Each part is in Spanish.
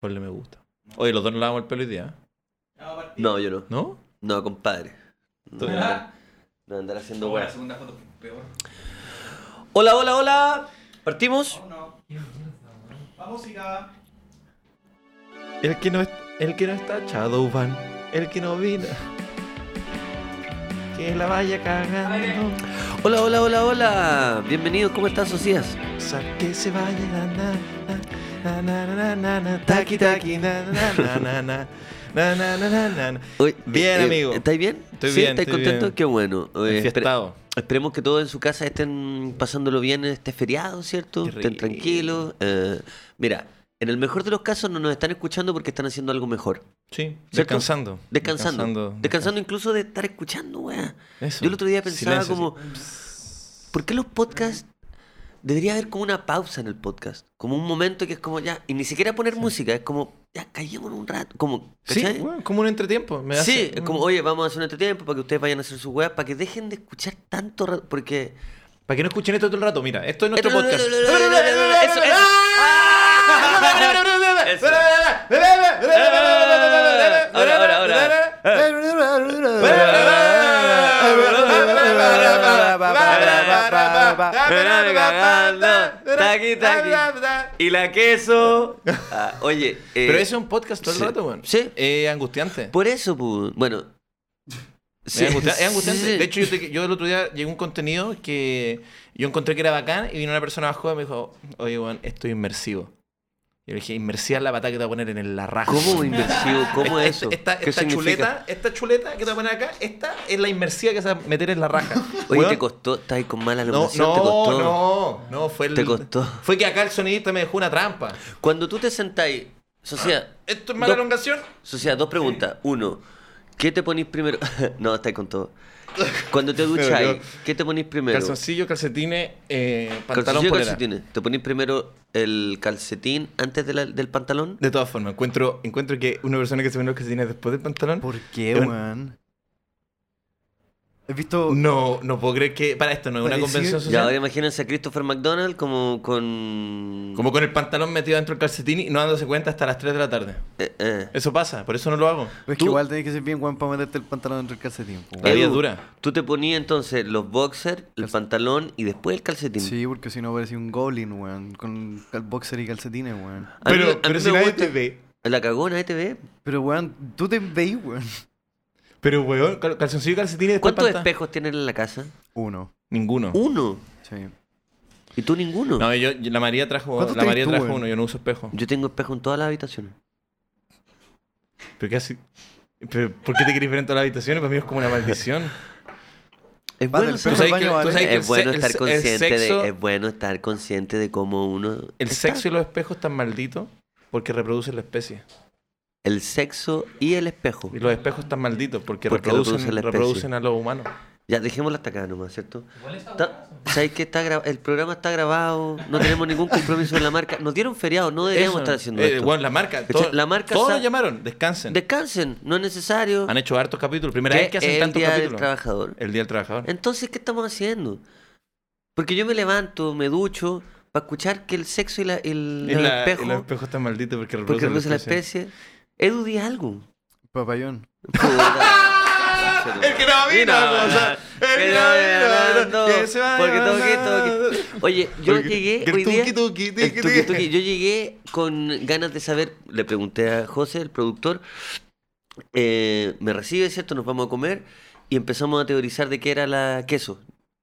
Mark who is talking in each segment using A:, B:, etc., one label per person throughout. A: Ponle me gusta. Oye, los dos nos lavamos el pelo hoy día. ¿eh?
B: No, yo no.
A: ¿No?
B: No, compadre. No,
A: Tú-
B: andar- no andar haciendo
C: Bueno, la
B: weas.
C: segunda foto peor.
B: Hola, hola, hola. ¿Partimos?
C: Oh, no. Vamos y nada.
A: El que no, es- el que no está Shadowban. El que no vino. Que la vaya cagando.
B: Hola, hola, hola, hola. Bienvenidos, ¿cómo están, socias?
A: O sea, que se vaya na, na, na, na, na, na, na, na, taqui taqui na, na, na, na, na, na, na, na, na, na, na.
B: Oye, eh,
A: Bien, amigo.
B: ¿Estáis bien?
A: Estoy
B: ¿Sí?
A: bien,
B: ¿Estáis
A: estoy
B: contentos?
A: bien.
B: Qué bueno. Oye, espera-
A: Enfiestado.
B: Esperemos que todos en su casa estén pasándolo bien en este feriado, ¿cierto?
A: Qué
B: Estén
A: rico.
B: tranquilos. Eh, mira, en el mejor de los casos no nos están escuchando porque están haciendo algo mejor.
A: Sí,
B: ¿Cierto?
A: descansando.
B: Descansando. Descansando, incluso de estar escuchando, weá.
A: Eso.
B: Yo el otro día pensaba
A: Silencio,
B: como, ¿por qué los podcasts... Debería haber como una pausa en el podcast, como un momento que es como ya, y ni siquiera poner música, es como ya callémonos un rato, como,
A: Sí,
B: ¿cachai?
A: bueno, como un entretiempo. me
B: Sí,
A: hace-
B: es como, oye, vamos a hacer un entretiempo para que ustedes vayan a hacer sus weas, para que dejen de escuchar tanto rato, porque
A: Para que no escuchen esto todo el rato, mira, esto es nuestro
B: Esto-
A: podcast.
B: eso, eso. Eso. Ahora, ahora, ahora. Taqui, taqui. Y la queso. Ah, oye, eh,
A: Pero eso es un podcast todo el
B: sí.
A: rato, weón.
B: Sí.
A: Es angustiante.
B: por eso, pu- bueno. Sí,
A: es angustiante. es angustiante.
B: sí.
A: De hecho, yo, te- yo el otro día llegó un contenido que yo encontré que era bacán y vino una persona más joven y me dijo, oye, weón, esto es inmersivo. Y yo le dije, inmersiva es la patada que te va a poner en el la raja.
B: ¿cómo inversivo? ¿Cómo
A: Esta-
B: es eso?
A: Esta,
B: ¿Qué
A: esta
B: significa?
A: chuleta, esta chuleta que te voy a poner acá, esta es la inmersiva que se va a meter en la raja.
B: Oye,
A: Weón,
B: te costó, estás ahí con mala
A: No,
B: alumnación, te
A: no,
B: costó.
A: no, no, fue el-
B: Te costó.
A: Fue que acá el sonidista me dejó una trampa.
B: Cuando tú te sentáis, socia,
A: Ah, Esto es mala
B: Do-
A: elongación.
B: socia, dos preguntas. Uno, ¿qué te ponís primero? no, estáis con todo. Cuando te ducháis,
A: dolió.
B: ¿qué te ponís primero?
A: Calzoncillo, calcetines, eh, pantalón
B: ¿Calzoncillo o
A: polera.
B: calcetines? ¿Te ponís primero el calcetín antes de la- del pantalón?
A: De todas formas, encuentro, encuentro que una persona que se pone los calcetines después del pantalón.
D: ¿Por qué,
A: Yo-
D: weón? He visto.
A: No, no puedo creer que. Para esto no es una
D: Parecido-
A: convención
B: Ya,
A: social.
B: ahora imagínense a Christopher McDonald como con...
A: Como con el pantalón metido dentro del calcetín y no dándose cuenta hasta las 3 de la tarde.
B: Eh, eh.
A: Eso pasa, por eso no lo hago.
D: Es que
B: Tú-
D: igual tenés que ser bien guan para meterte el pantalón dentro del calcetín. po,
A: La
D: weón.
A: vida es
B: Edu,
A: dura.
B: Tú te ponías entonces los boxers, el pantalón y después el calcetín.
D: Sí, porque si no parecía un goblin, weón. Con cal- boxer y calcetines, weón.
B: A mí- a mí
A: Pero, pero
B: me
A: si nadie
B: gusta-
A: te ve.
B: La cagó, nadie te ve.
D: Pero, weón, tú te veis, weón.
A: Pero, weón, cal- calzoncillo y calcetines después
B: ¿Cuántos
A: del pantalón.
B: espejos tienen en la casa?
D: Uno.
A: Ninguno.
B: Uno.
D: Sí.
B: ¿Y tú ninguno?
A: No, yo, yo- la María trajo,
D: ¿Cuántos
A: la María
D: tenés tú,
A: trajo
D: weón?
A: uno, yo no uso espejo.
B: Yo tengo espejo en todas las habitaciones.
A: Pero qué así. Pero, ¿Por qué te querés ver en todas las habitaciones? Para mí es como una maldición.
B: Es
D: Vale,
B: bueno,
D: el
B: ser-
A: Tú
D: Pero
A: sabes
D: el
A: que,
D: baño
A: tú
D: vale.
A: sabes que
B: es bueno
A: se-
B: estar
A: se-
B: consciente
A: el sexo,
B: de es bueno estar consciente de cómo uno
A: el
B: está.
A: sexo y los espejos están malditos porque reproducen la especie.
B: el sexo y el espejo.
A: Y los espejos están malditos porque,
B: Porque
A: reproducen,
B: reproducen la especie.
A: reproducen a los humanos.
B: Ya dejémoslo hasta acá nomás, ¿cierto? Está- ¿Sabes que está gra- el programa está grabado? No tenemos ningún compromiso con la marca. Nos dieron feriado, no deberíamos
A: Eso.
B: estar haciendo
A: Eh,
B: esto.
A: Bueno, la marca.
B: ¿Cachai?
A: todo-
B: La marca
A: Todos
B: sa-
A: nos llamaron. Descansen.
B: Descansen, no es necesario.
A: Han hecho hartos capítulos. Primera
B: ¿Qué
A: vez que hacen
B: es el
A: tantos
B: día del
A: capítulos.
B: trabajador.
A: El Día del Trabajador.
B: Entonces, ¿qué estamos haciendo? Porque yo me levanto, me ducho, para escuchar que el sexo y, la- el,
A: Y
B: el
A: la-
B: espejo,
A: y los espejos están malditos porque
B: porque
A: reproducen,
B: reduce
A: la
B: la especie. Edu, di algo.
D: Papayón.
B: el
A: ¡Ah! que no vino, o sea, el que no vino, que se vaya
B: Porque toque,
A: ganando.
B: toque. Oye, yo
A: Porque-
B: llegué
A: que el
B: hoy día.
A: tuki, tuki, tuki,
B: el tuki,
A: tuki.
B: tuki. Yo llegué con ganas de saber. Le pregunté a José, el productor. eh, me recibe, ¿cierto? Nos vamos a comer. Y empezamos a teorizar de qué era la queso.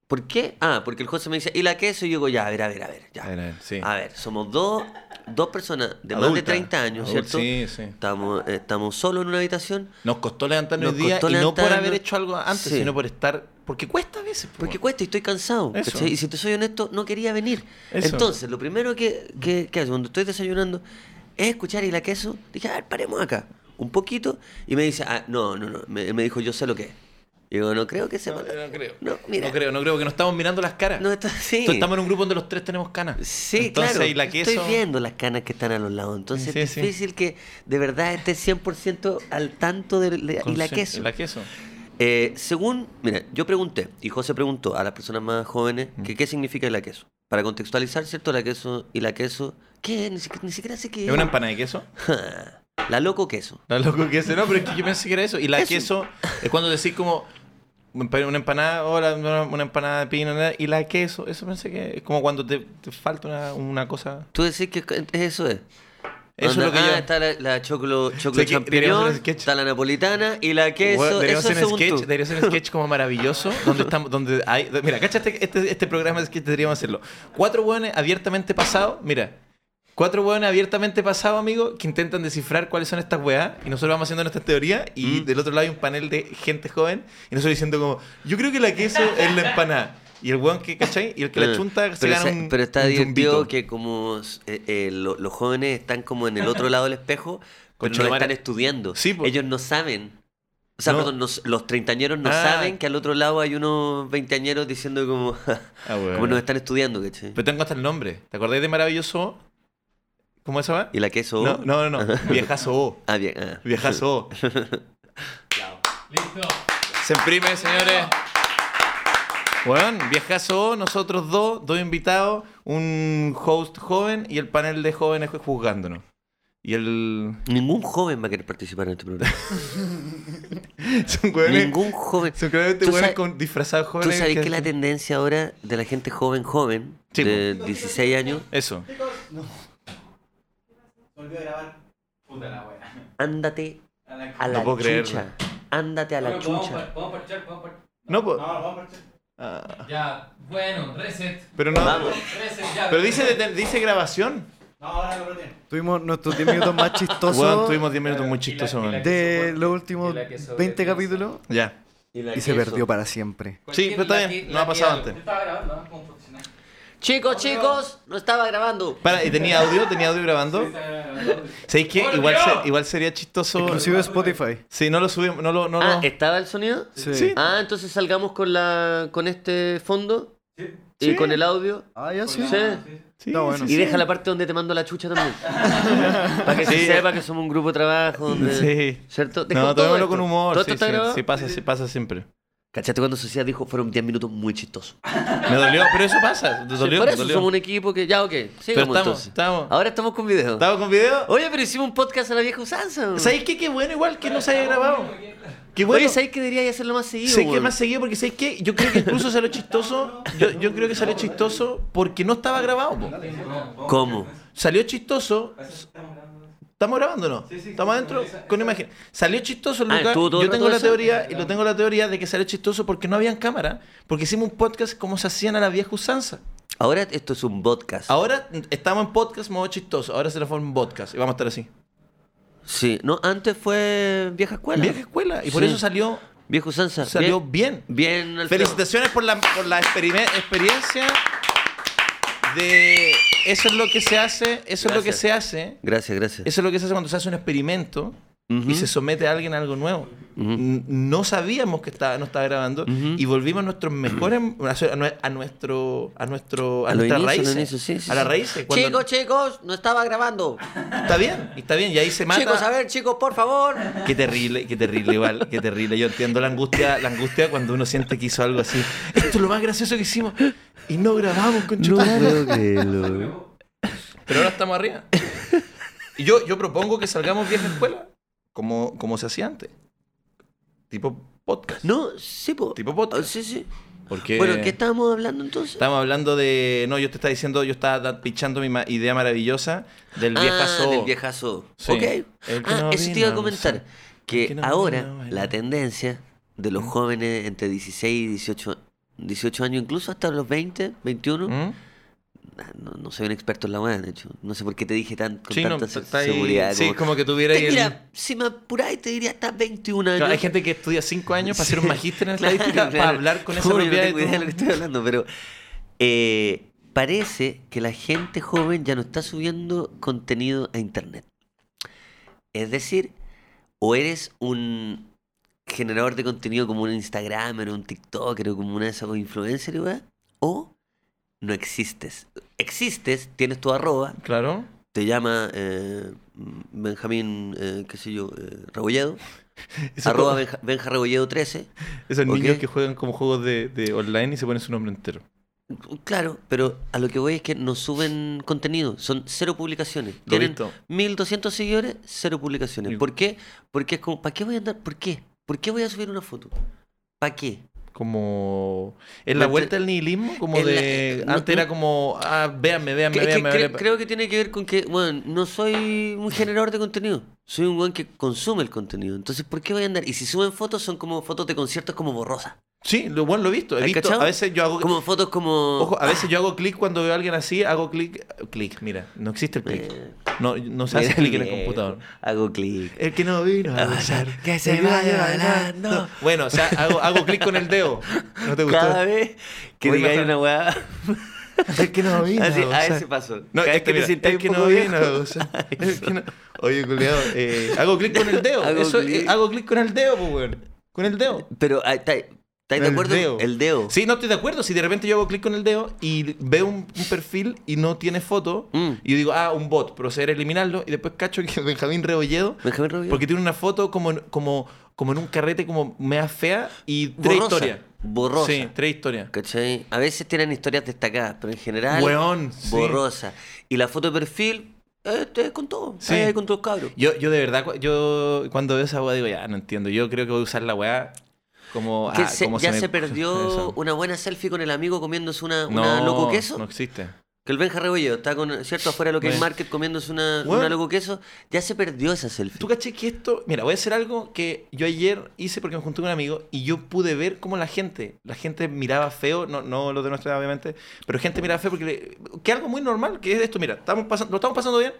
B: ¿Por qué? Ah, porque el José me dice, ¿y la queso? Y yo digo, ya, a ver, a ver, a ver. Ya.
A: A ver, a ver, sí.
B: A ver, somos dos, dos personas de más de
A: Adulta.
B: 30 años,
A: Adulta,
B: ¿cierto?
A: Sí, sí.
B: Estamos, eh, estamos solos en una habitación.
A: Nos costó levantarnos
B: Nos
A: el día
B: costó
A: y no por
B: levantarnos.
A: haber hecho algo antes,
B: Sí.
A: sino por estar. Porque cuesta a veces. po.
B: Porque cuesta y estoy cansado.
A: Eso.
B: ¿cachai? Y si te soy honesto, no quería venir.
A: Eso.
B: Entonces, lo primero que, que, que hago cuando estoy desayunando es escuchar y la queso. Dije, a ver, paremos acá. Un poquito. Y me dice, ah, no, no, no. Me, me dijo, yo sé lo que es. Y digo, no creo que
A: No,
B: sepa. lo que
A: no
B: es".
A: creo.
B: No, mira.
A: No creo, no creo que nos estamos mirando las caras.
B: No, está- sí.
A: Entonces, estamos en un grupo donde los tres tenemos canas.
B: Sí,
A: Entonces,
B: claro.
A: y la queso.
B: Estoy viendo las canas que están a los lados. Entonces
A: Sí,
B: es
A: sí.
B: difícil que de verdad esté 100% al tanto de, de-
A: con-
B: y la
A: sí,
B: queso.
A: Y la queso.
B: Eh, según, mira, yo pregunté, y José
A: Mm.
B: preguntó a las personas más jóvenes que qué significa el queso. Para contextualizar, ¿cierto? La queso y la queso ¿Qué? Ni siquiera, ni siquiera sé qué
A: ¿Es una empanada de queso?
B: La loco queso.
A: La loco queso, no, pero es que yo pensé que era eso. Y la
B: Eso.
A: queso es cuando decís como empa- una empanada, hola, una- una empanada de pino, na- y la queso, eso pensé que es como cuando te, te falta una, una cosa.
B: Tú decís que eso es.
A: Eso es
B: Onda,
A: lo que
B: ah,
A: yo.
B: está la, la choclo, choclo
A: Sé que deberíamos hacer un
B: champiñón,
A: sketch.
B: está la napolitana y la queso.
A: Bueno, deberíamos
B: eso
A: hacer un
B: según
A: sketch,
B: tú.
A: deberíamos hacer un sketch como maravilloso donde estamos, donde hay. Mira, cachate este, este programa es que deberíamos hacerlo. Cuatro hueones abiertamente pasados, mira. Cuatro hueones abiertamente pasados, amigo, que intentan descifrar cuáles son estas weas. Y nosotros vamos haciendo nuestra teoría.
B: Mm.
A: Y del otro lado hay un panel de gente joven. Y nosotros diciendo como, yo creo que la queso es la empanada. Y el hueón que, ¿cachai? Y el que la
B: Ah,
A: chunta se
B: pero
A: gana
B: sa-
A: un.
B: Pero está
A: un
B: divertido
A: yumbito.
B: que como eh, eh, lo- los jóvenes están como en el otro lado del espejo, pero
A: Concha
B: no
A: la madre.
B: están estudiando.
A: Sí, po.
B: Ellos no saben. O sea,
A: No.
B: perdón, nos- los treintañeros no
A: Ah.
B: saben que al otro lado hay unos veinteañeros diciendo como,
A: Ah, weón.
B: como nos están estudiando, ¿cachai?
A: Pero tengo hasta el nombre. ¿Te acordáis de Maravilloso? ¿Cómo se llama?
B: ¿Y la queso?
A: No, no, no. no. Viejazo O.
B: Ah, bien. ah.
A: Viejazo O.
C: Listo.
A: Se imprime, señores. Bueno, viejazo, nosotros dos, dos invitados, un host joven y el panel de jóvenes juzgándonos. Y el.
B: Ningún joven va a querer participar en este programa.
A: Son
B: Ningún joven.
A: Son claramente
B: Tú
A: hueones
B: sabes-
A: con disfrazados
B: Tú
A: jóvenes.
B: sabes que la tendencia ahora de la gente joven, joven,
A: Sí,
B: de 16 años,
A: Eso.
C: Volvió a grabar. Puta la wea.
B: ándate
C: A la-
B: a la
A: No puedo
B: chucha.
A: creerlo.
B: Ándate a la
E: Bueno, podemos
B: chucha.
E: par- podemos parchar, podemos parchar.
A: No,
C: No,
A: po-
C: no, vamos a parchar.
A: ah,
E: Ya, bueno, reset.
A: pero no.
B: Vamos.
E: Reset, ya.
A: Pero dice, deten- dice grabación.
C: No, ahora lo perdí.
D: Tuvimos nuestros 10 minutos más chistosos
A: Weón, tuvimos 10 minutos
E: Claro,
A: muy
E: y la-
A: chistosos,
E: y la-
A: weón.
D: de
E: Sobre-
D: los últimos
E: de la que sobre-
D: 20 capítulos
A: Ya.
D: y se perdió para siempre.
A: Sí, pero está bien, no ha pasado antes.
E: Yo estaba grabando, ¿no? como profesional.
B: Chicos, chicos, no estaba grabando.
A: Para, ¿y tenía audio? ¿Tenía audio grabando? ¿Sabéis qué? Igual,
E: ¡Volvió!
A: se- igual sería chistoso.
D: Inclusive Spotify.
A: Sí, no lo subimos, no lo. No
B: Ah,
A: lo-
B: ¿estaba el sonido?
D: Sí.
A: Sí.
B: Ah, entonces salgamos con la con este fondo y
A: Sí.
B: con el audio.
D: Ah, ya sí.
B: Sí.
A: Sí,
D: Está bueno.
B: Y
A: sí, sí.
B: deja la parte donde te mando la chucha también. Para que se
A: Sí.
B: sepa que somos un grupo de trabajo. donde-
A: Sí.
B: ¿Cierto? Dejemos
A: No,
B: todo
A: tomémoslo
B: esto.
A: con humor.
B: ¿Todo
A: sí,
B: esto está
A: sí,
B: grabado?
A: sí, pasa, sí, pasa siempre.
B: ¿Cachaste cuando Sociedad dijo fueron 10 minutos muy chistosos?
A: Me dolió, pero eso pasa. te Ah, Dolió,
B: Por eso
A: dolió.
B: somos un equipo que. Ya, ok.
A: Pero
B: Sigamos
A: estamos,
B: entonces. Ah.
A: estamos.
B: Ahora estamos con video.
A: ¿Estamos con video?
B: Oye, pero hicimos un podcast a la vieja usanza. weón.
A: ¿Sabéis qué? Qué bueno igual que no se haya grabado. Qué bueno.
B: Oye, ¿sabes que deberías hacerlo más seguido?
A: Sé que
B: weón?
A: más seguido porque ¿sabéis qué? Yo creo que incluso salió chistoso. Yo, yo creo que salió chistoso porque no estaba grabado. po.
B: ¿Cómo?
A: Salió chistoso. ¿Estamos grabando o no?
C: sí,
A: ¿Estamos adentro? Con imagen. Salió chistoso,
B: Ah,
A: Lucas.
B: ¿estuvo todo el
A: Yo
B: rato
A: tengo la
B: eso? Ah,
A: teoría, y lo tengo la teoría de que salió chistoso porque no habían cámara, porque hicimos un podcast como se hacían a la vieja usanza.
B: Ahora esto es un podcast.
A: Ahora estamos en podcast modo chistoso. Ahora se transforma en podcast. Y vamos a estar así.
B: Sí, no, antes fue vieja escuela.
A: Vieja escuela. Y por
B: Sí.
A: eso salió,
B: Vieja usanza.
A: salió
B: bien.
A: bien.
B: Bien, Alfredo.
A: Felicitaciones por la, por la experime- experiencia de... Eso es lo que se hace. Eso es lo que
B: Gracias.
A: se hace.
B: Gracias, gracias.
A: Eso es lo que se hace cuando se hace un experimento
B: Ujú.
A: y se somete a alguien a algo nuevo. N- No sabíamos que estaba, no estaba grabando
B: Ujú.
A: y volvimos a nuestros mejores a, nue- a nuestro a nuestro a,
B: A lo
A: nuestras
B: inicio, a lo
A: raíces,
B: inicio, sí, sí,
A: a las
B: sí.
A: raíces. cuando-
B: Chicos, chicos, no estaba grabando.
A: está bien, está bien y ahí se mata.
B: Chicos, a ver, chicos, por favor.
A: Qué terrible, qué terrible igual, qué terrible. Yo entiendo la angustia, la angustia cuando uno siente que hizo algo así. Esto es lo más gracioso que hicimos y no grabamos con Pero ahora estamos arriba. Y yo, yo propongo que salgamos vieja escuela, como, como se hacía antes. Tipo podcast.
B: No, sí, po.
A: Tipo podcast. Eh,
B: Ah, Sí, sí.
A: Porque
B: Bueno, ¿qué estábamos hablando entonces?
A: estábamos hablando de. No, yo te estaba diciendo, yo estaba da- pichando mi ma- idea maravillosa del
B: ah,
A: viejazo.
B: del viejazo.
A: Sí.
B: Ok.
A: El que
B: Ah,
A: no
B: eso te iba a
A: vino, sí.
B: comentar.
A: El
B: Que
A: que no
B: ahora
A: vino, bueno.
B: la tendencia de los jóvenes entre 16 y 18, 18 años, incluso hasta los 20, 21,
A: ¿Mm?
B: Ah, No, no soy un experto en la weá, de hecho. No sé por qué te dije tan, con
A: Sí, no,
B: tanta se-
A: está ahí-
B: seguridad.
A: sí,
B: como-
A: como que tuviera ahí
B: Te-
A: el-
B: Mira, si me apuráis te diría hasta 21 años.
A: Claro, hay gente que estudia 5 años para ser un magíster en
B: Claro,
A: estadística, para
B: claro.
A: hablar con esa
B: No, yo
A: propiedad
B: No tengo
A: de tu-
B: idea de lo que estoy hablando, pero... eh, parece que la gente joven ya no está subiendo contenido a internet. Es decir, o eres un generador de contenido como un Instagramer, un TikToker, o como una de esas o influencer, y weá, o no existes. Existes, tienes tu arroba,
A: Claro.
B: te llama eh, Benjamín, eh, qué sé yo, eh, Rebolledo,
A: Esos
B: arroba
A: co-
B: Benja, Benja Rebolledo 13.
A: esos
B: ¿ok?
A: niños que juegan como juegos de, de online y se ponen su nombre entero.
B: Claro, pero a lo que voy es que no suben contenido, son cero publicaciones.
A: Lo
B: Tienen
A: visto.
B: 1200 seguidores, cero publicaciones.
A: Y-
B: ¿Por qué? Porque es como, ¿para qué voy a andar? ¿Por qué? ¿Por qué voy a subir una foto? ¿Para qué?
A: Como. ¿Es la
B: Bueno,
A: vuelta al nihilismo? Como
B: en la-
A: de.
B: eh, no-
A: Antes era como. Ah, véanme, véanme,
B: Que- es que
A: véanme.
B: cre-
A: véanme.
B: creo que tiene que ver con que, bueno, no soy un generador de contenido. Soy un weón que consume el contenido. Entonces, ¿por qué voy a andar? Y si suben fotos, son como fotos de conciertos como borrosas.
A: Sí, lo bueno lo he visto. He
B: ¿Hay
A: visto.
B: cachado?
A: A veces yo hago.
B: Como Ah. fotos como...
A: Ojo, a veces yo hago clic cuando veo a alguien así, hago clic. Clic, mira, no existe el clic.
B: Eh, Ah,
A: No, no se hace
B: mira,
A: clic en el
B: viejo,
A: computador.
B: Hago clic.
A: El que no vino a bailar. Que se vaya bailando. Bueno, o sea, hago, hago clic con el dedo. ¿No te gustó?
B: Cada vez que
A: Voy
B: digáis
A: mejor.
B: una weá...
A: El que no vino
B: Así, a
A: gozar.
B: ese paso.
A: No,
B: Cada vez
A: este,
B: que te
A: mira,
B: sientas
A: el
B: un
A: que
B: poco
A: no
B: viejo.
A: vino a gozar. El que no- Oye, culiado, hago clic con el dedo.
B: Hago
A: Eso, eh, Hago,
B: clic.
A: clic con el dedo, pues, weón. Con el dedo.
B: Pero, ah, ¿estáis estáis de
A: El
B: acuerdo?
A: dedo.
B: El dedo.
A: Sí, no estoy de acuerdo. Si de repente yo hago clic con el dedo y veo un, un perfil y no tiene foto,
B: Mm.
A: y yo digo, ah, un bot, proceder a eliminarlo, y después cacho que Benjamín Rebolledo,
B: Benjamín Rubio.
A: porque tiene una foto como, en- como, como en un carrete como mea fea y tres
B: Borrosa.
A: historias.
B: Borrosa.
A: Sí, tres historias.
B: ¿Cachai? A veces tienen historias destacadas, pero en general.
A: Weón, sí.
B: Borrosa. Y la foto de perfil, eh, te- con todo.
A: Sí.
B: Ahí hay con todos los cabros.
A: Yo, yo de verdad, cu- yo cuando veo esa weá digo, ya, no entiendo. Yo creo que voy a usar la weá como...
B: Que
A: ah,
B: se-
A: como
B: ya
A: me-
B: se perdió
A: Eso.
B: una buena selfie con el amigo comiéndose una, una loco queso.
A: No existe.
B: Que el Benja Rebolledo está con, ¿cierto? Afuera de lo que es
A: Bueno.
B: Market comiéndose una,
A: Bueno.
B: una loco queso. Ya se perdió esa selfie.
A: Tú caché que esto... Mira, voy a hacer algo que yo ayer hice porque me junté con un amigo y yo pude ver cómo la gente, la gente miraba feo, no, no los de nuestra edad, obviamente, pero gente miraba feo porque... le- que algo muy normal, que es esto, mira, estamos pasando, lo estamos pasando bien,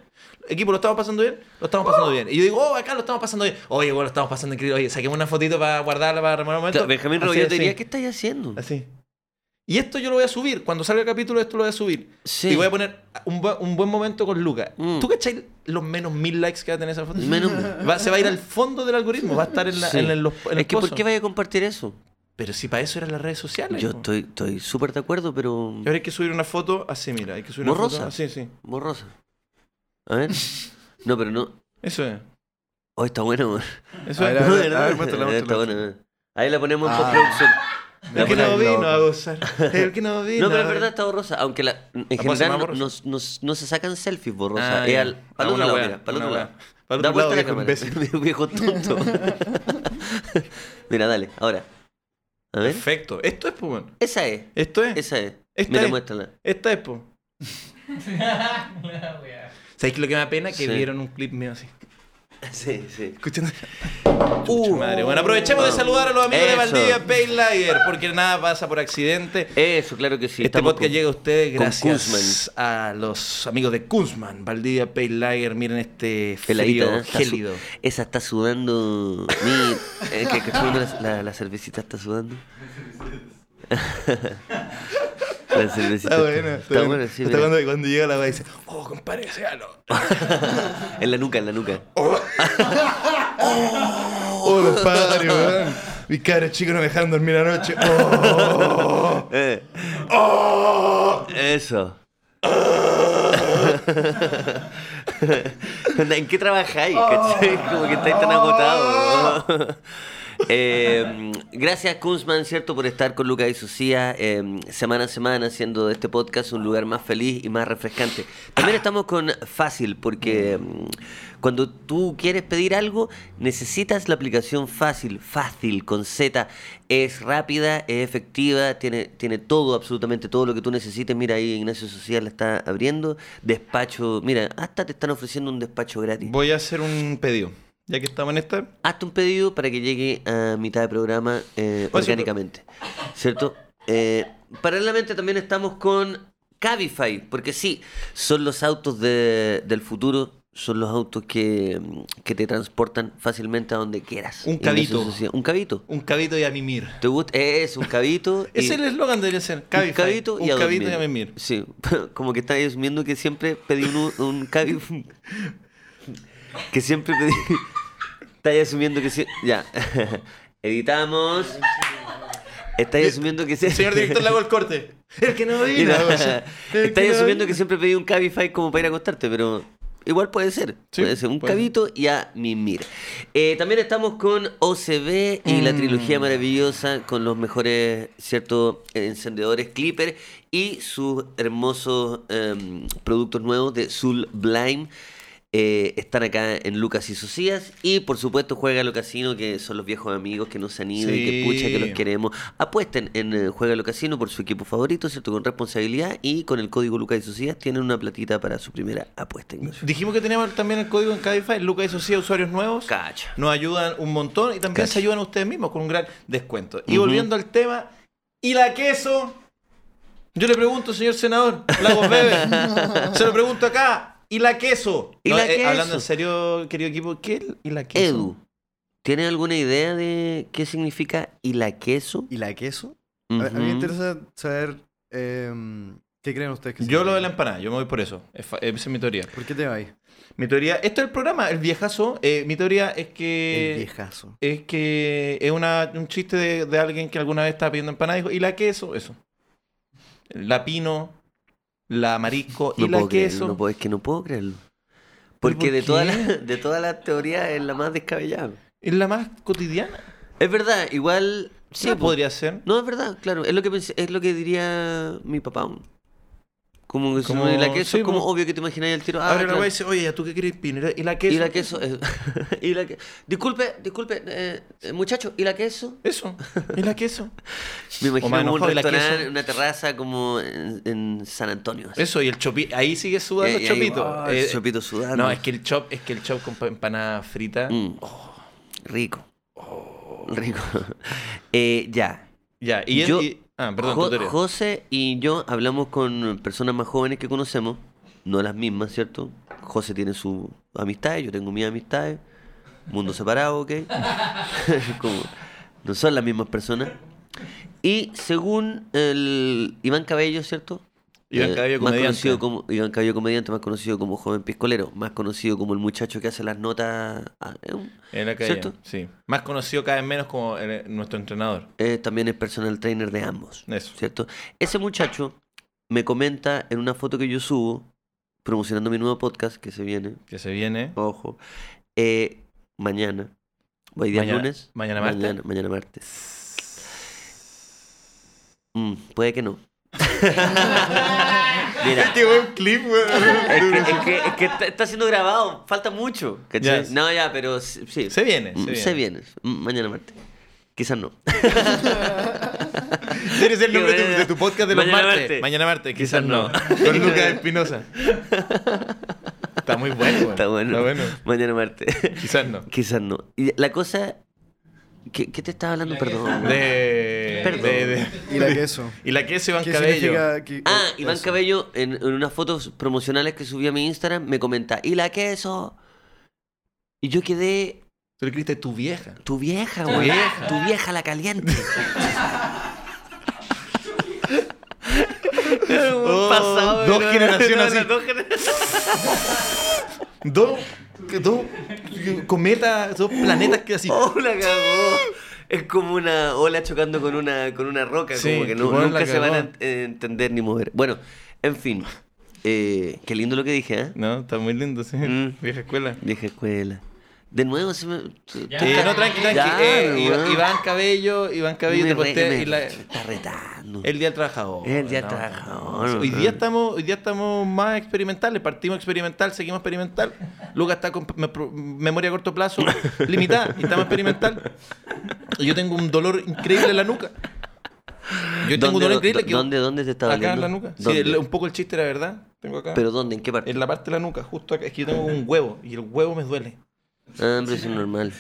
A: equipo, lo estamos pasando bien, lo estamos pasando bien. Y yo digo, oh, acá lo estamos pasando bien. Oye, bueno, lo estamos pasando increíble. Oye, saquemos una fotito para guardarla, para rememorar un momento.
B: Claro, Benjamín
A: Así,
B: Rebolledo te
A: así.
B: diría, ¿qué estáis haciendo?
A: Así. Y esto yo lo voy a subir. Cuando salga el capítulo, esto lo voy a subir.
B: Sí.
A: Y voy a poner un, bu- un buen momento con Luca.
B: Mm.
A: ¿Tú cachai los menos mil likes que va a tener esa foto?
B: Menos-
A: Va- se va a ir al fondo del algoritmo. Va a estar en, la-
B: Sí.
A: en el- los, en el
B: es que ¿por
A: pozo.
B: qué vaya a compartir eso?
A: Pero si para eso eran las redes sociales.
B: Yo
A: po.
B: estoy estoy súper de acuerdo, pero...
A: Y ahora hay que subir una foto así, mira. Hay que subir
B: ¿Borrosa?
A: una foto así, sí.
B: Borrosa. A ver. No, pero no.
A: Eso es.
B: Oh, está bueno, weón.
A: Eso
D: A
A: es.
D: ver, a
B: No,
D: ver,
B: ¿verdad?
D: a ver, muéstrala,
B: Está
D: muéstrala.
B: bueno, eh. Ahí la ponemos en
D: Ah.
B: postproducción.
A: El que no
D: Loco.
A: vino a gozar. El que no vino.
B: No, pero es
A: a-
B: verdad está borrosa. Aunque la, en
A: puedo hacer más
B: general no,
A: borrosa?
B: no- no- no se sacan selfies borrosas.
A: Ah,
B: Es
A: ya.
B: al, al
A: Ah,
B: otro
A: una
B: lado,
A: wea,
B: mira, Para el
A: una
B: otro
A: wea.
B: lado.
A: Para el
B: da
A: otro
B: vuelta
A: lado,
B: la
A: viejo
B: cámara. viejo tonto. mira, dale, ahora. A ver.
A: Perfecto. Esto es, pues, bueno.
B: Esa es.
A: Esto es.
B: Esa es.
A: Esta
B: Mira,
A: es.
B: muéstrala.
A: Esta es, pues.
E: La wea.
A: ¿Sabéis que lo que me da pena? Que
B: Sí.
A: vieron un clip mío así.
B: Sí, sí.
A: Escuchando. madre. Bueno, aprovechemos de
B: Ah.
A: saludar a los amigos de
B: Uh, Eso.
A: Valdivia Pay Lager, porque nada pasa por accidente.
B: Eso, claro que
A: este
B: sí. estamos
A: podcast
B: con-
A: llega a ustedes
B: con
A: gracias a los amigos de Kunzman, Valdivia Pale Lager. Miren este
B: Peladita,
A: frío
B: ¿eh? Está su-
A: gélido.
B: Esa está sudando. Mi, eh, que, que sudando la, la- la cervecita está sudando. la cervecita. Está buena, sí, mira.
A: cuando, cuando llega la va y dice, oh, compadre, séalo.
B: En la nuca, en la nuca.
A: Oh, compadre, weón. Mis cabros chicos no me dejaron dormir anoche. Oh.
B: Eh, Eso. Onda, ¿En qué trabajáis? ¿Cachai? Como que estáis tan agotados. Eh, gracias Kunzman, ¿cierto? Por estar con Lucas y Sucía eh, semana a semana haciendo de este podcast un lugar más feliz y más refrescante. También estamos con Fácil, porque mm, cuando tú quieres pedir algo, necesitas la aplicación Fácil, Fácil, con Z. Es rápida, es efectiva, tiene, tiene todo, absolutamente todo lo que tú necesites. Mira ahí Ignacio Sucía la está abriendo. Despacho, mira, hasta te están ofreciendo un despacho gratis.
A: Voy a hacer un pedido. Ya que estamos en esta,
B: Hazte un pedido para que llegue a mitad de programa eh,
A: Pues sí,
B: orgánicamente. ¿Cierto? Eh, paralelamente también estamos con Cabify, porque sí, son los autos de- del futuro, son los autos que, mm, que te transportan fácilmente a donde quieras.
A: Un
B: Y en
A: cabito.
B: esa sociedad- Un cabito.
A: un cabito y a mimir.
B: ¿Te gusta? Es un cabito. y-
A: Ese es el eslogan debería ser.
B: un
A: Cabify,
B: cabito y a
A: un cabito y a
B: dormir.
A: mimir.
B: Sí, como que estáis asumiendo que siempre pedí un, un cabi- que siempre pedí... Estáis asumiendo que... sie- Ya. Editamos. Estáis asumiendo que... sie-
A: Señor director, le hago el corte. El que no vino.
B: Mira, Estáis asumiendo que siempre pedí un Cabify como para ir a acostarte, pero Igual puede ser.
A: Sí,
B: puede ser un
A: puede ser.
B: cabito y a mimir. Eh, también estamos con OCB y la
A: Mm.
B: trilogía maravillosa con los mejores, ¿cierto? Encendedores Clipper y sus hermosos em, productos nuevos de Soul Blime. Eh, están acá en Lucas y Socias. Y por supuesto, juega lo casino, que son los viejos amigos que no se han ido y que
A: Sí.
B: pucha que los queremos. Apuesten en eh, Juega lo Casino por su equipo favorito, ¿cierto? Con responsabilidad y con el código Lucas y Socias tienen una platita para su primera apuesta, Ignacio.
A: Dijimos que teníamos también el código en Cabify, Lucas y Socia, usuarios nuevos.
B: Cacha.
A: Nos ayudan un montón y también
B: Cacha.
A: se ayudan a ustedes mismos con un gran descuento. Y
B: Ujú.
A: volviendo al tema, ¿y la queso? Yo le pregunto, señor senador, Lagos Bebe, se lo pregunto acá, ¿y la queso? eh,
B: ¿Y la queso?
A: Hablando en serio, querido equipo, ¿qué es el- y la queso?
B: Edu, ¿tiene alguna idea de qué significa y la queso?
D: ¿Y la queso? A, a mí me
B: Ujú.
D: interesa saber em, qué creen ustedes que
A: Yo lo de la
D: significa?
A: empanada, yo me voy por eso. Es fa- Esa es mi teoría.
D: ¿Por qué te vais?
A: Mi teoría, esto es el programa, el viejazo. eh, mi teoría es que...
D: el viejazo.
A: Es que es una, un chiste de, de alguien que alguna vez estaba pidiendo empanada y dijo, ¿y la queso? Eso. La pino, la marisco y
B: No
A: la
B: puedo creerlo,
A: queso.
B: no puedo- es que no puedo creerlo. Porque
A: por
B: de todas
A: qué?
B: las de todas las teorías es la más descabellada.
A: Es la más cotidiana.
B: Es verdad, igual sí
A: Sí,
B: po.
A: podría ser.
B: No, es verdad, claro, es lo que pensé- es lo que diría mi papá. aún. Como que si
A: Como-
B: no hay la queso
A: sí,
B: es como
A: po.
B: obvio que te imagináis el tiro. Ah,
A: Ahora la
B: claro.
A: wea dice, oye, ¿a ¿tú qué quieres pino? ¿Y la queso?
B: Y la queso es- y la que- disculpe, disculpe, eh, eh, muchacho, ¿y la queso?
A: Eso. ¿Y la queso?
B: Me imagino
A: más
B: como un
A: enojado, ¿y la
B: restaurante,
A: queso?
B: una terraza como en, en San Antonio. así.
A: Eso, y el chopito. Ahí sigue
B: Y-
A: sudando
B: y
A: el
B: ahí-
A: chopito.
B: ah,
A: Eh,
B: el chopito sudando.
A: No, es que el chop, es que el chop con pa- empanada frita.
B: Mm. Rico. Oh. Rico. Eh, ya.
A: Ya, y él.
B: Yo-
A: y- ah, perdón,
B: Jo-
A: tu teoría.
B: José y yo hablamos con personas más jóvenes que conocemos, no las mismas, ¿cierto? José tiene sus amistades, yo tengo mis amistades, mundo separado, ¿ok? Como, no son las mismas personas. Y según el Iván Cabello, ¿cierto? Eh,
A: Iván Cabello,
B: más
A: comediante.
B: conocido como Iván Cabello comediante, más conocido como joven piscolero, más conocido como el muchacho que hace las notas, ah, es un-
A: En la calle.
B: ¿Cierto?
A: Sí. Más conocido cada vez menos como eh, nuestro entrenador.
B: eh, también es personal trainer de ambos.
A: Eso.
B: ¿cierto? Ese muchacho me comenta en una foto que yo subo, promocionando mi nuevo podcast que se viene,
A: Que se viene.
B: ojo, eh, mañana, hoy día es
A: Mañana-
B: lunes.
A: mañana martes.
B: Mañana, mañana martes. Mm, puede que no. Mira,
A: buen clip,
B: es que, es que- es que está, está siendo grabado, falta mucho. ¿cachai?
A: Ya.
B: No, ya, pero sí. sí.
A: Se viene,
B: Mm,
A: se viene.
B: se viene. Mm, Mañana martes. Quizás no.
A: Eres el
B: Qué
A: nombre de tu,
B: buena.
A: de tu podcast de los
B: Mañana
A: martes.
B: martes.
A: Mañana martes,
B: Quizás
A: quizás no.
B: no.
A: Con Lucas Espinosa. Está muy bueno, güey.
B: Está bueno.
A: Está bueno.
B: Mañana martes.
A: Quizás no.
B: Quizás no. Y la cosa. ¿Qué, qué te estaba hablando?
E: La
B: Perdón.
E: que-
A: De.
E: Perdón.
A: de- de-
D: ¿Y la queso?
A: y la que se Iván
D: ¿Qué
A: Cabello.
D: significa que-
B: Ah,
D: eh,
B: Iván
D: eso?
B: Cabello, en, en unas fotos promocionales que subí a mi Instagram, me comenta: ¿Y la queso? Y yo quedé.
A: Tú le escribiste tu vieja.
B: Tu vieja,
A: Tu
B: güey.
A: vieja.
B: Tu vieja la caliente.
A: Oh,
B: Pasado,
A: dos
B: ¿no?
A: generaciones así.
B: Dos generaciones.
A: Dos. Dos cometas, dos planetas que así.
B: Oh, la cagó. Es como una ola chocando con una, con una roca,
A: Sí,
B: como que
A: tu
B: no-
A: bola
B: nunca
A: la
B: se van a
A: cagó.
B: ent- eh, entender ni mover. Bueno, en fin. Eh, qué lindo lo que dije, ¿eh?
A: No, está muy lindo, sí.
B: Mm.
A: Vieja escuela.
B: Vieja escuela. De nuevo se me. tú-
E: Ya.
B: tú
A: Eh,
B: estás-
A: no, tranqui, tranqui.
B: Ya,
A: Eh, Iva-
B: weón.
A: Iván Cabello, Iván Cabello
B: Me
A: te
B: re-
A: postea
B: me
A: y la-
B: Está retando.
A: El Día del Trabajador.
B: El Día del
A: No,
B: Trabajador,
A: no. Hoy
B: weón.
A: día, estamos, hoy día estamos más experimentales. Partimos experimental, seguimos experimental. Lucas está con me- pro- memoria a corto plazo limitada y estamos experimental. Y yo tengo un dolor increíble en la nuca. Yo tengo un dolor increíble que...
B: ¿Dónde, dónde te está
A: acá
B: doliendo?
A: en la nuca. Sí,
B: ¿Dónde?
A: el- un poco el chiste, la verdad. Tengo acá.
B: ¿Pero dónde? ¿En qué parte?
A: en la parte de la nuca, justo acá. Es que yo tengo un huevo y el huevo me duele.
B: Ah, pero eso es normal.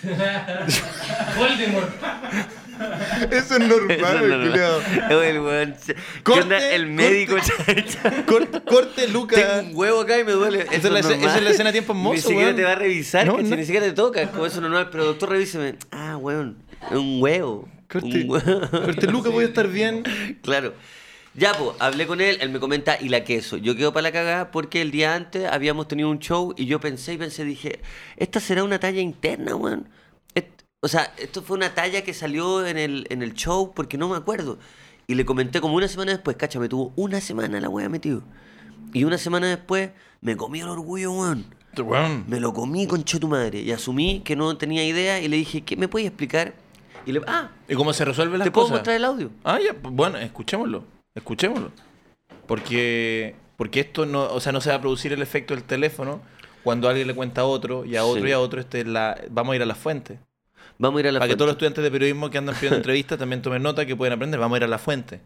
E: Voldemort.
A: Eso es
B: Eso es normal. Es el weón. ¿Qué
A: Corte,
B: onda? El
A: corte.
B: médico. chacha.
A: Corte, corte, Lucas.
B: Tengo un huevo acá y me duele. Eso
A: es la escena-
B: normal.
A: esa es la escena de tiempo hermoso,
B: Ni siquiera
A: weón.
B: te va a revisar,
A: No,
B: ¿cachai?
A: no.
B: ni siquiera te toca. Es Como eso normal. Pero doctor, revíseme. Ah, weón. Es un huevo.
A: Corte,
B: Un huevo.
A: corte, Lucas, voy a estar bien.
B: Claro. Ya, pues, hablé con él, él me comenta y la queso. Yo quedo para la cagada porque el día antes habíamos tenido un show y yo pensé y pensé, dije, esta será una talla interna, weón. Est- o sea, esto fue una talla que salió en el, en el show porque no me acuerdo. Y le comenté como una semana después, cacha, me tuvo una semana la weá metido. Y una semana después me comí el orgullo, weón.
A: Te- weón.
B: Me lo comí, concho tu madre. Y asumí que no tenía idea y le dije, ¿qué me puedes explicar? Y le, ah,
A: ¿Y cómo se resuelven las
B: ¿te puedo
A: cosas?
B: mostrar el audio?
A: Ah, ya, pues, bueno, escuchémoslo. Escuchémoslo. Porque, porque esto no, o sea, no se va a producir el efecto del teléfono cuando alguien le cuenta a otro y a otro
B: Sí.
A: y a otro. Este, es la, vamos a ir a la fuente.
B: Vamos a ir a la
A: Para que
B: fuente.
A: todos los estudiantes de periodismo que andan pidiendo entrevistas también tomen nota que pueden aprender. Vamos a ir a la fuente.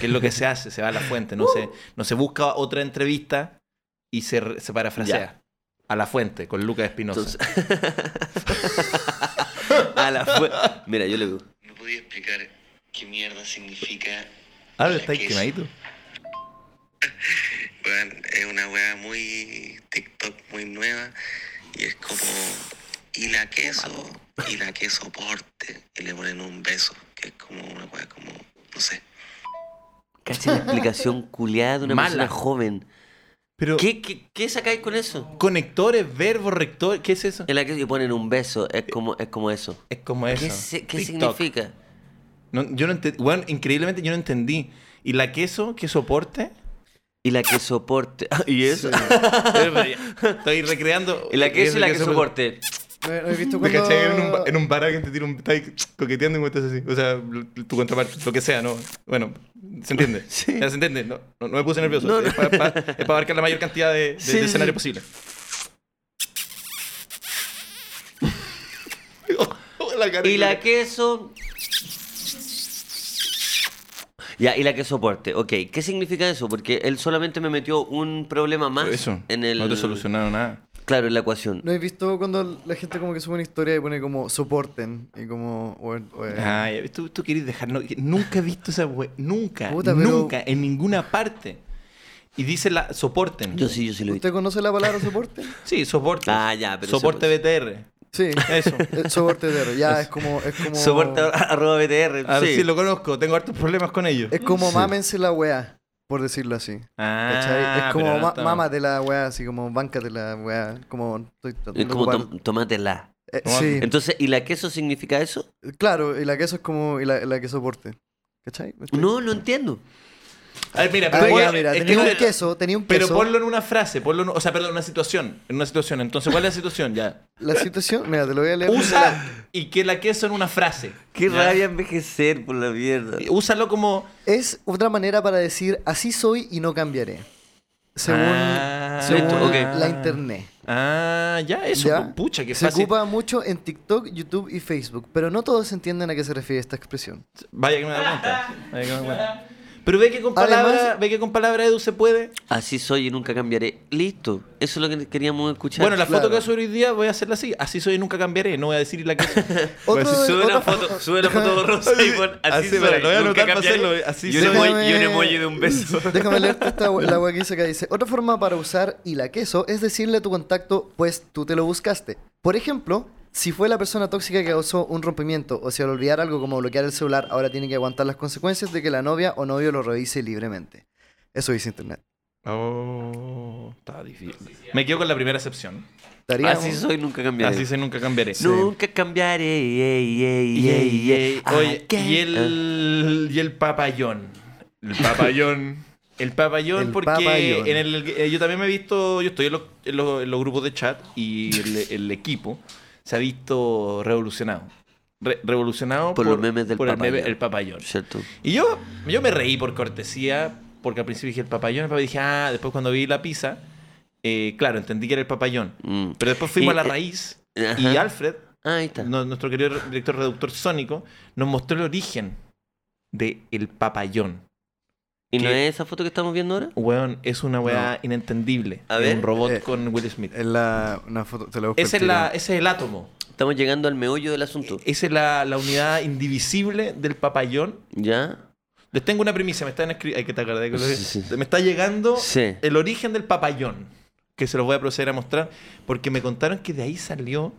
A: Que es lo que se hace, se va a la fuente.
B: Uh.
A: No, se, no se busca otra entrevista y se, re- se parafrasea.
B: Ya.
A: A la fuente, con Lucas Espinosa.
B: Entonces- a la fuente. Mira, yo le digo,
F: No podía explicar qué mierda significa.
A: Ah,
F: la
A: está ahí
F: queso.
A: quemadito.
F: Weón, es una weá muy TikTok, muy nueva. Y es como. Y la queso, y la queso porte. Y le ponen un beso, que es como una weá como. No sé.
B: cacha la explicación culiada de una
A: Mala.
B: persona joven.
A: Pero,
B: ¿Qué, qué, qué sacáis con eso?
A: conectores, verbos, rectores, ¿qué es eso?
B: En la que y ponen un beso, es como, es como eso.
A: Es como eso.
B: ¿Qué, se- qué
A: TikTok.
B: significa?
A: No, yo no entendí. Bueno, increíblemente yo no entendí. ¿Y la queso? ¿Qué soporte?
B: Y la que soporte. ¿Y eso?
A: Estoy recreando.
B: Y la que eso y la que soporte.
D: ¿No he visto
A: Me
D: cuando...
A: caché en un, ba- en un bar alguien te tira un. Está ahí coqueteando y estás así. O sea, l- tu contraparte, lo que sea, ¿no? Bueno, se entiende. Ya se entiende. No, no, no me puse nervioso.
B: No,
A: Es para abarcar la mayor cantidad de, de- de
B: Sí, sí,
A: escenario
B: sí.
A: posible. Oh, La cara
B: Y la
A: que.
B: queso. Ya, y la que soporte. Ok, ¿qué significa eso? Porque él solamente me metió un problema más
A: Eso.
B: en el.
A: No te solucionaron nada.
B: Claro, en la ecuación.
D: ¿No he visto cuando la gente como que sube una historia y pone como soporten? Y como... weón, weón.
A: Ay, tú, tú querés dejar. no, que nunca he visto esa web. Nunca.
D: Puta, pero-
A: nunca. En ninguna parte. Y dice la. Soporten.
B: Yo sí, yo sí lo he visto.
D: ¿Usted conoce la palabra soporte?
A: Sí, soporte.
B: Ah, ya, pero
A: Soporte
B: eso-
A: BTR.
D: Sí.
A: Eso.
D: Eh, Soportedero. Ya, es como... Es como...
B: Soporte arroba BTR.
A: A ver
B: sí.
A: si lo conozco. Tengo hartos problemas con ellos.
D: Es como mámense la weá, por decirlo así. ¿Cachai?
A: Ah,
D: es como ma- mámate la weá, así como bancate la weá. Como estoy tratando
B: Es
D: de
B: como
D: ocupar-
B: tom- tomátela.
D: Eh,
A: tomate.
D: sí,
B: Entonces, ¿y la queso significa eso?
D: claro, y la que eso es como y la, la que soporte. ¿Cachai? Me estoy-
B: No, no entiendo.
A: A ver, mira,
D: Ah,
A: pero
D: ya,
A: bueno,
D: mira,
A: es
D: tenía
A: que-
D: un queso, tenía un
A: Pero
D: queso.
A: ponlo en una frase, ponlo en, o sea, perdón, en una situación, en una situación. Entonces, ¿cuál es la situación? Ya.
D: La situación, mira, te lo voy a leer.
A: Usa y que la queso en una frase.
B: Qué
A: ¿ya?
B: rabia envejecer por la mierda.
A: Úsalo como
D: Es otra manera para decir así soy y no cambiaré. Según,
A: Ah,
D: según
B: listo, ok.
D: la internet.
A: Ah, ya eso,
D: ¿ya?
A: pu- pucha, qué
D: Se
A: fácil.
D: ocupa mucho en TikTok, YouTube y Facebook, pero no todos entienden a qué se refiere esta expresión.
A: Vaya que me da cuenta. Vaya que me da cuenta. Pero ve que con palabra,
D: Además-
A: ve que con palabra Edu se puede.
B: Así soy y nunca cambiaré. Listo. Eso es lo que queríamos escuchar.
A: Bueno, la
D: Claro.
A: foto que voy a subir hoy día voy a hacerla así. Así soy y nunca cambiaré. No voy a decir la que
D: Otro de-
B: Pues, sube
D: otra-
B: una foto, sube la foto borrosa y pon así
A: Así,
B: soy,
A: pero lo voy a
B: nunca
A: anotar para
B: cambiaré.
A: hacerlo, así
B: y, un
A: soy.
B: emoji, y un
D: Déjame-
B: emoji de un beso.
D: Déjame leerte esta we- la wea que dice acá. Dice, otra forma para usar y la queso es decirle a tu contacto, pues tú te lo buscaste. Por ejemplo, si fue la persona tóxica que causó un rompimiento o si al olvidar algo como bloquear el celular, ahora tiene que aguantar las consecuencias de que la novia o novio lo revise libremente. Eso dice internet.
A: Oh, está difícil. Me quedo con la primera excepción.
D: Estaría
B: Así
D: un-
B: soy, nunca cambiaré.
A: Así soy y nunca cambiaré.
B: Nunca cambiaré. yey, yey, yey, Ah, yey.
A: Oye,
B: I can't-
A: y el, y el papayón. El papayón. El papayón,
D: El
A: porque
D: papayón.
A: En el, eh, yo también me he visto, yo estoy en los, en los- en los grupos de chat y el, el equipo se ha visto revolucionado. Re- revolucionado
B: Por los memes del
A: por el meme-
B: papayón.
A: el papayón.
B: Ah, ¿Cierto?
A: Y yo, yo me reí por cortesía, porque al principio dije el papayón, el papayón, dije, ah, después cuando vi la pizza, eh, claro, entendí que era el papayón.
B: Mm.
A: Pero después fuimos
B: Y-
A: a la raíz
B: Ajá.
A: y Alfred,
B: Ah, ahí está.
A: no- nuestro querido re- director reductor sónico, nos mostró el origen de el papayón.
B: ¿Y no
A: ¿qué?
B: es esa foto que estamos viendo ahora?
A: Weón, es una weá inentendible.
B: A
A: Es
B: ver.
A: un robot
D: Eh,
A: con Will Smith.
D: Es la, una foto, te la busco
A: Ese
D: al
A: es, la,
D: tiro.
A: ese es el átomo.
B: Estamos llegando al meollo del asunto.
D: Eh,
A: Esa es la, la unidad indivisible del papayón.
B: ¿Ya?
A: Les tengo una premisa, me están escribiendo. Hay que te acordé que lo-
B: Sí, sí.
A: Me está llegando
B: Sí.
A: el origen del papayón, que se los voy a proceder a mostrar, porque me contaron que de ahí salió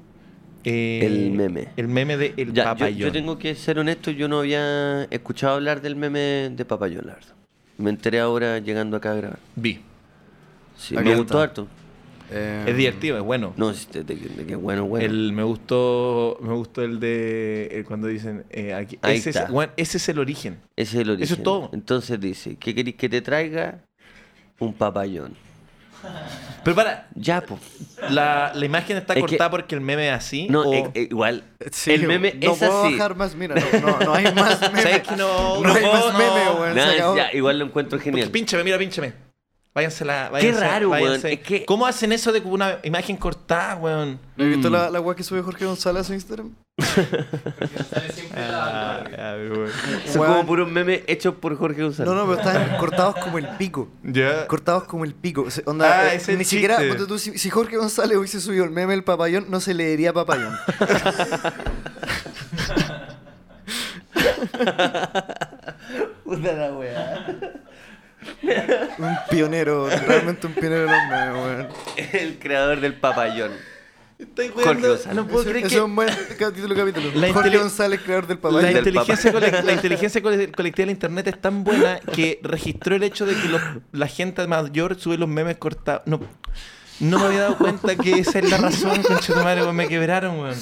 A: eh,
B: El meme.
A: El meme de el
B: Ya, yo,
A: papayón.
B: yo tengo que ser honesto, yo no había escuchado hablar del meme de Papayón, la verdad. Me enteré ahora llegando acá a grabar.
A: Vi.
B: Sí,
D: Acá
B: me
D: está.
B: gustó harto.
D: Eh,
B: Ah.
A: Es divertido, es bueno.
B: No, sí, de, de- de que bueno, bueno.
A: El, me gustó me gustó el de el cuando dicen eh, aquí-
B: Ahí
A: ese,
B: está.
A: Es, bueno, ese es el origen.
B: Ese es el origen.
A: eso es todo.
B: Entonces dice, ¿qué queréis que te traiga? Un papayón.
A: Pero para,
B: Ya, po.
A: la, la imagen está
B: Es que-
A: cortada porque el meme es así.
B: No,
A: o-
B: eh, eh, igual.
D: Sí,
B: el meme
D: no
B: es
D: puedo
B: así.
D: bajar más, mira, no, no, no hay más meme.
B: eh,
A: ¿Sabes que no?
D: No hay
A: puedo,
D: más meme, weón.
B: Nada,
D: se acabó.
B: ya, igual lo encuentro
A: Porque
B: genial.
A: pínchame, mira, pínchame. Váyanse la.
B: raro, weón, es que-
A: ¿Cómo hacen eso de una imagen cortada, weón?
D: ¿No has visto
B: Mm.
D: la, la weá que subió Jorge González a su Instagram?
E: Sale siempre
A: Ah,
E: la...
A: ya, weón.
B: Son
D: Weón.
B: como puros memes hechos por Jorge González.
D: No, no, pero están cortados como el pico.
A: Ya.
D: Cortados como el pico. O sea, onda,
A: Ah,
D: eh,
A: ese
D: ni
A: chiste.
D: siquiera. ponte tú, si, si Jorge González hubiese subido el meme del papayón, no se leería papayón.
B: Puta la weá.
D: un pionero, realmente un pionero del hombre, weón.
B: El creador del papayón.
A: Estoy
B: Jorge
A: weando.
B: González.
A: No puedo
D: Ese
A: creer
D: ese
A: que.
D: es un buen título de capítulo.
A: La
D: Jorge
A: intele-
D: González, creador del
A: La
D: papayón.
B: del
A: inteligencia, cole- la inteligencia cole- colectiva de la internet es tan buena que registró el hecho de que los- la gente mayor sube los memes cortados. No, no me había dado cuenta que esa es la razón, conchetumare, weón. Me quebraron, weón.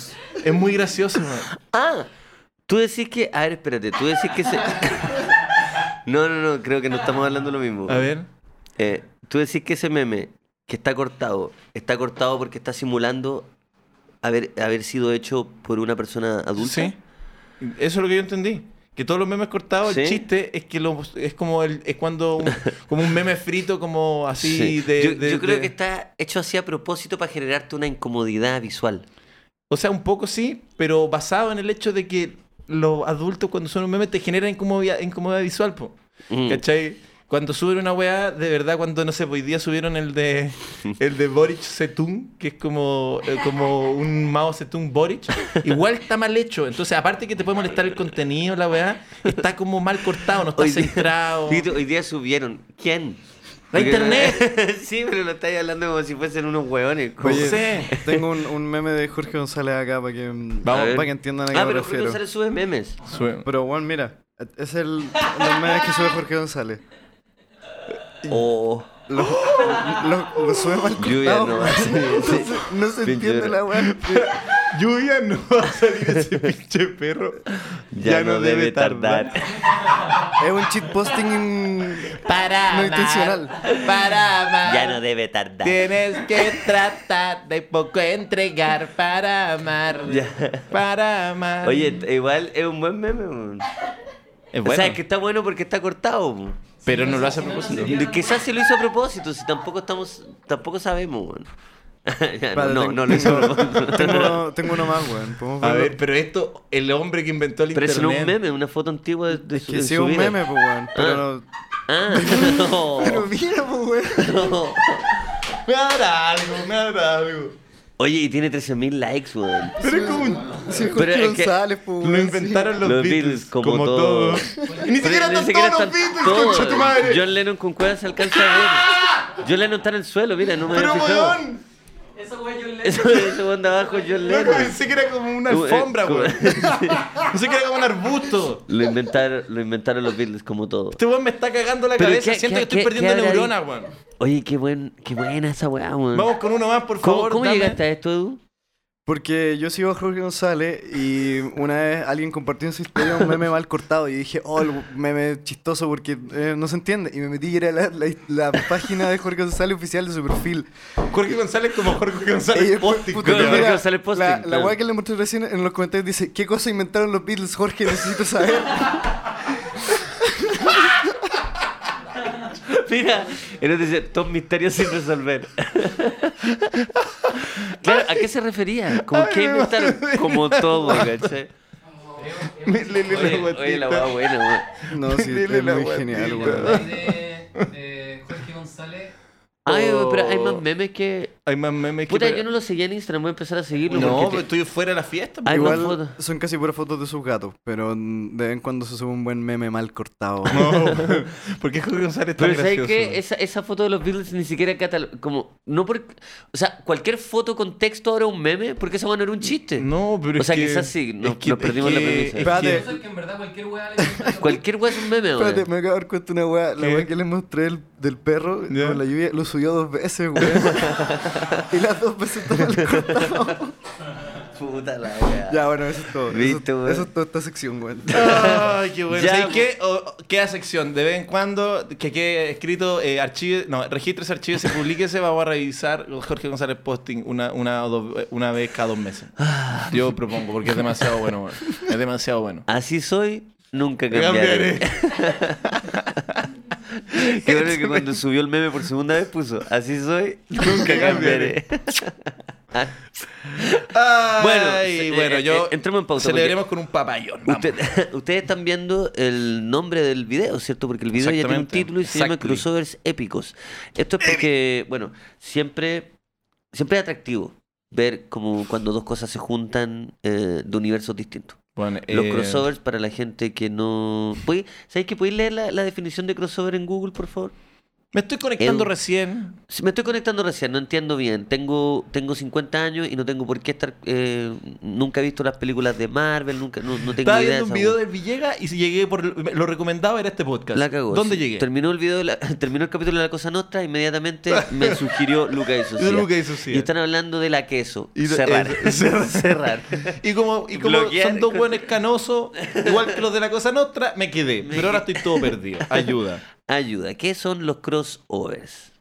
A: Es muy gracioso, weón.
B: Ah, tú decís que. A ver, espérate, tú decís que se. No, no, no, creo que no estamos hablando lo mismo.
A: A ver.
B: Eh, tú decís que ese meme que está cortado, está cortado porque está simulando haber, haber sido hecho por una persona adulta.
A: Sí. Eso es lo que yo entendí. Que todos los memes cortados, el
B: Sí.
A: chiste es que los- es como el, es cuando un, como un meme frito, como así
B: Sí.
A: de,
B: yo,
A: de-
B: yo creo
A: de-
B: que está hecho así a propósito para generarte una incomodidad visual.
A: O sea, un poco sí, pero basado en el hecho de que los adultos cuando suben un meme te generan incomodidad, incomodidad visual, po.
B: Mm.
A: ¿Cachai? Cuando suben una weá, de verdad, cuando no sé, hoy día subieron el de el de Boric Zetun, que es como, eh, como un Mao Zetun Boric, igual está mal hecho. Entonces, aparte que te puede molestar el contenido, la weá, está como mal cortado, no está
B: Hoy día-
A: centrado.
B: Fíjate, Hoy día subieron. ¿Quién?
A: La internet.
B: sí, pero lo estáis hablando como si fuesen unos hueones. como-
A: Oye,
D: Oye,
A: Sí.
D: tengo un, un meme de Jorge González acá para que,
B: A ver.
D: para que entiendan a qué
B: Ah,
D: me
B: pero Jorge
D: refiero.
B: González sube memes.
A: Sube-
D: Pero, weón, mira, es el, los memes que sube Jorge González.
B: Oh.
D: Los lo, lo sube mal
B: Lluvia
D: cortado,
B: no va a
D: weón.
B: salir ese
D: Entonces, no se
B: pinche
D: entiende
B: perro.
D: la weá.
A: Lluvia no va a salir ese pinche perro.
B: Ya, no, debe, tardar.
D: Es un cheat posting in-
A: Para
D: No
A: amar,
D: intencional.
A: Para amar.
B: Ya no debe tardar.
A: Tienes que tratar Ah, de poco entregar para amar.
B: Ya.
A: Para amar.
B: Oye, t- igual es un buen meme. weón.
A: es
B: O sea, es que está bueno porque está cortado. weón.
A: pero no lo hace a propósito.
B: De- Quizás se lo hizo a propósito, si tampoco estamos, tampoco sabemos. weón. Ya,
D: Vale,
B: Eh, no,
D: tengo-
B: no lo hizo a propósito.
D: Tengo, tengo uno más, weón. Podemos
A: A
D: verlo.
A: ver, pero esto, el hombre que inventó el
B: Pero eso no es
A: internet.
B: un meme, es una foto antigua de, de su,
D: que
B: de
D: sí,
B: su
D: un
B: vida.
D: meme, pues, weón. Pero, no-
B: Ah, no.
D: pero mira, pues, weón.
B: No.
A: Me hará algo, me hará algo.
B: Oye, y tiene 13.000 likes, weón.
A: Pero es como un-
D: Sí, Jorge
B: Pero es que
D: González, pues, weón.
A: Lo
D: sí.
A: inventaron los,
B: Los
A: Beatles,
B: Beatles, como
A: como, todo.
B: todo.
A: Y ni siquiera
B: Pero
A: están todos los Beatles, concha tu madre. ¡Ah!
B: John Lennon con cuerdas se alcanza a ver. John Lennon está en el suelo, mira, no me
A: pero
B: había fijado.
A: weón,
E: Eso, güey, yo le...
B: Eso eso onda abajo John
A: loco,
B: Lennon.
A: pensé que era como una
B: Como- eh,
A: alfombra,
B: como-
A: weón. Pensé que era como un arbusto.
B: Lo inventaron, lo inventaron los Beatles como todo.
A: Este weón me está cagando la
B: Pero
A: cabeza.
B: ¿qué-
A: Siento
B: qué-
A: que estoy
B: qué-
A: perdiendo
B: qué habrá
A: neuronas,
B: ahí?
A: weón.
B: Oye, qué buen, qué buena esa weá, weón.
A: Vamos con uno más, por
B: ¿Cómo,
A: favor.
B: cómo
A: dame.
B: llegaste a esto, Edu?
D: Porque yo sigo a Jorge González y una vez alguien compartió en su historia un meme mal cortado y dije, oh, el meme chistoso porque eh, no se entiende. Y me metí y era la, la- la página de Jorge González oficial de su perfil.
A: Jorge González como Jorge
D: Y
A: González
D: después,
A: Postic,
D: puta,
B: Jorge
A: weón.
D: mira,
B: González Posting,
D: La, la
B: claro.
D: weá que le mostré recién en los comentarios dice, ¿qué cosa inventaron los Beatles, Jorge? Necesito saber.
B: Mira, él dice, dos misterios sin resolver. claro, ¿a qué se refería? Como que inventaron como todo, ¿cachai?
A: Me- le- le-
B: Oye,
A: la
B: oye, la
A: guatita.
B: weá buena, weón.
D: No, sí,
A: Dile
D: es
A: la
D: muy
A: guatita.
D: genial,
E: La
D: weón.
E: de, de Jorge González.
B: Ay, weón, pero hay más memes que...
A: Hay más memes que...
B: Puta,
A: para-
B: yo no lo seguía en Instagram, voy a empezar a seguirlo.
A: No,
B: porque
A: pero
B: te-
A: estoy fuera de la fiesta.
B: Hay más
D: Igual
B: fotos.
D: son casi puras fotos de sus gatos, pero mm, de vez en cuando se sube un buen meme mal cortado.
A: No, ¿Por qué Jorge González está
B: Pero
A: gracioso?
B: ¿sabes qué? Esa, esa foto de los Beatles ni siquiera catalog... Como, no por... O sea, cualquier foto con texto ahora es un meme, porque esa bueno era un chiste.
A: No, pero
B: O
A: es
B: sea,
A: que-
B: quizás sí, no-
A: es que-
B: nos perdimos
A: es
B: la
A: que-
B: premisa.
A: es
D: Espérate.
A: que-
E: Eso es que en verdad cualquier weá le inventaron.
B: Cualquier weá es un meme, weón.
D: Espérate, me acabo de dar cuenta de una weá. La
A: ¿Qué?
D: weá que les mostré del, del perro
A: Ya.
D: con la lluvia lo subió dos veces, weón. y las dos veces están al cortado.
B: Puta la wea.
D: Ya, bueno, eso es todo. Eso,
B: Listo, weón.
D: eso es toda esta sección, weón.
A: Ay, qué bueno.
B: Ya,
A: ¿Sabes qué? O- queda sección. De vez en cuando que quede escrito eh, archive, no, regístrese, archive, se publique, se vamos a revisar Jorge González Posting una, una, o dos- eh, una vez cada dos meses.
B: Ah.
A: Yo propongo, porque es demasiado bueno. weón. Es demasiado bueno.
B: Así soy, nunca cambiaré. Qué bueno que cuando subió el meme por segunda vez puso, así soy, nunca cambiaré. Bueno,
A: Ay,
B: eh,
A: bueno,
B: eh,
A: yo
B: eh, entremos en pausa,
A: Celebremos con un papayón. vamos.
B: Usted- ustedes están viendo el nombre del video, ¿cierto? Porque el video ya tiene un
A: Exactamente.
B: título y se llama
A: Exactly.
B: Crossovers Épicos. Esto es porque, bueno, siempre, siempre es atractivo ver como cuando dos cosas se juntan eh, de universos distintos.
A: Bueno,
B: Los
A: eh,
B: crossovers para la gente que no... ¿Puedes- ¿Sabes que podéis leer la, la definición de crossover en Google, por favor?
A: Me estoy conectando
B: Eu-
A: recién.
B: Si me estoy conectando recién, no entiendo bien. Tengo, tengo 50 años y no tengo por qué estar... eh, nunca he visto las películas de Marvel, nunca, no, no tengo
A: Estaba
B: idea
A: viendo un
B: esa
A: video
B: hueá.
A: de Villegas y llegué por. Lo recomendaba era este podcast.
B: La cagó.
A: ¿Dónde
B: sí.
A: llegué?
B: Terminó el video, de la- terminó el capítulo de La Cosa Nostra, inmediatamente me sugirió Luca y Socia.
A: Luca y Socia.
B: Y están hablando de la queso.
A: Y de-
B: cerrar.
A: eso,
B: cerrar.
A: cerrar. Y como, y como
B: Bloquear
A: son dos
B: con-
A: buenos canosos, igual que los de la Cosa Nostra, me quedé. Pero ahora estoy todo perdido. Ayuda.
B: Ayuda, ¿qué son los crossovers?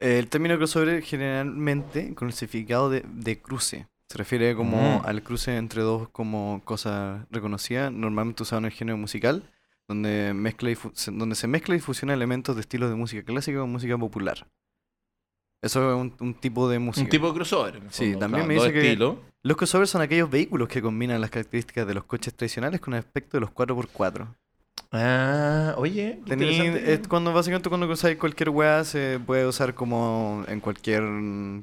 D: Eh, El término crossover generalmente con el significado de, de cruce. Se refiere como
A: Mm.
D: al cruce entre dos como cosas reconocidas, normalmente usado en el género musical, donde, mezcla y fu- se- donde se mezcla y fusiona elementos de estilos de música clásica con música popular. Eso es un, un tipo de música.
A: Un tipo de crossover. en el
D: Sí,
A: fondo,
D: también
A: claro,
D: me
A: dos
D: dice que-
A: estilos.
D: Los crossovers son aquellos vehículos que combinan las características de los coches tradicionales con el aspecto de los 4x4.
A: Ah, oye. qué
D: Tení-
A: interesante.
D: es cuando básicamente cuando usáis cualquier weá se puede usar como en cualquier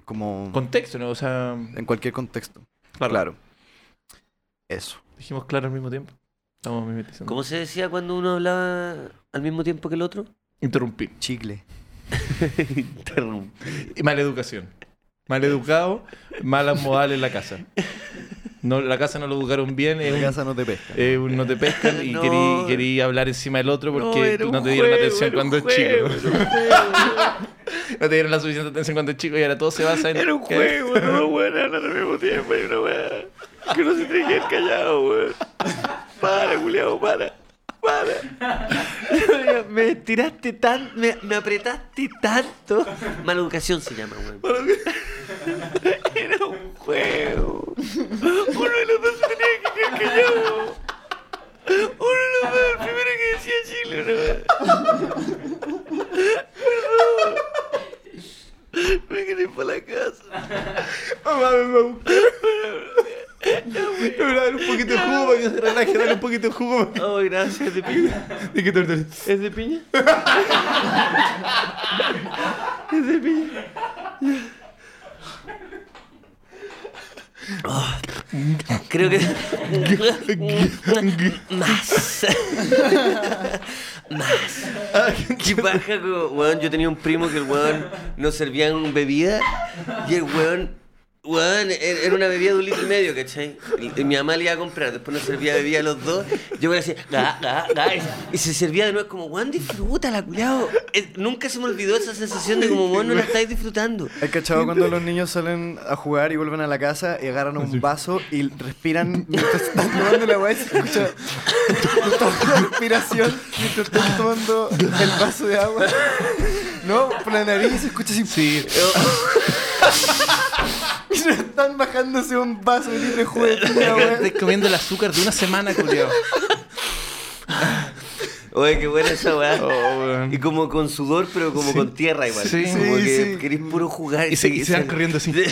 D: como
A: Contexto, ¿no? O sea.
D: en cualquier contexto.
A: Claro.
D: Eso.
A: Dijimos claro al mismo tiempo. Estamos mimetizando.
B: ¿Cómo se decía cuando uno hablaba al mismo tiempo que el otro?
A: Interrumpí.
D: Chicle.
B: Interrum-
A: Y mala educación. Mal educado, malas modales en la casa. No, la casa no lo educaron bien. Es
D: En
A: un
D: casa no te pesca.
A: Eh, un no te pescan y
B: No.
A: querí, querí hablar encima del otro
B: No,
A: porque
B: era
A: no,
B: un
A: te dieron
B: juego,
A: atención
B: era
A: cuando
B: un
A: es chico.
B: juego,
A: no te dieron la suficiente atención cuando es chico y ahora todo se basa en. que-
B: no buena al mismo tiempo y una weá. Que no se te callado, weón. Para, culiao, para. Para. Me tiraste tan. Me, me apretaste tanto. Mala educación se llama, weón. Era un juego. Uno de los dos se tenía que quedar callado. Uno de los dos, el primero que decía Chile, una weá. Me quedé para la casa.
A: Mamá, me va a buscar. Le voy a dar un poquito de jugo para que se relaje, dale un poquito de jugo.
B: Oh, gracias, de piña.
A: ¿De qué torta?
B: ¿Es de piña? ¿Es de piña? Oh, creo que... Más. Más. ¿Qué paja? como, Weón, yo tenía un primo que el weón nos servían bebida y el weón, weón, er- era una bebida de un litro y medio, ¿cachai? Y- y mi mamá le iba a comprar, después nos servía bebida a los dos. Yo me decía, ga, ga, ga", y- y se servía de nuevo, como, weón, disfruta la culiao. Es- nunca se me olvidó esa sensación de como, weón, no la estáis disfrutando.
D: ¿Has cachado cuando los niños salen a jugar y vuelven a la casa y agarran un vaso y respiran mientras están tomando la weá y se escucha toda la respiración mientras están tomando el vaso de agua? No, por la nariz se escucha así. Sí. Y no están bajándose un vaso de libre jugo de piña, weá.
A: Estás comiendo el azúcar de una semana, culiao.
B: Oye, qué buena esa weá.
A: Oh, weón.
B: Y como con sudor, pero como con tierra igual.
A: Sí.
B: como
D: Sí,
B: que
D: sí.
B: querés puro jugar.
A: Y se, y se van corriendo así.
B: La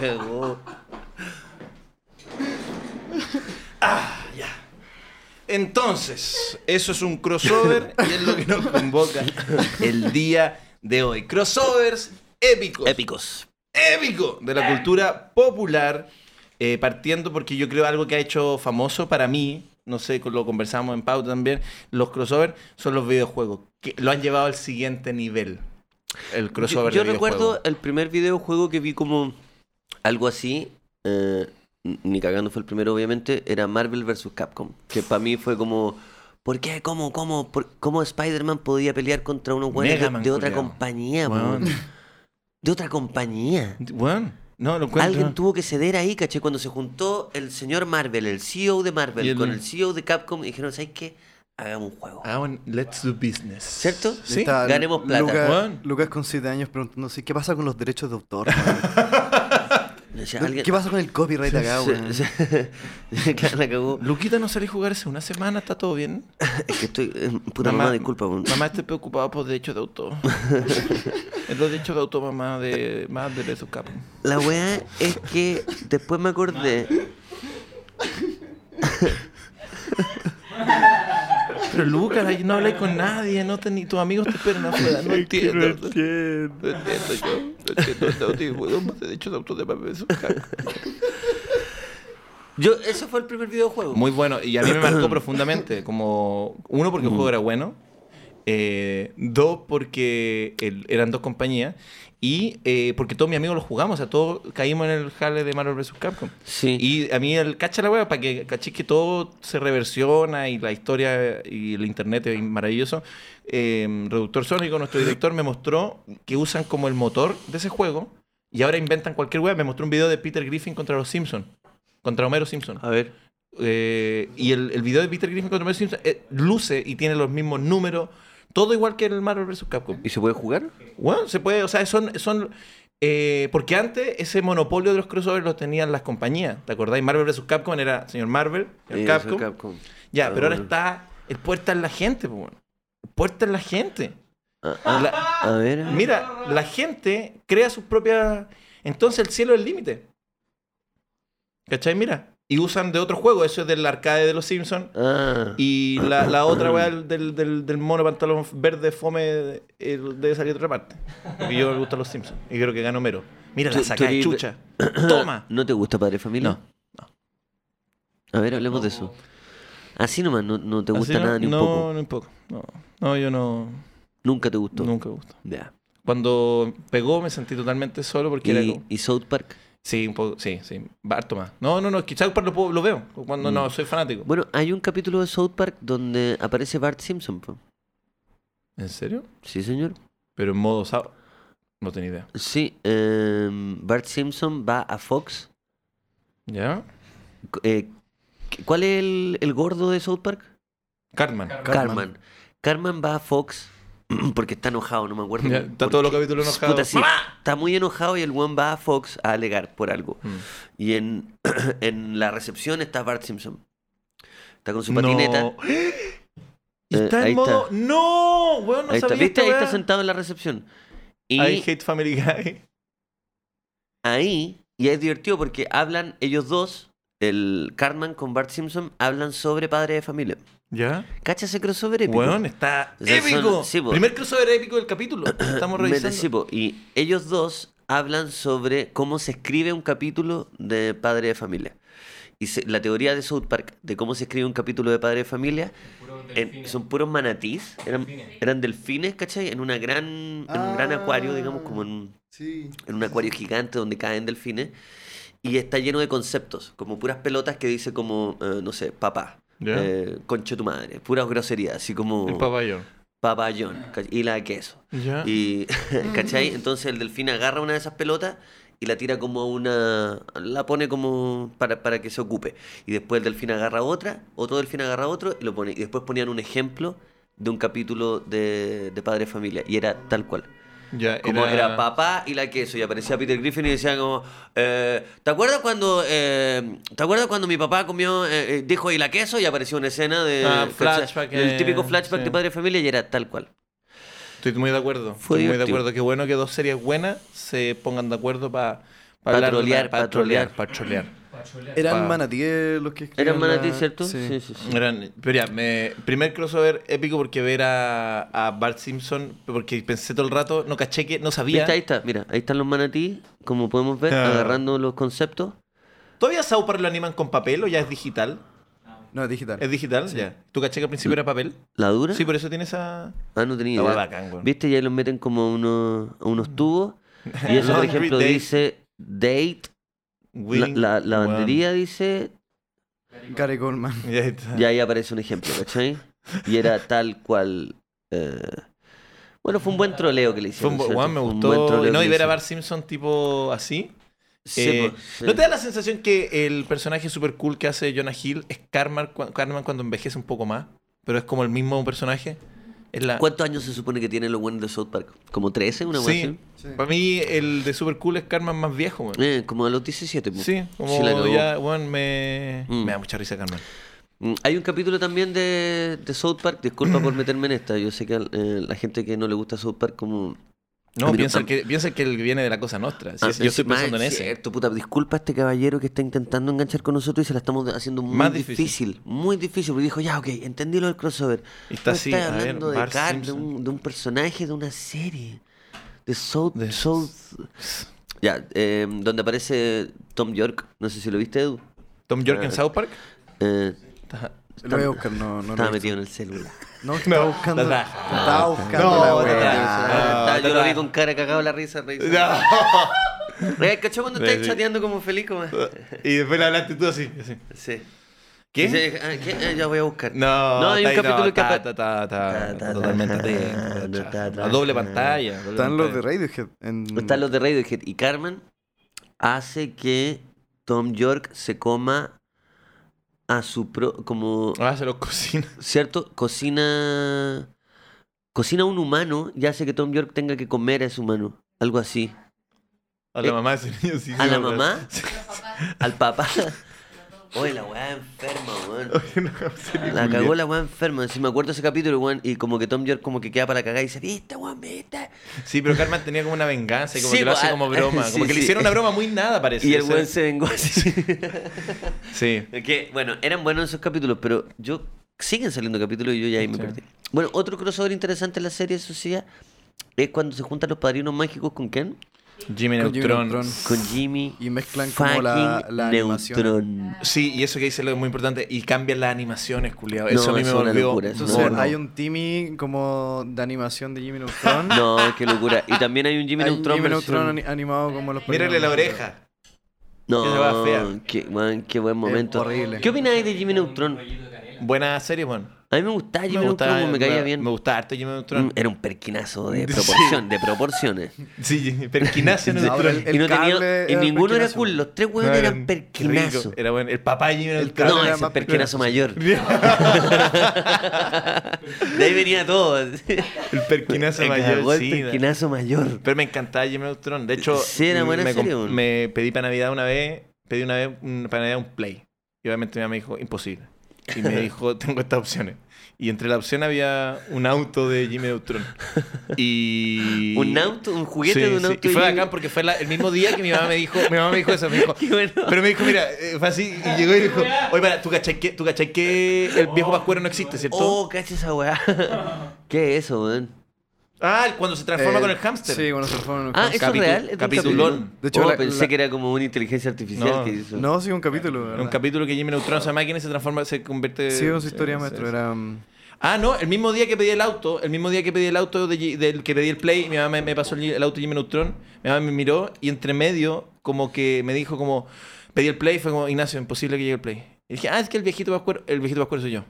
B: cagó.
A: Entonces, eso es un crossover y es lo que nos convoca el día de hoy. Crossovers épicos.
B: Épicos.
A: épico de la cultura popular. eh, partiendo porque yo creo algo que ha hecho famoso para mí, no sé, lo conversamos en Pau también, los crossovers son los videojuegos, que lo han llevado al siguiente nivel. El
B: Yo,
A: crossover
B: yo
A: de
B: recuerdo
A: videojuegos.
B: el primer videojuego que vi como algo así. eh, ni cagando fue el primero, obviamente. Era Marvel vs. Capcom. Que para mí fue como. ¿Por qué? ¿Cómo? ¿Cómo? Por- ¿Cómo Spider-Man podía pelear contra unos
A: Mega
B: buenos de,
A: Man,
B: de otra
A: culiao.
B: compañía?
A: Weón.
B: weón? De otra compañía.
A: Weón, No, lo encuentro.
B: Alguien tuvo que ceder ahí, caché, cuando se juntó el señor Marvel, el CEO de Marvel,
A: Y el-
B: con el CEO de Capcom y dijeron, ¿sabes qué? Hagamos un juego.
A: Ah, bueno, let's do business.
B: ¿Cierto?
A: Sí.
D: Está
B: ganemos plata.
D: Lucas,
A: Juan.
D: Lucas con 7 años preguntándose ¿qué pasa con los derechos de autor?
B: Le decía,
D: weón?
B: "Alguien-
D: ¿Qué pasa con el copyright acá, weón?
B: Se- se- claro, la cagó.
A: Luquita no salió a jugar hace una semana, ¿está todo bien?
B: Es que estoy. eh, Puta mamá, disculpa. weón.
A: Mamá, estoy preocupado por derechos de autor. es los derechos de autor, mamá, de más de su capo.
B: La weá es que después me acordé.
A: Pero Lucas, ahí no habláis con nadie, no ten- ni tus amigos te esperan afuera, no entiendo. No entiendo. No entiendo yo, no entiendo el autismo, no más derechos de autor de mamá de su capo.
B: Yo, ese fue el primer videojuego.
A: Muy bueno, y a mí me marcó profundamente. Como, uno, porque el juego era bueno. eh, dos, porque el- eran dos compañías. Y eh, porque todos mis amigos lo jugamos. O sea, todos caímos en el jale de Marvel vs. Capcom.
B: Sí.
A: Y a mí el cacha la wea, para que cachis que todo se reversiona y la historia y el internet es maravilloso. Eh, Reductor Sónico, nuestro director, me mostró que usan como el motor de ese juego y ahora inventan cualquier wea. Me mostró un video de Peter Griffin contra los Simpsons. Contra Homero Simpson.
B: A ver.
A: Eh, y el, el video de Peter Griffin contra Homero Simpson eh, luce y tiene los mismos números. Todo igual que el Marvel vs. Capcom.
B: ¿Y se puede jugar?
A: Bueno, se puede, o sea, son... son eh, porque antes ese monopolio de los crossovers lo tenían las compañías. ¿Te acordáis? Marvel vs. Capcom era señor Marvel, señor
B: Eh,
A: Capcom.
B: soy Capcom.
A: Ya, pero ahora
B: bueno.
A: está... El puerta en la gente, pues, bueno. El puerta en la gente.
B: Ah,
A: La-
B: A ver.
A: mira, la gente crea sus propias... Entonces el cielo es el límite. ¿Cachai? Mira. Y usan de otro juego. Eso es del arcade de los Simpsons.
B: Ah.
A: Y la, la otra weá del, del, del mono pantalón verde fome eh, debe salir de otra parte. Porque yo me gustan los Simpsons. Y creo que gano mero. Mira,
B: Tú-
A: la
B: tú
A: saca de
B: eres-
A: chucha. Toma.
B: ¿No te gusta Padre Familia? No. A ver, hablemos de eso. Así nomás, no, no te gusta
A: Así no-
B: nada ni un
A: no,
B: poco.
A: No, un poco. No, no yo no.
B: Nunca te gustó.
A: Nunca me gustó.
B: Ya.
A: Cuando pegó me sentí totalmente solo porque era
B: ¿Y,
A: como-
B: y South Park?
A: Sí, un poco. Sí, sí. Harto más. No, no, no. Quizás lo, puedo- lo veo. Cuando
B: Mm.
A: no soy fanático.
B: Bueno, hay un capítulo de South Park donde aparece Bart Simpson. po.
A: ¿En serio?
B: Sí, señor.
A: Pero en modo sábado. No tenía idea.
B: Sí, em, Bart Simpson va a Fox.
A: ¿Ya?
B: C- eh, ¿cu- ¿Cuál es el, el gordo de South Park?
A: Cartman.
B: Carmen. Carmen va a Fox porque está enojado, no me acuerdo.
A: Ya, está
B: por
A: todos los
B: qué.
A: capítulos enojado.
B: Puta, sí, está muy enojado y el one va a Fox a alegar por algo.
A: Mm.
B: Y en, en la recepción está Bart Simpson. Está con su
A: No.
B: patineta.
A: Y está
B: Eh, ahí
A: en modo.
B: está.
A: ¡No! Weón, no
B: Ahí está,
A: sabía
B: ¿viste?
A: esta
B: Ahí está
A: weá.
B: sentado en la recepción. Y
A: I hate Family Guy.
B: ahí, y es divertido porque hablan ellos dos, el Cartman con Bart Simpson, hablan sobre padre de familia.
A: ¿Ya?
B: ¿Cacha ese crossover épico?
A: Weón, está
B: O sea, son-
A: épico.
B: sí, po.
A: Primer crossover épico del capítulo. Estamos
B: Me-
A: revisando.
B: sí, po, y ellos dos hablan sobre cómo se escribe un capítulo de Padre de Familia. Y se- la teoría de South Park de cómo se escribe un capítulo de Padre de Familia
E: Puro
B: en-
E: delfines.
B: son puros manatís, eran,
E: Delfines.
B: eran delfines, ¿cachai? En, una gran, en un gran acuario, digamos, como en,
D: Sí.
B: en
A: Ah.
B: un acuario gigante donde caen delfines. Y está lleno de conceptos, como puras pelotas que dice como, eh, no sé, papá,
A: Ya.
B: eh, concha tu madre, puras groserías, así
A: El
B: como
A: papayón.
B: papayón ¿cachai? y la de queso.
A: ¿Ya?
B: Y, ¿cachai? Entonces el delfín agarra una de esas pelotas y la tira como a una... La pone como para, para que se ocupe. Y después el delfín agarra otra, otro delfín agarra otro y lo pone. Y después ponían un ejemplo de un capítulo de, de Padre de Familia. Y era tal cual.
A: ya,
B: Como era, papá y la queso. Y aparecía Peter Griffin y decía como... eh, ¿Te acuerdas cuando... eh, ¿Te acuerdas cuando mi papá comió... eh, eh, dijo y la queso? Y apareció una escena de...
A: Ah,
B: ¿cachai?
A: flashback,
B: El típico
A: eh,
B: flashback
A: sí.
B: de Padre de Familia y era tal cual.
A: Estoy muy de acuerdo.
B: Fue
A: Estoy muy de
B: divertido.
A: acuerdo. Qué bueno que dos series buenas se pongan de acuerdo para.
B: Pa' trolear, pa'
A: para trolear, para trolear.
E: Pachulear.
D: Eran
A: Pa.
D: manatíes los que escribían.
B: Eran
D: la-
B: manatí, ¿cierto?
D: Sí.
B: sí, sí.
A: Eran- pero ya, me- primer crossover épico porque ver a, a Bart Simpson, porque pensé todo el rato, no caché que, no sabía.
B: ¿Viste? Ahí está, mira, ahí están los manatí, como podemos ver,
A: Ah.
B: agarrando los conceptos.
A: ¿Todavía Saupar lo animan con papel o ya es digital?
D: No, digital.
A: ¿Es digital? Ya. ¿Tú caché que al principio era papel?
B: ¿La dura?
A: Sí, por eso tiene esa.
B: Ah, no tenía
A: La
B: idea.
A: hueá bacán, weón.
B: ¿Viste? Y ahí los meten como a unos, a unos tubos. Y eso, por
A: Laundry
B: ejemplo,
A: date.
B: dice date. La,
A: Wing,
B: la, la bandería dice.
D: Gary Coleman.
A: weón. Ya está.
B: Y ahí aparece un ejemplo, ¿cachai? Y era tal cual. eh, Bueno, fue un buen troleo que le
A: Fue
B: hicieron.
A: un, bu-
B: ¿cierto?
A: weón, me
B: Fue un
A: gustó.
B: buen troleo
A: no,
B: que
A: y
B: le
A: ver a
B: hicieron.
A: Bart Simpson tipo así.
B: Sí,
A: Eh,
B: po, sí.
A: ¿No te da la sensación que el personaje super cool que hace Jonah Hill es Carman, cu- Carman cuando envejece un poco más? Pero es como el mismo personaje. Es la...
B: ¿Cuántos años se supone que tienen los buenos de South Park? ¿Como 13? ¿Una wea
A: Sí.
B: así?
D: Sí.
A: Para mí el de super cool es Carman más viejo, weón.
B: Eh, como a los 17. po.
A: Sí, como
B: Sí, la cagó.
A: ya, weón, me...
B: Mm.
A: me da mucha risa Carman.
B: Mm, Hay un capítulo también de, de South Park, disculpa por meterme en esta, yo sé que al- eh, la gente que no le gusta South Park como... A
A: No,
B: mí no-
A: piensa, que, piensa que él viene de la cosa nostra. Sí,
B: Ah,
A: sí, yo estoy
B: encima,
A: pensando en
B: es
A: ese.
B: Cierto, puta, disculpa a este caballero que está intentando enganchar con nosotros y se la estamos haciendo muy
A: Más
B: difícil.
A: difícil.
B: Muy difícil, porque dijo, ya, ok, entendí lo del crossover.
A: Y está
B: No
A: así,
B: estás
A: a ver,
B: hablando de
A: Bart
B: Carl, de
A: Simpson.
B: un, de un personaje, de una serie. De South...
A: De-
B: South... Ya, eh, donde aparece Tom York, no sé si lo viste, Edu.
A: Tom York
B: Ah.
A: en South Park.
B: Eh,
A: Está-
D: Lo voy a buscar, no, no.
B: estaba
D: lo he visto.
B: metido en el celular.
D: No, estaba buscando.
A: la raja.
D: Estaba buscando
A: No,
D: la
A: la
D: wea.
A: raja.
B: Ah,
A: Ah,
B: yo lo
A: está-
B: vi con cara cagado la risa, risa. Oye, ¿Cachó cuando
A: Sí,
B: estás
A: sí.
B: chateando como feliz? Como...
A: y después la hablaste tú así. así.
B: Sí.
A: ¿Qué?
B: Dice, ah, ¿qué? Ah, ya voy a buscar.
A: No,
B: no hay
A: está
B: un
A: ahí,
B: capítulo que
A: está, está,
B: apa-
A: está, está,
B: Ta, ta,
A: totalmente
B: ta,
A: atento,
B: ta,
A: chafa.
B: ta, ta.
A: A doble pantalla. doble
D: Están los de
A: pantalla.
D: Radiohead. En...
B: Están los de Radiohead. Y Carmen hace que Tom York se coma a su pro... como...
A: Ah, se los cocina.
B: ¿Cierto? Cocina... Cocina un humano y hace que Tom York tenga que comer a ese humano. Algo así.
A: A la
B: Eh,
A: mamá de ese niño. sí, sí,
B: ¿a la
A: me acuerdo.
B: mamá?
A: Sí.
B: Al papá. Oye, la weá enferma, weón.
A: No, sí,
B: La
A: Julián.
B: cagó la weá enferma. Si me acuerdo ese capítulo, weón. Y como que Tom York como que queda para cagar y dice, viste, weón, viste.
A: Sí, pero Carmen tenía como una venganza y como
B: Sí,
A: que lo hace
B: pues,
A: como
B: ah,
A: broma.
B: sí,
A: como que
B: sí.
A: le hicieron una broma muy nada, parece.
B: Y el
A: Ese-
B: weón se vengó así.
A: Sí.
B: que, bueno, eran buenos esos capítulos, pero yo siguen saliendo capítulos y yo ya ahí me
A: Sí.
B: perdí. Bueno, otro crossover interesante en la serie social es cuando se juntan los padrinos mágicos con Ken,
A: Jimmy
D: Con Jimmy
A: Neutron.
D: Neutron.
B: con Jimmy.
D: Y mezclan como la-
B: fucking
D: la animación.
B: Neutron.
A: Sí, y eso que dice lo es muy importante. Y cambian las animaciones, culiado.
B: No,
A: Eso a mí
B: es
A: me
B: una
A: volvió.
B: locura, es una
D: Entonces
A: No, no.
D: hay un Timmy como de animación de Jimmy Neutron.
B: No, qué locura. Y también hay un Jimmy
D: Hay
B: Neutron.
D: Jimmy
B: versión-
D: Neutron ani- animado como los
A: Mírale la
D: primeros.
A: oreja. Esa
B: No,
A: va fea.
B: qué, weón, qué buen momento.
D: horrible.
B: ¿Qué opináis de Jimmy Neutron?
A: Buena serie, bueno.
B: A mí me gustaba Jimmy Neutron, me, caía bien.
A: Me gustaba harto Jimmy Neutron.
B: Mm, Era un perquinazo de
A: Sí.
B: proporción, de proporciones.
A: Sí, Perkinazo
D: No, pero
A: Neutron.
D: el-
B: y no tenía,
D: cable
B: y
D: era
B: ninguno era
D: perquinazo.
B: cool, los tres
A: No,
B: weones
A: qué
B: eran perquinazos.
A: rico, Era bueno. El papá de Jimmy Neutron.
D: cable
B: No,
D: era
B: ese
D: más
B: perquinazo mayor. De ahí venía todo. El
A: El perquinazo mayor, sí.
B: perquinazo mayor.
A: Pero me encantaba Jimmy Neutron. De hecho,
B: Sí, era buena
A: me,
B: serie,
A: comp-
B: bueno.
A: me pedí para Navidad una vez, pedí una vez un- para Navidad un Play. Y obviamente mi mamá me dijo, imposible. Y me dijo, tengo estas opciones. Y entre la opción había un auto de Jimmy Neutron. Y...
B: Un auto, un juguete
A: Sí,
B: de un
A: sí.
B: auto.
A: Y fue
B: y-
A: bacán porque fue la- el mismo día que mi mamá me dijo, mi mamá me dijo eso, me dijo,
B: Qué bueno.
A: pero me dijo, mira, eh, fue así, y llegó y dijo, oye, para, ¿tú cachai que, tú cachai que el viejo pascuero no existe, ¿cierto?
B: Oh, cacha esa weá. ¿Qué es eso, weón?
A: Ah, cuando se transforma
D: Eh,
A: con el hámster.
D: Sí, cuando se transforma en un
B: Ah,
D: hámster.
B: ¿eso
A: Capitu-
B: es real? ¿Es de un
A: capitulón.
B: capítulo?
D: De hecho,
B: Oh,
D: la-
B: pensé
D: la-
B: que era como una inteligencia artificial
A: No,
B: que hizo.
D: No, sí, un capítulo.
A: Era un
D: ¿verdad?
A: capítulo que Jimmy Neutron se máquina y se transforma, se convierte...
D: Sí, era su historia,
A: sí,
D: maestro.
A: sí.
D: Era. mm,
A: Ah, no, el mismo día que pedí el auto, el mismo día que pedí el auto de G- del que pedí el play, mi mamá me, me pasó el, el auto Jimmy Neutron, mi mamá me miró y entre medio como que me dijo como, pedí el play, fue como, Ignacio, imposible que llegue el play. Y dije, ah, es que el viejito pascuero, el viejito pascuero soy yo.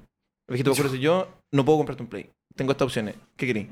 A: El viejito pascuero soy yo, no puedo comprarte un play. Tengo estas opciones, ¿qué querí?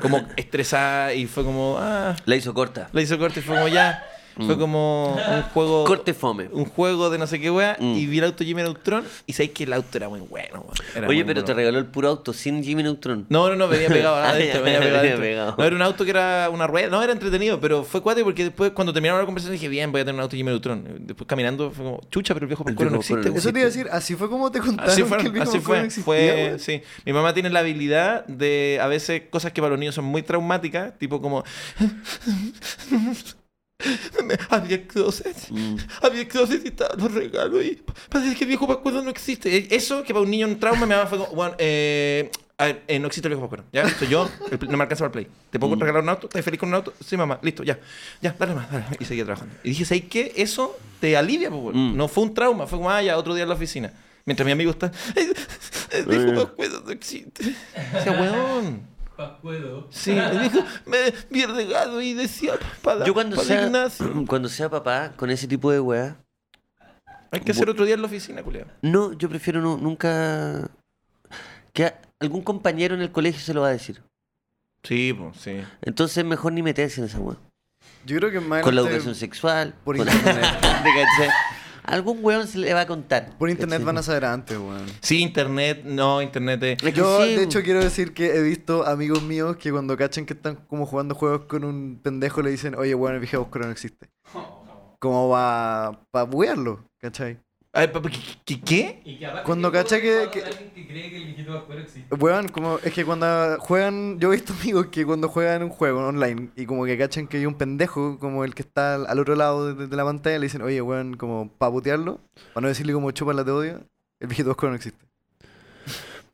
A: Como estresada y fue como, ah,
B: La hizo corta.
A: le hizo corte y fue como ya, fue como un juego...
B: Corte fome.
A: Un juego de no sé qué wea
B: Mm.
A: y vi el auto Jimmy Neutron y sabéis que el auto era muy bueno. weón. Era
B: Oye,
A: muy
B: pero
A: bueno.
B: te regaló el puro auto sin Jimmy Neutron.
A: No, no, no, venía pegado
B: Ah,
A: adentro,
B: ya,
A: venía pegado.
B: venía
A: adentro.
B: pegado.
A: No, era un auto que era una rueda. No, era entretenido, pero fue cuate porque después, cuando terminaron la conversación, dije, bien, voy a tener un auto Jimmy Neutron. Después caminando, fue como, chucha, pero el viejo
B: El
A: Pascuero no
B: viejo
A: existe.
B: Pascuero
A: güey.
D: Eso te iba a decir, así fue como te contaron
A: Así,
D: que el
A: fueron,
D: viejo
A: así
D: Pascual
A: fue,
D: no existía,
A: fue
D: güey.
A: sí. Mi mamá tiene la habilidad de, a veces, cosas que para los niños son muy traumáticas, tipo como... Había closet,
B: Mm.
A: había closet y estaban los regalos y parece que el viejo Pascuero no existe. E- Eso que para un niño en trauma, mi mamá fue como, bueno, eh, a ver, eh, no existe el viejo Pascuero, ya, soy yo, el pl- no me alcanza para el play. ¿Te
B: Mm.
A: puedo regalar un auto? ¿Estás feliz con un auto? Sí, mamá, listo, ya, ya, dale más, dale más. Y seguía trabajando. Y dije, ¿sabes qué? Eso te alivia, pues, güey.
B: Mm.
A: no fue un trauma, fue como, ah, ya, otro día en la oficina. Mientras mi amigo está, "Ay, el viejo Pascuero no existe. O sea, weón.
E: Pascuero.
A: Sí, el viejo me vi el regalo y decía, para,
B: Yo cuando
A: para
B: sea,
A: Ignacio.
B: cuando sea papá con ese tipo de weá,
A: Hay que hacer otro día en la oficina, culiao.
B: no, yo prefiero no- nunca... Que a- algún compañero en el colegio se lo va a decir.
A: Sí, pues, sí.
B: Entonces mejor ni meterse en esa weá.
D: Yo creo que más
B: Con la
D: adelante
B: educación sexual.
D: por
B: con-
D: internet.
B: ¿Te cachai? Algún weón se le va a contar.
D: Por internet
B: ¿cachai?
D: van a saber antes, weón.
A: Sí, internet, no, internet es...
B: Es que
D: Yo,
B: sí,
D: de hecho, quiero decir que he visto amigos míos que cuando cachan que están como jugando juegos con un pendejo le dicen, oye, bueno, el viejo oscuro no existe. Como va para buguearlo, ¿cachai?
A: Ay, papá, ¿qué- ¿Qué? qué?
E: Y que aparte
D: Cuando
E: que
D: cacha
E: todo
D: que-
E: es
D: que-
E: alguien que cree que el viejito vascuero existe.
D: Weón, como, es que cuando juegan, yo he visto amigos que cuando juegan un juego online y como que cachan que hay un pendejo como el que está al- al otro lado de, de la pantalla, le dicen, oye, weón, como para putearlo, para no decirle como chúpala te odio, el viejito oscuro no existe.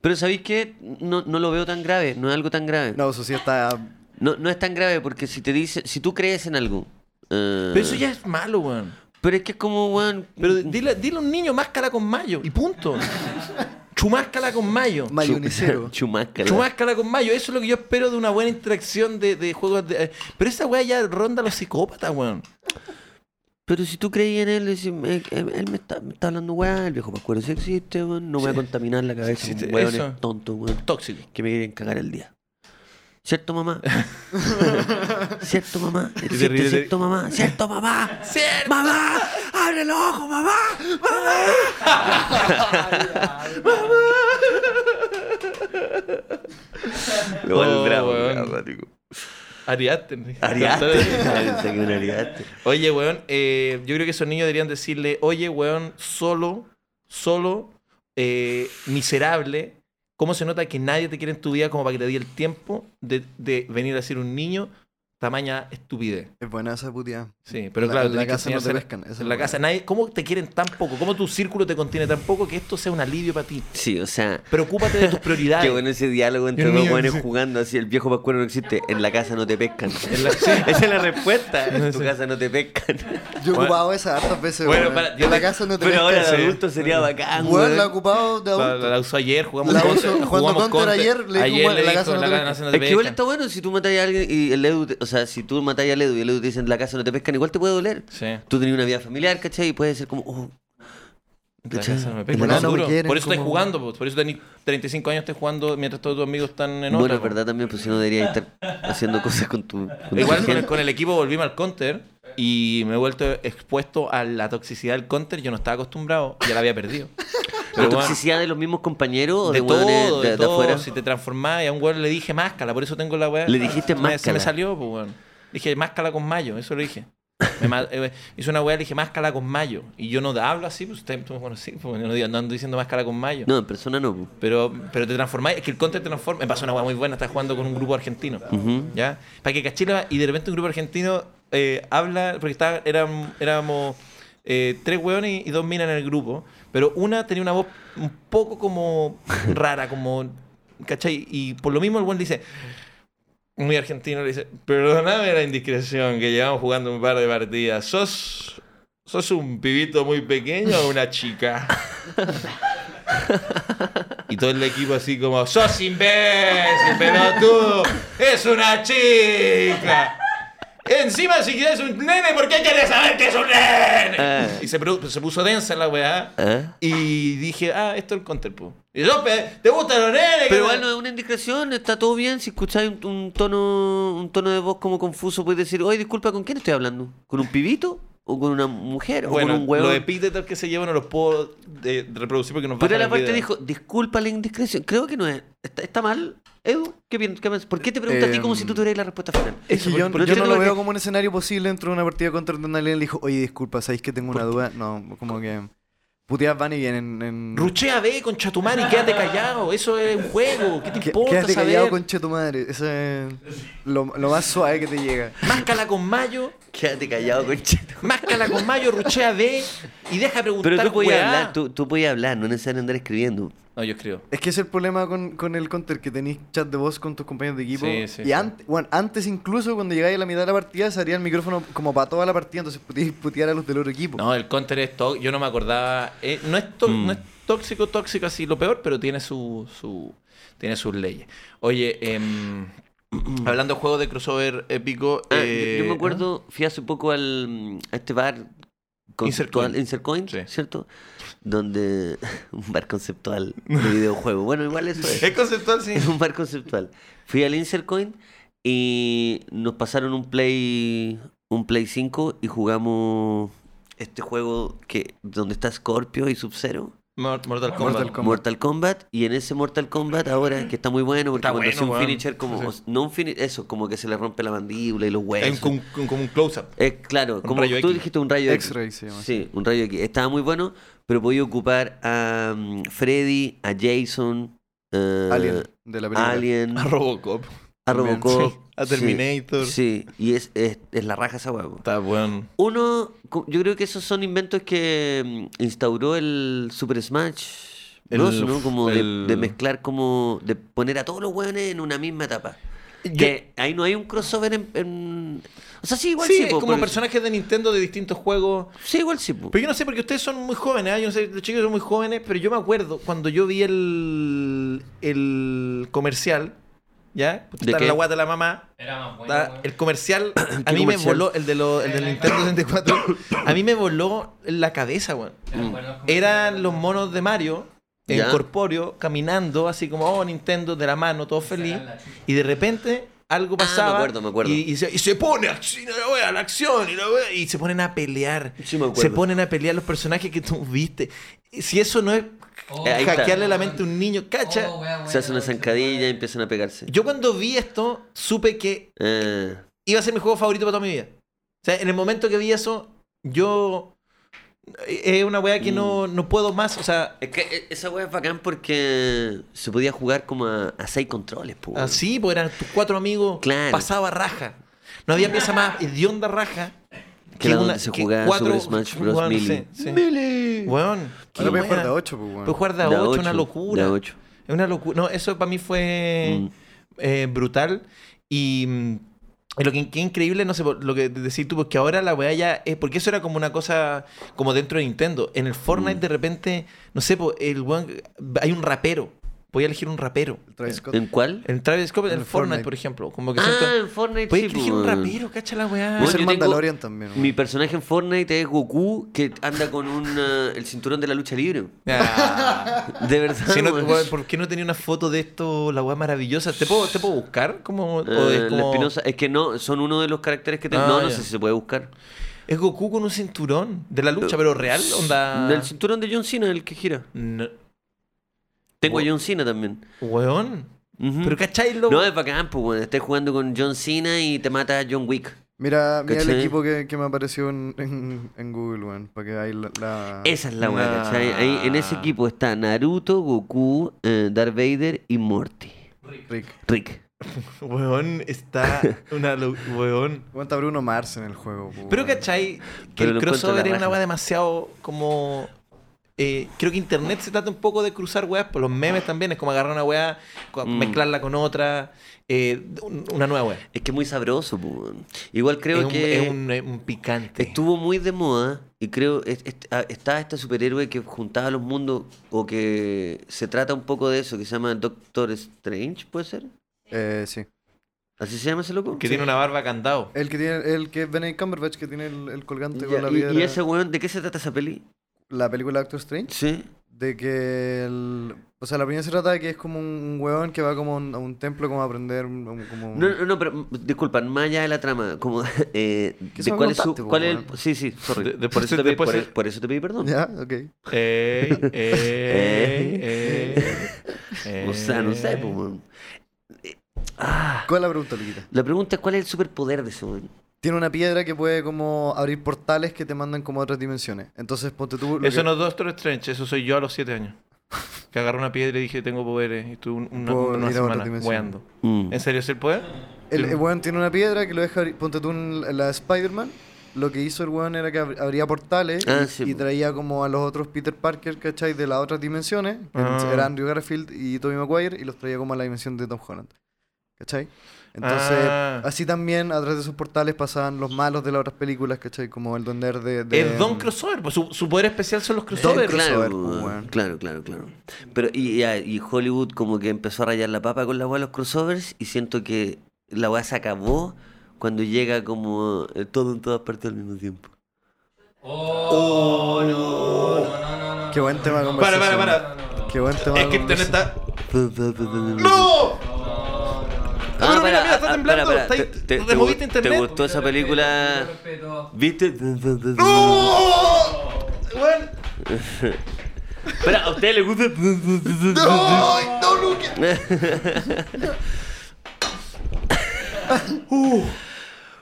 B: Pero ¿sabéis qué? No, no lo veo tan grave, no es algo tan grave. No.
D: No, eso sí está...
B: No, es tan grave porque si te dice, si tú crees en algo. eh,
A: Pero eso ya es malo, weón.
B: Pero es que es como, weón.
A: Pero dile, dile a un niño máscara con mayo y punto. Chumáscala con mayo.
D: mayonicero.
B: Chumáscala.
A: Chumáscala con mayo. Eso es lo que yo espero de una buena interacción de, de juegos. de- eh, Pero esa weá ya ronda a los psicópatas, weón.
B: Pero si tú creí en él, decís, eh, eh, él me está, me está hablando, weón, el viejo pascuero sí existe, weón, no me voy a contaminar la cabeza
A: Sí,
B: con
A: sí,
B: weones
A: eso.
B: tontos, weón,
A: Tóxico.
B: que me quieren cagar el día. ¿Cierto, mamá? ¿Cierto, mamá? ¿Cierto,
A: terrible,
B: cierto, mamá? ¿Cierto, mamá?
A: ¡Cierto!
B: ¡Mamá! ¡Abre los ojos, mamá! ¡Mamá! ¡Mamá!
A: Oh, weón. Ariadne.
B: Ariaste. que un ariaste.
A: Oye, weón, eh, yo creo que esos niños deberían decirle, oye, weón, solo, solo, eh, miserable. ¿Cómo se nota que nadie te quiere en tu vida como para que te dé el tiempo de, de venir a ser un niño tamaña estupidez?
D: Es buena esa puteada.
A: Sí, pero
D: La-
A: claro,
D: en la
A: tenés que
D: casa no te
A: enseñársela-
D: pescan. esa es
A: En la
D: la weá.
A: casa, nadie, ¿cómo te quieren tan poco? ¿Cómo tu círculo te contiene tan poco que esto sea un alivio para ti?
B: Sí, o sea,
A: Preocúpate de tus prioridades.
B: Qué bueno ese diálogo entre
A: Dios
B: dos
A: mío,
B: buenos
A: sí.
B: jugando así, el viejo pascuero no existe, en la casa no te pescan.
A: la- sí.
B: Esa es la respuesta, en
A: No
B: tu
A: sé.
B: casa no te pescan.
D: Yo he
A: Bueno.
D: ocupado esa hartas veces.
A: Bueno,
D: weón.
A: para- yo
D: en la
A: te-
D: casa no te
B: Pero ahora de
A: pescan, sí.
B: adulto sería bacán,
D: Weón, la he
B: weón.
D: ocupado de
A: La,
D: adulto.
A: la- la usó ayer, jugamos
D: La
A: Counter,
D: uso- jugando
A: jugamos
D: Counter ayer, le dijo, bueno, la casa no te pesca.
B: Es que igual está bueno si tú matas a alguien y el Edu, te- o sea, si tú matas al Edu y el Edu te dice en la casa no te pescan, igual te puede doler.
A: Sí.
B: Tú tenías una vida familiar, ¿cachai? Y puede ser como, oh,
A: La
B: Cachai.
A: casa no me
B: En
A: pesca.
D: la
A: No,
D: casa no me
A: duro.
D: quieren,
A: por eso estáis
D: como-
A: jugando, po. por eso tenéis 35 años, estás jugando mientras todos tus amigos están en
B: bueno,
A: otra.
B: es
A: po. E
B: verdad también, pues si no deberías estar haciendo cosas con tu... con
A: Igual con
B: tu gente.
A: el, con el equipo volvimos al counter y me he vuelto expuesto a la toxicidad del counter. Yo no estaba acostumbrado, ya la había perdido.
B: ¿La
A: bueno,
B: toxicidad de los mismos compañeros o de,
A: de
B: hueones
A: todo,
B: de,
A: de,
B: de
A: todo.
B: afuera?
A: Si te transformás, y a un weón le dije máscara, por eso tengo la weá.
B: Le dijiste
A: Me- Se
B: máscara.
A: me salió, pues weón. Dije máscara con mayo, eso lo dije. Me ma- eh, hice una weá, le dije máscara con mayo. Y yo no hablo así, pues usted tú me conocí, pues, yo no, digo, no ando diciendo máscara con mayo.
B: No, en persona no. pues. po.
A: Pero, pero te transformáis, es que el counter te transforma. Me pasó una weá muy buena, estás jugando con un grupo argentino.
B: Ujú.
A: ¿Ya? Para que cachila y de repente un grupo argentino eh, habla, porque estaba, eran, éramos eh, tres hueones y, y dos minas en el grupo, pero una tenía una voz un poco como rara, como, ¿cachai? Y por lo mismo el buen dice, muy argentino, le dice, perdóname la indiscreción que llevamos jugando un par de partidas, ¿sos, sos un pibito muy pequeño o una chica? Y todo el equipo así como, sos imbécil, pelotudo, es una chica. Encima si quieres un nene, ¿por qué quieres saber que es un
B: Ah.
A: nene? Y se, pro- se puso densa la weá.
B: ¿Ah?
A: Y dije, ah, esto es el counter, po. Y yo, "Pe- ¿te gustan los nenes?
B: Pero igual no es una indiscreción, está todo bien. Si escucháis un, un tono un tono de voz como confuso, puedes decir, oye, disculpa, ¿con quién estoy hablando? ¿Con un pibito? ¿O con una mujer? ¿O
A: Bueno,
B: con un huevo?
A: los epítetos que se llevan no los puedo eh, reproducir porque nos
B: Pero
A: bajan
B: la
A: el
B: parte
A: video.
B: dijo, disculpa la indiscreción. Creo que no es. ¿Está, está mal, Edu? ¿Qué piensas? ¿Qué piensas? ¿Por qué te preguntas a ti como
D: Em,
B: si tú tuvieras la respuesta final?
D: Es que
B: Eso,
D: yo,
B: por- por-
D: yo
B: creo
D: no
B: que
D: lo
B: lo
D: veo
B: que-
D: como un escenario posible dentro de una partida contra donde alguien le dijo, oye, disculpa, ¿sabéis que tengo una duda? No, como que puteas van y vienen en...
A: Ruchea, ve, con chatumán y quédate callado. Eso es un juego. ¿Qué te
D: Que-
A: importa
D: Quédate
A: saber?
D: callado, concha de tu madre. Eso es lo, lo más suave que te llega.
A: Máscala con mayo,
B: Quédate callado, conchito.
A: máscala con mayo, ruchea, ve y deja preguntar.
B: Pero tú podías
A: weá.
B: hablar, tú, tú podías hablar, no es necesario andar escribiendo.
A: No, yo escribo.
D: Es que ese es el problema con, con el counter, que tenéis chat de voz con tus compañeros de equipo.
A: Sí, sí,
D: y
A: sí.
D: antes, bueno, antes incluso cuando llegáis a la mitad de la partida, se haría el micrófono como para toda la partida, entonces podíais putear a los del otro equipo.
A: No, el counter es to- Yo no me acordaba. eh, no, es to- no es tóxico, tóxico así lo peor, pero tiene su, su- tiene sus leyes. Oye, em, hablando de juegos de crossover épico.
B: Ah, yo-
A: eh,
B: yo me acuerdo, fui hace poco al, mm, a este bar conceptual, Insercoin,
A: Sí.
B: ¿cierto? Donde un bar conceptual de videojuego. Bueno, igual eso
A: ¿no?
B: es.
A: Es conceptual, sí.
B: Es un bar conceptual. Fui al Insercoin y nos pasaron un play un Play 5 y jugamos este juego que donde está Scorpio y Sub-Zero.
A: Mor- Mortal Kombat.
D: Mortal Kombat.
B: Mortal Kombat. Y en ese Mortal Kombat ahora, que está muy bueno, porque
A: Está
B: cuando
A: bueno,
B: hace un
A: weón.
B: finisher como...
A: Sí,
B: o- No un fini- eso, como que se le rompe la mandíbula y los
A: Hay un-
B: huesos.
A: un- un- como un close-up.
B: Eh, claro, como
A: rayo
B: tú
A: X.
B: dijiste, un rayo X.
D: X-Ray se llama.
B: Sí, un rayo X. Estaba muy bueno, pero podía ocupar a mm, Freddy, a Jason, eh,
D: Alien, de la película.
B: Alien,
A: A Robocop.
B: a
D: también,
B: Robocop.
A: sí. A
B: sí,
A: Terminator.
B: Sí, y es, es, es la raja esa huevo.
A: Está bueno.
B: Uno, co- yo creo que esos son inventos que mm, instauró el Super Smash Bros,
A: El-
B: ¿no? Como de,
A: el-
B: de mezclar, como de poner a todos los hueones en una misma etapa. Que ahí no hay un crossover en... en- O sea, sí, igual sí,
A: Sí, es
B: po,
A: como
B: pero-
A: personajes de Nintendo de distintos juegos.
B: Sí, igual sí, po.
A: Pero yo no sé, porque ustedes son muy jóvenes, ¿eh? yo no sé, los chicos son muy jóvenes, pero yo me acuerdo cuando yo vi el, el comercial, ¿ya? Puta,
B: ¿De
A: está
B: qué?
A: la guata de la mamá.
E: Era más bueno.
A: está-
E: weón.
A: el comercial, a mí me
B: comercial?
A: voló, el, de lo- el del Nintendo 64, a mí me voló la cabeza, weón.
E: Eran buenos comerciales.
A: Eran los monos de Mario, en
B: Ya.
A: corpóreo, caminando, así como, oh, Nintendo de la mano, todo
E: Esa era
A: feliz.
E: la chucha.
A: Y de repente algo
B: Ah, me
A: pasaba.
B: acuerdo, me acuerdo.
A: Y, y se, y se pone así, la wea, la acción, y, la wea, y se ponen a pelear.
B: Sí, me acuerdo.
A: se ponen a pelear los personajes que tú viste. Y Si eso no es
E: Oh,
B: Eh, ahí está.
A: hackearle la mente a un niño, cacha.
E: oh, wea, buena,
B: Se hace una
E: weón,
B: zancadilla y
E: weón.
B: empiezan a pegarse.
A: Yo cuando vi esto, supe que
B: Eh,
A: iba a ser mi juego favorito para toda mi vida. O sea, en el momento que vi eso, yo. eh, Es una wea
B: Mm.
A: que no, no puedo más. O sea,
B: es que eh, esa wea es bacán porque se podía jugar como a, a seis controles, po. weón.
A: así, pues eran tus cuatro amigos.
B: Claro.
A: Pasaba raja. No había pieza más hedionda raja.
B: Que la donde se jugaba Super Smash Bros.
A: Weón,
B: Melee.
A: sí, sí. Weón, qué
D: Ahora voy a jugar
A: buena.
D: de 8, pues, weón.
A: Puedes jugar de
B: De a
A: 8,
B: ocho,
A: una
B: de
A: locura.
B: a ocho.
A: Es una locura. No, eso para mí fue
B: Mm.
A: eh, brutal. Y, mm, y lo que, que increíble, no sé, por lo que decís tú, porque ahora la weá ya es. Porque eso era como una cosa como dentro de Nintendo. En el Fortnite,
B: Mm.
A: de repente, no sé, po, el weón- hay un rapero. Voy a elegir un rapero.
D: El Travis Scott.
B: ¿En cuál?
A: En Travis Scott, en
D: En
A: el
D: el
A: Fortnite,
D: Fortnite.
A: Eh, por ejemplo. Como que siento-
B: Ah, en Fortnite sí,
A: Puedes
B: po,
A: elegir un
B: weón.
A: rapero, cacha la weá.
D: Puede
B: Bueno,
D: ser
B: yo tengo-
D: Mandalorian también, weón.
B: Mi personaje en Fortnite es Goku que anda con un, eh, el cinturón de la lucha libre.
A: Ah.
B: De verdad.
A: Si no-
B: weón.
A: weón, ¿Por qué no tenía una foto de esto, la weá maravillosa? ¿Te puedo, te puedo buscar? ¿Cómo, o
B: Eh,
A: es,
B: la
A: como-
B: Espinosa, es que no, son uno de los caracteres que tengo.
A: Ah,
B: no, no
A: ya.
B: sé si se puede buscar.
A: es Goku con un cinturón de la lucha, pero real, onda.
B: El cinturón de John Cena, el que gira.
A: No-
B: Tengo a
A: Wo-
B: John Cena también.
A: weón.
B: Ujú.
A: Pero cachai, lo.
B: Mm. No, es bacán, pues, weón. Estás jugando con John Cena y te mata a John Wick.
D: Mira, mira el
B: ¿Cachai?
D: equipo que, que me apareció en, en, en Google, weón. Para que ahí la. la- Mm,
B: Esa es la weá,
A: Nah.
B: ¿cachai? Ahí en ese equipo está Naruto, Goku, eh, Darth Vader y Morty.
D: Rick.
B: Rick.
A: Weón está una. lo- Weón.
D: Aguanta Bruno Mars en el juego, po,
A: Pero
D: weón.
A: cachai, que
B: Pero
A: el
B: lo encuentro
A: crossover
B: la
A: es una
B: raja.
A: weá demasiado como. eh, creo que internet se trata un poco de cruzar weas, por los memes también, es como agarrar una weá, co-
B: Mm.
A: mezclarla con otra, eh, un- una nueva wea.
B: Es que es muy sabroso, pues. weón. Igual creo
A: es un,
B: que.
A: es un- es un picante.
B: Estuvo muy de moda y creo es- es- a- estaba este superhéroe que juntaba los mundos o que se trata un poco de eso, que se llama Doctor Strange, ¿puede ser?
D: Eh, sí.
B: ¿Así se llama ese loco?
A: Que tiene una barba candado.
D: El que tiene, el que es Benedict Cumberbatch que tiene el, el colgante
B: Ya,
D: con la
B: y-
D: piedra.
B: y, ese weón, ¿de qué se trata esa peli?
D: La película Doctor Strange.
B: Sí.
D: De que el. O sea, la primera se trata de que es como un weón que va como a un, a un templo como a aprender un- un- como.
B: No, no, no, pero mm, disculpa, más allá de la trama, como eh,
D: Que
B: de
D: son
B: cuál es su,
D: contactos,
B: cuál es
D: weón.
B: el- sí, sí, sorry.
A: De- después
B: por, eso
A: se-
B: te pedí,
A: después
B: por
A: se-
B: e- por eso te pedí perdón.
D: Ya, ok.
A: Ey, ey,
B: Eh.
A: ey, ey.
B: O sea, no sé, pues, weón. Eh, ah.
D: ¿Cuál es la pregunta, Luquita?
B: La pregunta es cuál es el superpoder de ese weón.
D: Tiene una piedra que puede como abrir portales que te mandan como a otras dimensiones. Entonces ponte tú. lo
A: Eso
D: que-
A: no es Doctor Strange, eso soy yo a los 7 años. Que agarré una piedra y dije, tengo poderes. Y estuve un- una,
D: Puedo
A: una
D: ir a otra
A: semana
D: dimensión.
A: weando.
B: Mm.
A: ¿En serio es el poder?
D: El,
A: Sí.
D: el weón tiene una piedra que lo deja abrir. Ponte tú en la Spider-Man. Lo que hizo el weón era que ab- abría portales
B: Ah,
D: y,
B: sí,
D: y
B: po.
D: traía como a los otros Peter Parker, ¿cachai? De las otras dimensiones. que
A: Ah.
D: Eran Andrew Garfield y Tobey Maguire y los traía como a la dimensión de Tom Holland. ¿Cachai? Entonces,
A: Ah.
D: así también, a través de esos portales pasaban los malos de las otras películas, ¿cachai? Como el Don Nerd de... de
A: es Don Crossover, pues su, su poder especial son los
B: Claro,
A: crossovers.
D: Don crossover,
B: claro,
D: pues,
B: weón.
D: weón.
B: claro, claro, claro. Pero y, y- y Hollywood como que empezó a rayar la papa con la weá de los crossovers y siento que la weá se acabó cuando llega como eh, todo en todas partes al mismo tiempo.
E: Oh, no, no, no, no, no.
D: Qué buen tema
A: Para,
D: de conversación.
A: para, para.
D: Qué buen tema
A: Es
D: de
A: que internet está.
B: No,
A: ¡No!
E: No, no, no.
A: Ah, pero mira, mira, está
B: ah,
A: temblando, está ahí,
B: te- te-
A: te
B: te
A: moviste
B: gu-
A: internet.
B: ¿Te gustó esa película?
E: Respeto.
B: ¿Viste?
D: ¡Oh! Weón,
B: Pero a usted le gusta.
D: ¡No! ¡No, Luke!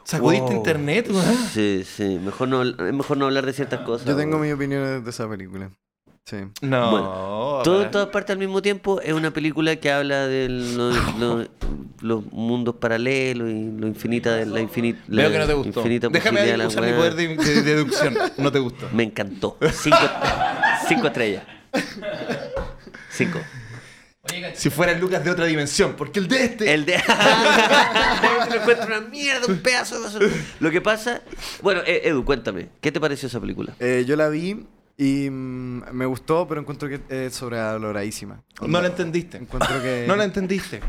A: Sacudiste
B: Wow.
A: internet, weón.
B: Sí, sí, mejor no, es mejor no hablar de ciertas cosas.
D: Yo tengo
B: weón.
D: mis opiniones de esa película. Sí.
A: No.
B: Todo en
A: para.
B: todas partes al mismo tiempo es una película que habla de lo- lo- los mundos paralelos y lo infinita de la infinita.
A: Veo que no te gustó. Déjame ahí usar mi poder de, de- de deducción. No te gustó.
B: Me encantó. Cinco, cinco estrellas. Cinco.
E: Oye, cachai,
A: Si fuera el Lucas de otra dimensión, porque el de este.
B: El de. Me encuentro una mierda, un pedazo de basura. Lo que pasa. Bueno, eh, Edu, cuéntame. ¿Qué te pareció esa película?
D: Eh, yo la vi y mm, me gustó, pero encuentro que es sobrevaloradísima.
A: No la entendiste.
D: Encuentro que...
A: No la entendiste.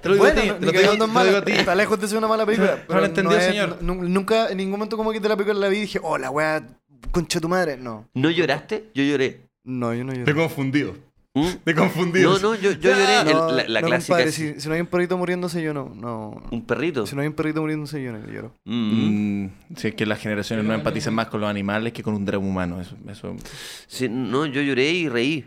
A: Te lo digo
D: bueno,
A: a ti.
D: no-
A: te
D: ni
A: lo digo,
D: cagando
A: te
D: es
A: lo
D: mala.
A: digo a ti.
D: Está lejos de ser una mala película.
A: No la entendió, señor.
D: nu- Nunca, en ningún momento como que de la película la vi y dije, oh, la weá, concha de tu madre. No,
B: ¿No lloraste? Yo lloré.
D: no, yo no
A: Te he
D: lloré.
A: confundido.
B: ¿Mm?
A: Te he confundido.
B: No, no, yo, yo lloré. Ah, El-
D: No,
B: la la
D: no,
B: clásica.
D: compadre,
B: es
D: si, si no hay un perrito muriéndose, yo no. no.
B: Un perrito.
D: Si no hay un perrito muriéndose, yo no lloro.
B: Mm.
A: Mm, sí, es que las generaciones no empatizan más con los animales que con un drama humano. Eso, eso-
B: Sí, no, yo lloré y reí.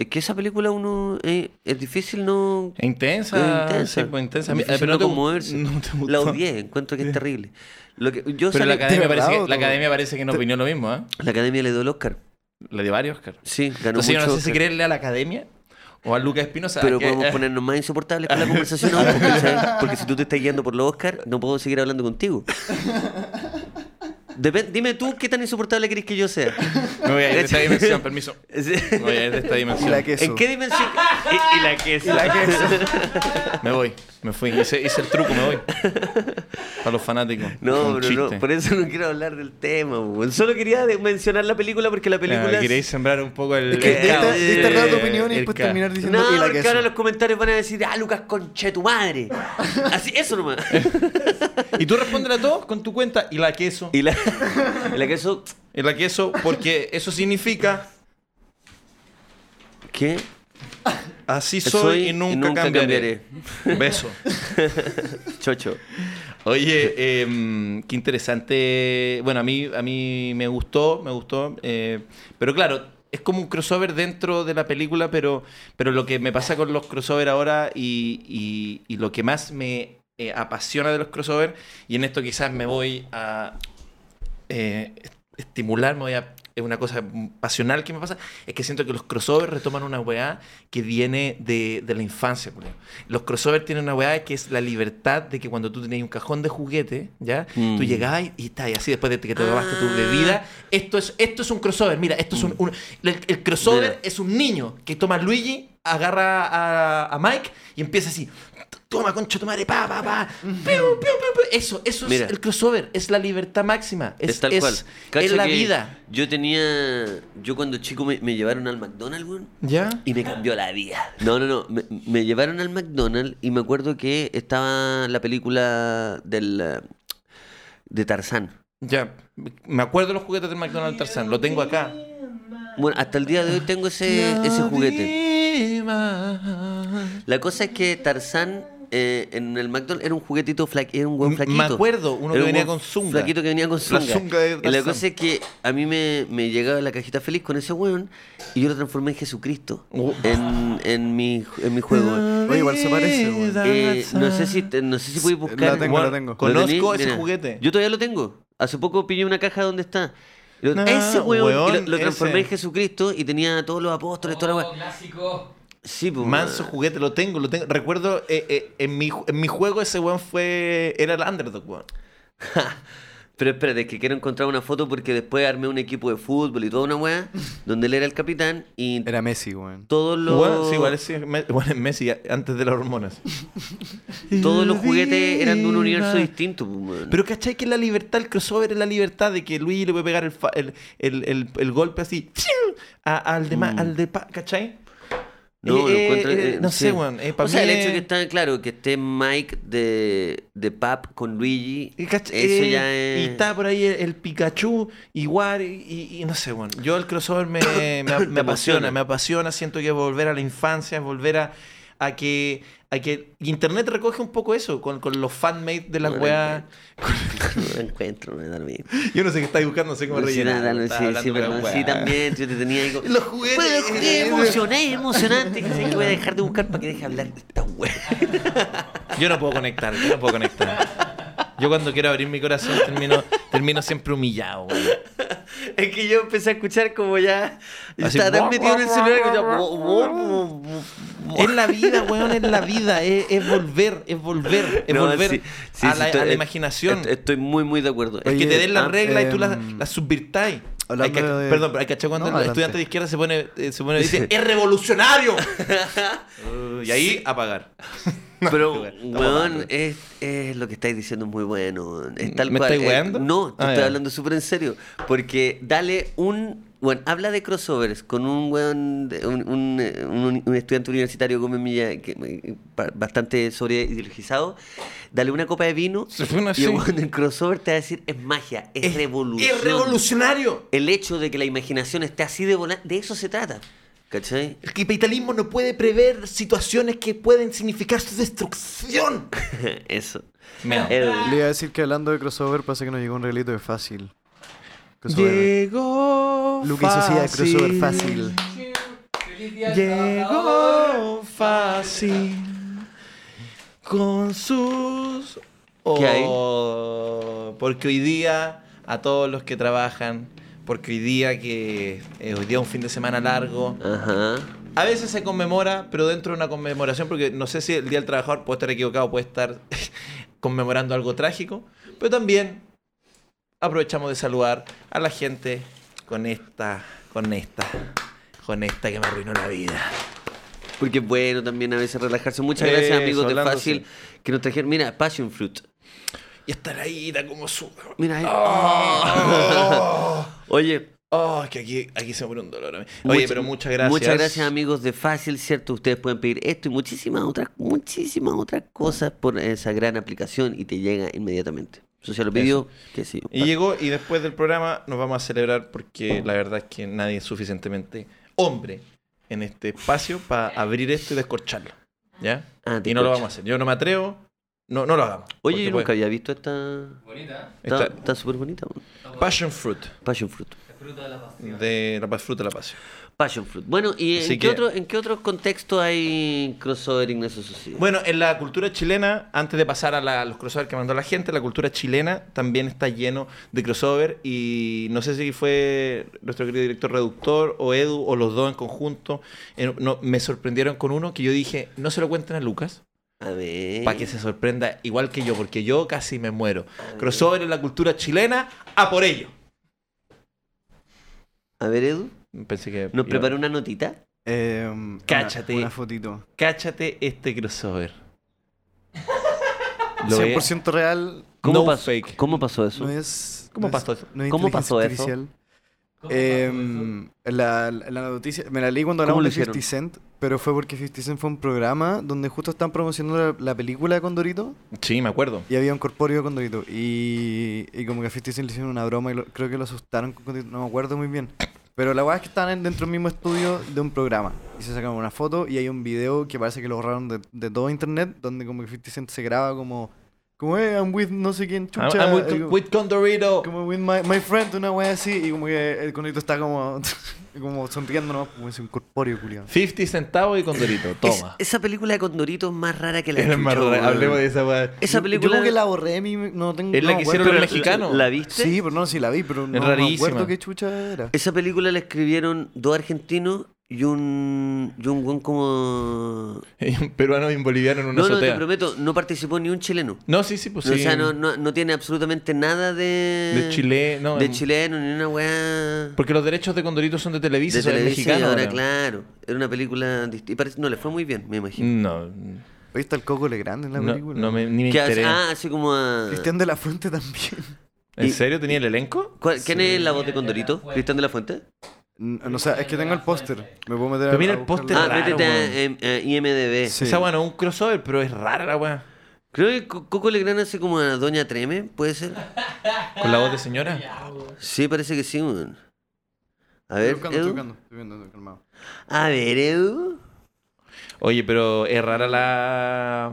B: Es que esa película uno eh, es difícil no
A: Es intensa.
B: Es intensa.
A: Sí, pues, intensa. A mí-
B: Difícil
A: pero
B: no
A: no te, gu-
B: conmoverse.
A: no te gustó.
B: la odié, encuentro que es terrible. Lo que yo
A: Pero la
B: salí-
A: academia,
D: ¿De
A: parece
D: verdad
A: que,
D: o
A: la
D: no?
A: academia parece que no opinó lo mismo, ¿eh?
B: la academia le dio el Oscar.
A: La de varios, Oscar.
B: Sí, ganó
A: Entonces yo
B: mucho
A: no sé si
B: Oscar.
A: creerle a la academia o a Lucas Espinosa.
B: Pero
A: que-
B: podemos
A: eh,
B: ponernos más insoportables con la conversación ahora, porque, ¿sabes? Porque si tú te estás guiando por los Oscar, no puedo seguir hablando contigo. Depen- dime tú qué tan insoportable crees que yo sea.
A: Me voy a ir Eh, de esta
B: Sí.
A: dimensión, permiso.
B: Sí.
A: Me voy a ir de esta
D: Y
A: dimensión.
D: la queso.
B: ¿En qué dimensión? Y, y la que es.
A: Me voy, me fui. Hice, hice el truco, me voy. Para los fanáticos.
B: No,
A: Un
B: pero no,
A: chiste.
B: por eso no quiero hablar del tema. weón. Solo quería de- mencionar la película porque la película.
A: Ah,
B: es-
A: Queréis sembrar un poco el.
D: Es que
A: el
D: diste
A: caos.
D: diste
B: eh,
D: rato tu opinión y
A: el
D: después
A: caos.
D: terminar diciendo,
B: No,
D: y la
B: porque ahora
D: queso.
B: los comentarios van a decir, ah, Lucas, conche tu madre. Así, eso nomás.
A: Y tú respondes a todos con tu cuenta y la queso.
B: y la, y la que eso.
A: Y la queso, porque eso significa
B: ¿Qué?
A: así soy, y nunca, cambiaré. Beso.
B: Chocho.
A: Oye, em, qué interesante. Bueno, a mí, a mí me gustó, me gustó. eh, pero claro, es como un crossover dentro de la película, pero, pero lo que me pasa con los crossover ahora y, y- y lo que más me eh, apasiona de los crossover, y en esto quizás me voy a eh, est- estimular, me voy a... Es una cosa pasional que me pasa, es que siento que los crossovers retoman una weá que viene de, de la infancia, culiao. Los crossovers tienen una weá que es la libertad de que cuando tú tenías un cajón de juguete, ¿ya?
B: Mm.
A: Tú llegabas y, y estás ahí, así después de que te
B: Ah.
A: tomaste tu bebida. Esto es, esto es un crossover, mira, esto es un... un- el, el crossover
B: Mm. Mira.
A: es un niño que toma a Luigi, agarra a, a Mike y empieza así... Toma, concha tu madre, pa, pa, pa. piu, piu, piu, piu". Eso, eso
B: Mira.
A: es el crossover, es la libertad máxima. Es,
B: Es, tal
A: es-
B: cual.
A: Es,
B: Cacha
A: la
B: que
A: vida.
B: Yo tenía. Yo cuando chico me, me llevaron al McDonald's, weón.
A: ¿Ya?
B: Y me cambió la vida. No, no, no. Me, me llevaron al McDonald's y me acuerdo que estaba la película del. eh, de Tarzán.
A: Ya. Me acuerdo de los juguetes del McDonald's Tarzán. Lo tengo acá.
B: Bueno, hasta el día de hoy tengo ese, Eh, ese juguete. La cosa es que Tarzán eh, en el McDonald's era un juguetito fla- era un hueón
A: Me
B: flaquito.
A: acuerdo, uno que
B: Era un
A: venía
B: hueón
A: con zunga.
B: Flaquito que venía con
A: La
B: zunga.
A: zunga de
B: y la
A: Tarzán.
B: cosa es que a mí me, me llegaba la cajita feliz con ese hueón y yo lo transformé en Jesucristo
A: Oh.
B: en, en, mi, en mi juego.
D: Oye, igual se parece,
B: Eh, no sé si te- no sé si puedes buscar.
D: La tengo,
A: Bueno,
D: la tengo.
A: con- Conozco
B: ¿Lo
A: ese juguete.
B: Yo todavía lo tengo. Hace poco pillé una caja donde está. Lo-
A: No,
B: ese hueón, y
A: hueón,
B: lo, lo
A: ese.
B: transformé en Jesucristo y tenía todos los apóstoles, toda la
E: oh,
B: hueá.
E: clásico.
B: Sí, pues.
A: Manso juguete, lo tengo, lo tengo. Recuerdo, eh, eh, en, mi, ju- en mi juego ese weón fue. Era el underdog, weón.
B: Pero espérate, que quiero encontrar una foto porque después armé un equipo de fútbol y toda una weá, donde él era el capitán y
D: Era Messi, weón.
B: todos los,
A: Weón, sí, igual es, sí, me- bueno, es Messi antes de las hormonas.
B: todos los juguetes eran de un universo distinto. pues, weón.
A: Pero ¿cachai que la libertad, el crossover es la libertad de que Luigi le puede pegar el, fa- el, el, el, el golpe así ¡fiu! a- al de, ma- al de pa- ¿cachai?
B: no, lo
A: Eh, eh,
B: encuentro-
A: eh,
B: eh,
A: no
B: sí.
A: sé, weón. eh, pa'
B: o sea,
A: mí
B: el
A: es-
B: hecho que está claro que esté Mike de, de Pap con Luigi,
A: Y cach-
B: eso
A: eh,
B: ya es.
A: Y está por ahí el, el Pikachu, igual, y, y- y no sé, bueno. Yo el crossover me, me- me
B: Te
A: apasiona,
B: emociona.
A: me apasiona. Siento que volver a la infancia, volver a, a que, a que y Internet recoge un poco eso con, con los fanmade de las
B: No lo
A: weas.
B: encuentro. No lo encuentro, me da lo mismo.
A: Yo no sé qué estáis buscando, no sé cómo
B: Sí,
A: rellenar.
B: nada, no,
A: estaba
B: sí,
A: hablando
B: sí,
A: de
B: perdón,
A: weas.
B: sí, también, yo te tenía ahí como-
A: Los juguetes. eh,
B: Bueno, los juguetes, emocioné, emocionante. que sé que voy a dejar de buscar para que deje hablar esta wea.
A: Yo no puedo conectar, yo no puedo conectar. Yo cuando quiero abrir mi corazón termino, termino siempre humillado, weón.
B: Es que yo empecé a escuchar como ya. Yo
A: Así,
B: estaba tan
A: guau,
B: metido en el
A: guau,
B: celular que
A: guau,
B: yo.
A: guau,
B: guau, guau, guau, guau.
A: Es la vida, weón, es la vida. Es, es volver, es volver, es
B: No,
A: volver
B: sí, sí,
A: a,
B: sí,
A: la,
B: estoy-
A: a la
B: eh,
A: imaginación.
B: est- Estoy muy, muy de acuerdo.
A: Es que te
D: Oye,
A: den las
D: ah,
A: reglas y tú las,
D: em,
A: las subvirtáis.
D: hablando
A: Hay que-
D: de-
A: Perdón, pero hay que cachar cuando
D: No,
A: el
D: adelante.
A: estudiante de izquierda se pone, eh, se pone y dice, ¡es revolucionario! Uh, y ahí, apagar.
B: Pero,
A: Estamos hablando.
B: weón, es, es lo que estáis diciendo es muy bueno. weón. Es tal
A: ¿Me
B: cual,
A: estáis
B: eh,
A: weando?
B: no, te
A: Ah,
B: estoy
A: ya.
B: hablando súper en serio. Porque dale un. Bueno, habla de crossovers con un weón, de- un, un, eh, un- un estudiante universitario como Milla, que, eh, ba- bastante sobre ideologizado. Dale una copa de vino
A: Se fue una
B: y
A: así.
B: el weón del crossover te va a decir es magia, es, revolución.
A: ¡Es revolucionario!
B: El hecho de que la imaginación esté así de volante, de eso se trata. ¿Cachai?
A: El capitalismo no puede prever situaciones que pueden significar su destrucción.
B: eso.
A: Me amo.
B: El-
D: Le iba a decir que hablando de crossover, pasa que nos llegó un regalito de fácil. Crossover.
A: Llegó
D: Luca hizo silla de crossover fácil.
E: Feliz día del trabajador.
A: Llegó fácil con sus...
B: ¿Qué hay?
A: Oh, porque hoy día a todos los que trabajan, porque hoy día que eh, hoy día es un fin de semana largo,
B: Ajá.
A: a veces se conmemora, pero dentro de una conmemoración, porque no sé si el Día del Trabajador puede estar equivocado, puede estar conmemorando algo trágico, pero también aprovechamos de saludar a la gente con esta, con esta, con esta que me arruinó la vida.
B: Porque es bueno también a veces relajarse. Muchas
A: Eso,
B: gracias, amigos de
A: hablando
B: Fácil, que nos trajeron. Mira, Passion Fruit.
A: Y esta laíta como su...
B: Mira, ahí.
A: Oh,
B: Oye,
A: Oh, es que aquí, aquí se me pone un dolor a mí. Oye,
B: mucha-
A: pero muchas gracias.
B: Muchas gracias, amigos de Fácil, ¿cierto? Ustedes pueden pedir esto y muchísimas otras, muchísimas otras cosas por esa gran aplicación y te llega inmediatamente. Eso se lo pidió, que sí.
A: Y llegó, y después del programa nos vamos a celebrar porque la verdad es que nadie es suficientemente hombre en este espacio para abrir esto y descorcharlo. ¿Ya?
B: Ah, te
A: y no lo
B: escucho.
A: vamos a hacer. Yo no me atrevo. No, no lo hagamos.
B: Oye, yo
A: Porque,
B: nunca había visto esta.
E: Bonita. ¿eh?
A: pues,
B: Está
A: está-
B: está súper bonita. weón.
A: Passion Fruit
B: Passion Fruit.
E: El fruto de la pasión.
A: de la pa- fruta de la pasión.
B: Passion Fruit. Bueno, ¿y en
A: Así
B: qué,
A: que-
B: otro, en qué otro contexto hay crossover Ignacio Socia?
A: Bueno, en la cultura chilena, antes de pasar a, la- a los crossover que mandó la gente, la cultura chilena también está lleno de crossover y no sé si fue nuestro querido director reductor o Edu o los dos en conjunto. eh, no, me sorprendieron con uno que yo dije, no se lo cuenten a Lucas,
B: a ver.
A: para que se sorprenda igual que yo, porque yo casi me muero. Crossover en la cultura chilena, a por ello.
B: A ver, Edu.
A: Pensé que...
B: ¿Nos
A: iba-
B: preparó una notita?
D: Eh, una-
A: Cáchate.
D: Una, fotito.
A: Cáchate este crossover. Lo voy a-
D: 100% real.
A: No
B: pasó,
A: fake.
B: ¿Cómo pasó eso?
D: No es.
A: ¿Cómo
D: no
A: pasó
D: es-
A: eso?
D: no es
B: ¿Cómo
D: inteligencia
B: pasó eso?
D: artificial.
E: ¿Cómo
D: Em, la, la noticia, me la leí cuando
B: ¿Cómo
D: hablamos
B: lo
D: de 50 Cent, pero fue porque 50 Cent fue un programa donde justo estaban promocionando la, la película de Condorito
A: Sí, me acuerdo.
D: y había un corpóreo de Condorito. Y, y como que a 50 Cent le hicieron una broma y lo- creo que lo asustaron con Condorito, no me acuerdo muy bien. Pero la verdad es que estaban en- dentro del mismo estudio de un programa y se sacaron una foto y hay un video que parece que lo borraron de, de todo internet donde como que 50 Cent se graba como, como, eh, I'm with no sé quién,
A: I'm-
D: chucha.
A: I'm with-
D: y como-
A: with Condorito.
D: como with my, my friend, una wea así, y como que el conito está como, como sonriendo, ¿no? Como es un corpóreo, culiado.
A: 50 centavos y Condorito,
B: Es-
A: toma.
B: esa película de Condorito es más rara que la
A: Era
B: chucha,
A: más rara,
B: weón.
A: hablemos de esa weá.
B: Esa
D: Yo
B: película...
D: creo que la borré, mi, no tengo...
A: Es la
D: no,
A: que
D: me acuerdo.
A: hicieron los
B: la-
A: mexicanos.
B: ¿La viste?
D: Sí, pero no, sí la vi, pero no me
A: rarísima.
D: acuerdo qué chucha era.
B: Esa película la escribieron dos argentinos y un... Y un buen como...
A: Y un peruano y un boliviano en una
B: no, no, te
A: azotea.
B: prometo, no participó ni un chileno.
A: No, sí, sí, pues sí.
B: O sea, no, no, no tiene absolutamente nada de...
A: De Chile, no.
B: De
A: em,
B: chileno, ni una weá...
A: Porque los derechos de Condorito son de Televisa,
B: De
A: son
B: televisión
A: mexicanos.
B: ahora,
A: ahora.
B: claro. Era una película... dist- Y parece, no, le fue muy bien, me imagino.
A: No,
D: Ahí está el Coco Legrand en la
A: no,
D: película.
A: no me, ni me
B: Que hace-
A: interesa.
B: ah, así como a...
D: Cristian de la Fuente también.
A: ¿En
B: y-
A: serio tenía el elenco?
B: ¿Cuál- ¿Quién es la voz de Condorito? ¿Cristian de la Fuente?
D: No, no, o sea, es que tengo el póster. Me puedo meter
A: Pero mira
D: a
A: el
D: buscarlo.
A: póster
B: Ah,
A: raro,
B: métete
A: weón.
B: a, em, a IMDB.
D: Sí.
A: Esa weá no es un crossover, pero es rara la weá.
B: Creo que Co- Coco Legrand hace como a Doña Treme, ¿puede ser?
A: Con la voz de señora.
B: Sí, parece que sí, weón. A
D: Estoy
B: ver,
D: buscando, estoy
B: Edu.
D: buscando, estoy viendo, estoy calmado.
B: A ver, Edu.
A: Oye, pero es rara la.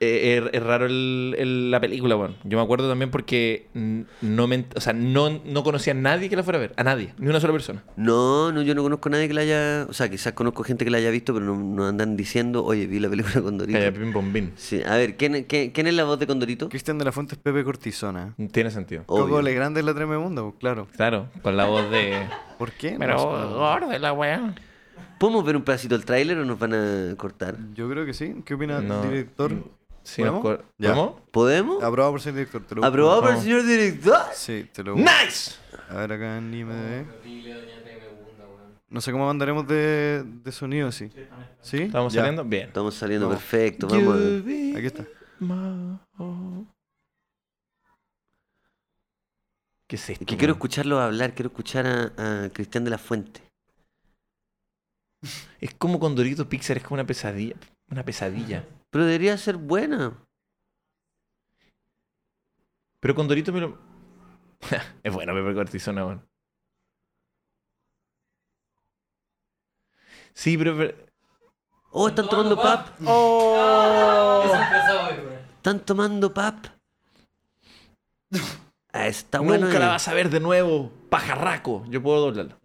A: eh, Es, es raro el- el- la película, weón. Yo me acuerdo también porque n- no me, ent- o sea, no, no conocía a nadie que la fuera a ver. A nadie. Ni una sola persona.
B: No, no, yo no conozco a nadie que la haya. O sea, quizás conozco gente que la haya visto, pero no, no andan diciendo, oye, vi la película Condorito.
A: Calla, pim, pom, pim.
B: Sí, a ver, ¿quién, quién, quién es la voz de Condorito?
D: Cristian de la Fuente es Pepe Cortisona.
A: Tiene sentido.
B: Obvio.
D: Coco Legrande es la Tremenda, pues, claro.
A: Claro, con la voz de.
D: ¿Por qué? No sé.
A: gordo la weá.
B: ¿Podemos ver un pedacito del tráiler o nos van a cortar?
D: Yo creo que sí. ¿Qué opina
A: No.
D: el director?
A: Sí, nos
D: ¿Podemos?
A: cor-
D: Ya.
A: ¿Cómo?
B: ¿Podemos?
D: Aprobado por ser director. Te lo busco.
B: ¿Aprobado por el
A: no.
B: señor director?
D: Sí, te lo busco.
A: ¡Nice!
D: A ver acá en IMDb.
E: Horrible, doña Tremebunda, weón.
D: No sé cómo andaremos de, de sonido, sí. ¿Sí?
A: ¿Estamos
D: Ya.
A: saliendo? Bien.
B: Estamos saliendo
D: Vamos.
B: perfecto, vamos. a ver.
D: Aquí está.
A: ¿Qué es esto?
B: Es que quiero
A: weón?
B: escucharlo hablar, quiero escuchar a, a Cristian de la Fuente.
A: Es como con Doritos Pixar, es como una pesadilla. Una pesadilla.
B: Pero debería ser buena.
A: Pero con Doritos me lo. es bueno, Pepe Cortisona, bueno. Sí, pero. pero-
B: Oh, están tomando pap.
A: Oh.
E: Eso empezó hoy, weón.
B: Están tomando pap. Ah, está bueno.
A: Nunca la vas a ver de nuevo, pajarraco. Yo puedo doblarla.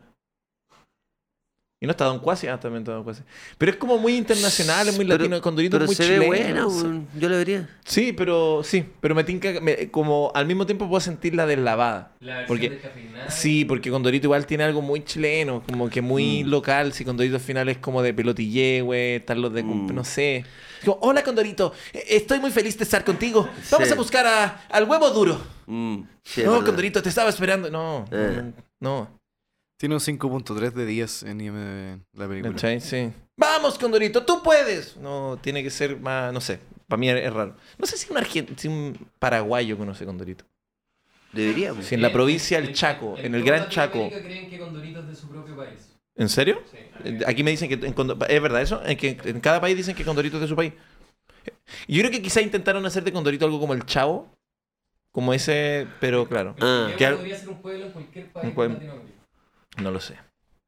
A: Y no está Don Cuasi, ah, también está Don Cuasi. Pero es como muy internacional, es muy latino. Con Doritos
B: Pero
A: es muy
B: se ve
A: chileno,
B: buena,
A: no sé.
B: weón. Yo la vería.
A: Sí, pero sí, pero me tinca me- como al mismo tiempo puedo sentir la deslavada.
E: La versión
A: Porque-
E: descafeinada.
A: Sí, porque Condorito igual tiene algo muy chileno, como que muy
B: Mm.
A: local. Si Condorito al final es como de pelotille, güey, están los de cum-
B: Mm.
A: no sé. Es como, Hola Condorito, e- estoy muy feliz de estar contigo. Vamos
B: Sí.
A: a buscar a- al huevo duro.
B: Mm, sí, es
A: no,
B: verdad.
A: Condorito, te estaba esperando. No,
B: Eh.
A: no,
D: Tiene un 5.3 de 10 en IMDb la película.
A: ¿cachai? Sí. Vamos Condorito, tú puedes. No, tiene que ser más, no sé. Para mí es raro. No sé si un, argent- si un paraguayo conoce Condorito.
B: Deberíamos.
A: Sí, en la provincia del Chaco, en el
E: toda
A: Gran Chaco.
E: Latinoamérica creen que Condorito es de su propio país.
A: ¿En serio?
E: Sí.
B: Ah.
A: Eh, Aquí me dicen que en Condo- es verdad eso, en que en cada país dicen que Condorito es de su país. Yo creo que quizá intentaron hacer de Condorito algo como el Chavo, como ese, pero claro,
B: Ah.
E: Santiago
A: que al-
E: podría ser un pueblo en cualquier país
A: En cual-
E: de Latinoamérica.
A: no lo sé.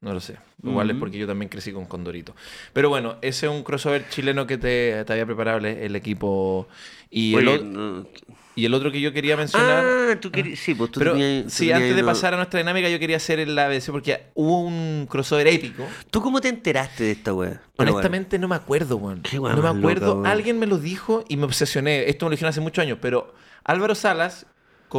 A: No lo sé. Igual es
B: Ujú.
A: porque yo también crecí con Condorito. Pero bueno, ese es un crossover chileno que te, te había preparado el, el equipo. Y el,
B: Oye,
A: o-
B: no-
A: y el otro que yo quería mencionar.
B: Ah, tú querías. Sí, pues tú
A: pero
B: tenías- tú
A: sí,
B: tenías
A: antes de
B: uno-
A: pasar a nuestra dinámica, yo quería hacer el ABC porque hubo un crossover épico.
B: ¿Tú cómo te enteraste de esta weá? Pero bueno.
A: Honestamente no me acuerdo, weón.
B: Qué weá
A: No me
B: más loca,
A: acuerdo.
B: weón.
A: Alguien me lo dijo y me obsesioné. Esto me lo dijeron hace muchos años, pero Álvaro Salas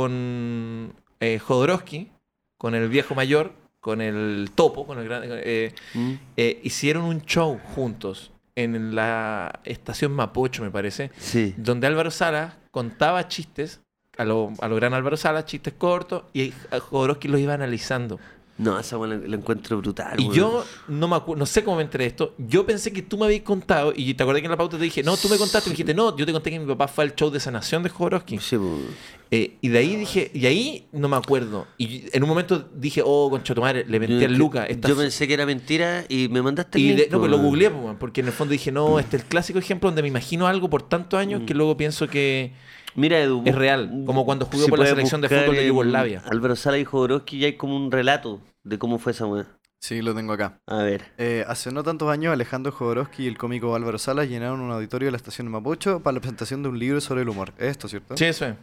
A: con eh, Jodorowsky, con el viejo mayor, con el topo, con el gran, eh,
B: Mm.
A: eh, hicieron un show juntos en la estación Mapocho, me parece,
B: Sí.
A: donde Álvaro Salas contaba chistes, a lo, a lo gran Álvaro Salas, chistes cortos, y Jodorowsky los iba analizando.
B: No, esa weá la, la encuentro brutal.
A: Y
B: weón.
A: yo no me acu- no sé cómo me enteré de esto. Yo pensé que tú me habías contado, y te acordé que en la pauta te dije, no, tú me contaste, y me dijiste, no, yo te conté que mi papá fue al show de sanación de Jodorowsky.
B: Sí, pues.
A: Eh, y de ahí dije, y ahí no me acuerdo. Y en un momento dije, oh, concha tu madre, le mentí al Luca. esta-
B: Yo pensé que era mentira y me mandaste el
A: y de-
B: link,
A: no, pues
B: weón.
A: lo googleé, po, weón, porque en el fondo dije, no, este es el clásico ejemplo donde me imagino algo por tantos años que luego pienso que
B: Mira, Edu.
A: es real, como cuando jugó por la
B: puedes
A: selección de
B: buscar
A: fútbol de
B: en
A: Yugoslavia.
B: Álvaro Sala y Jodorowsky ya hay como un relato de cómo fue esa weá.
D: Sí, lo tengo acá.
B: A ver.
D: Eh, hace no tantos años, Alejandro Jodorowsky y el cómico Álvaro Salas llenaron un auditorio de la estación de Mapocho para la presentación de un libro sobre el humor. Esto, ¿cierto?
A: Sí, eso es.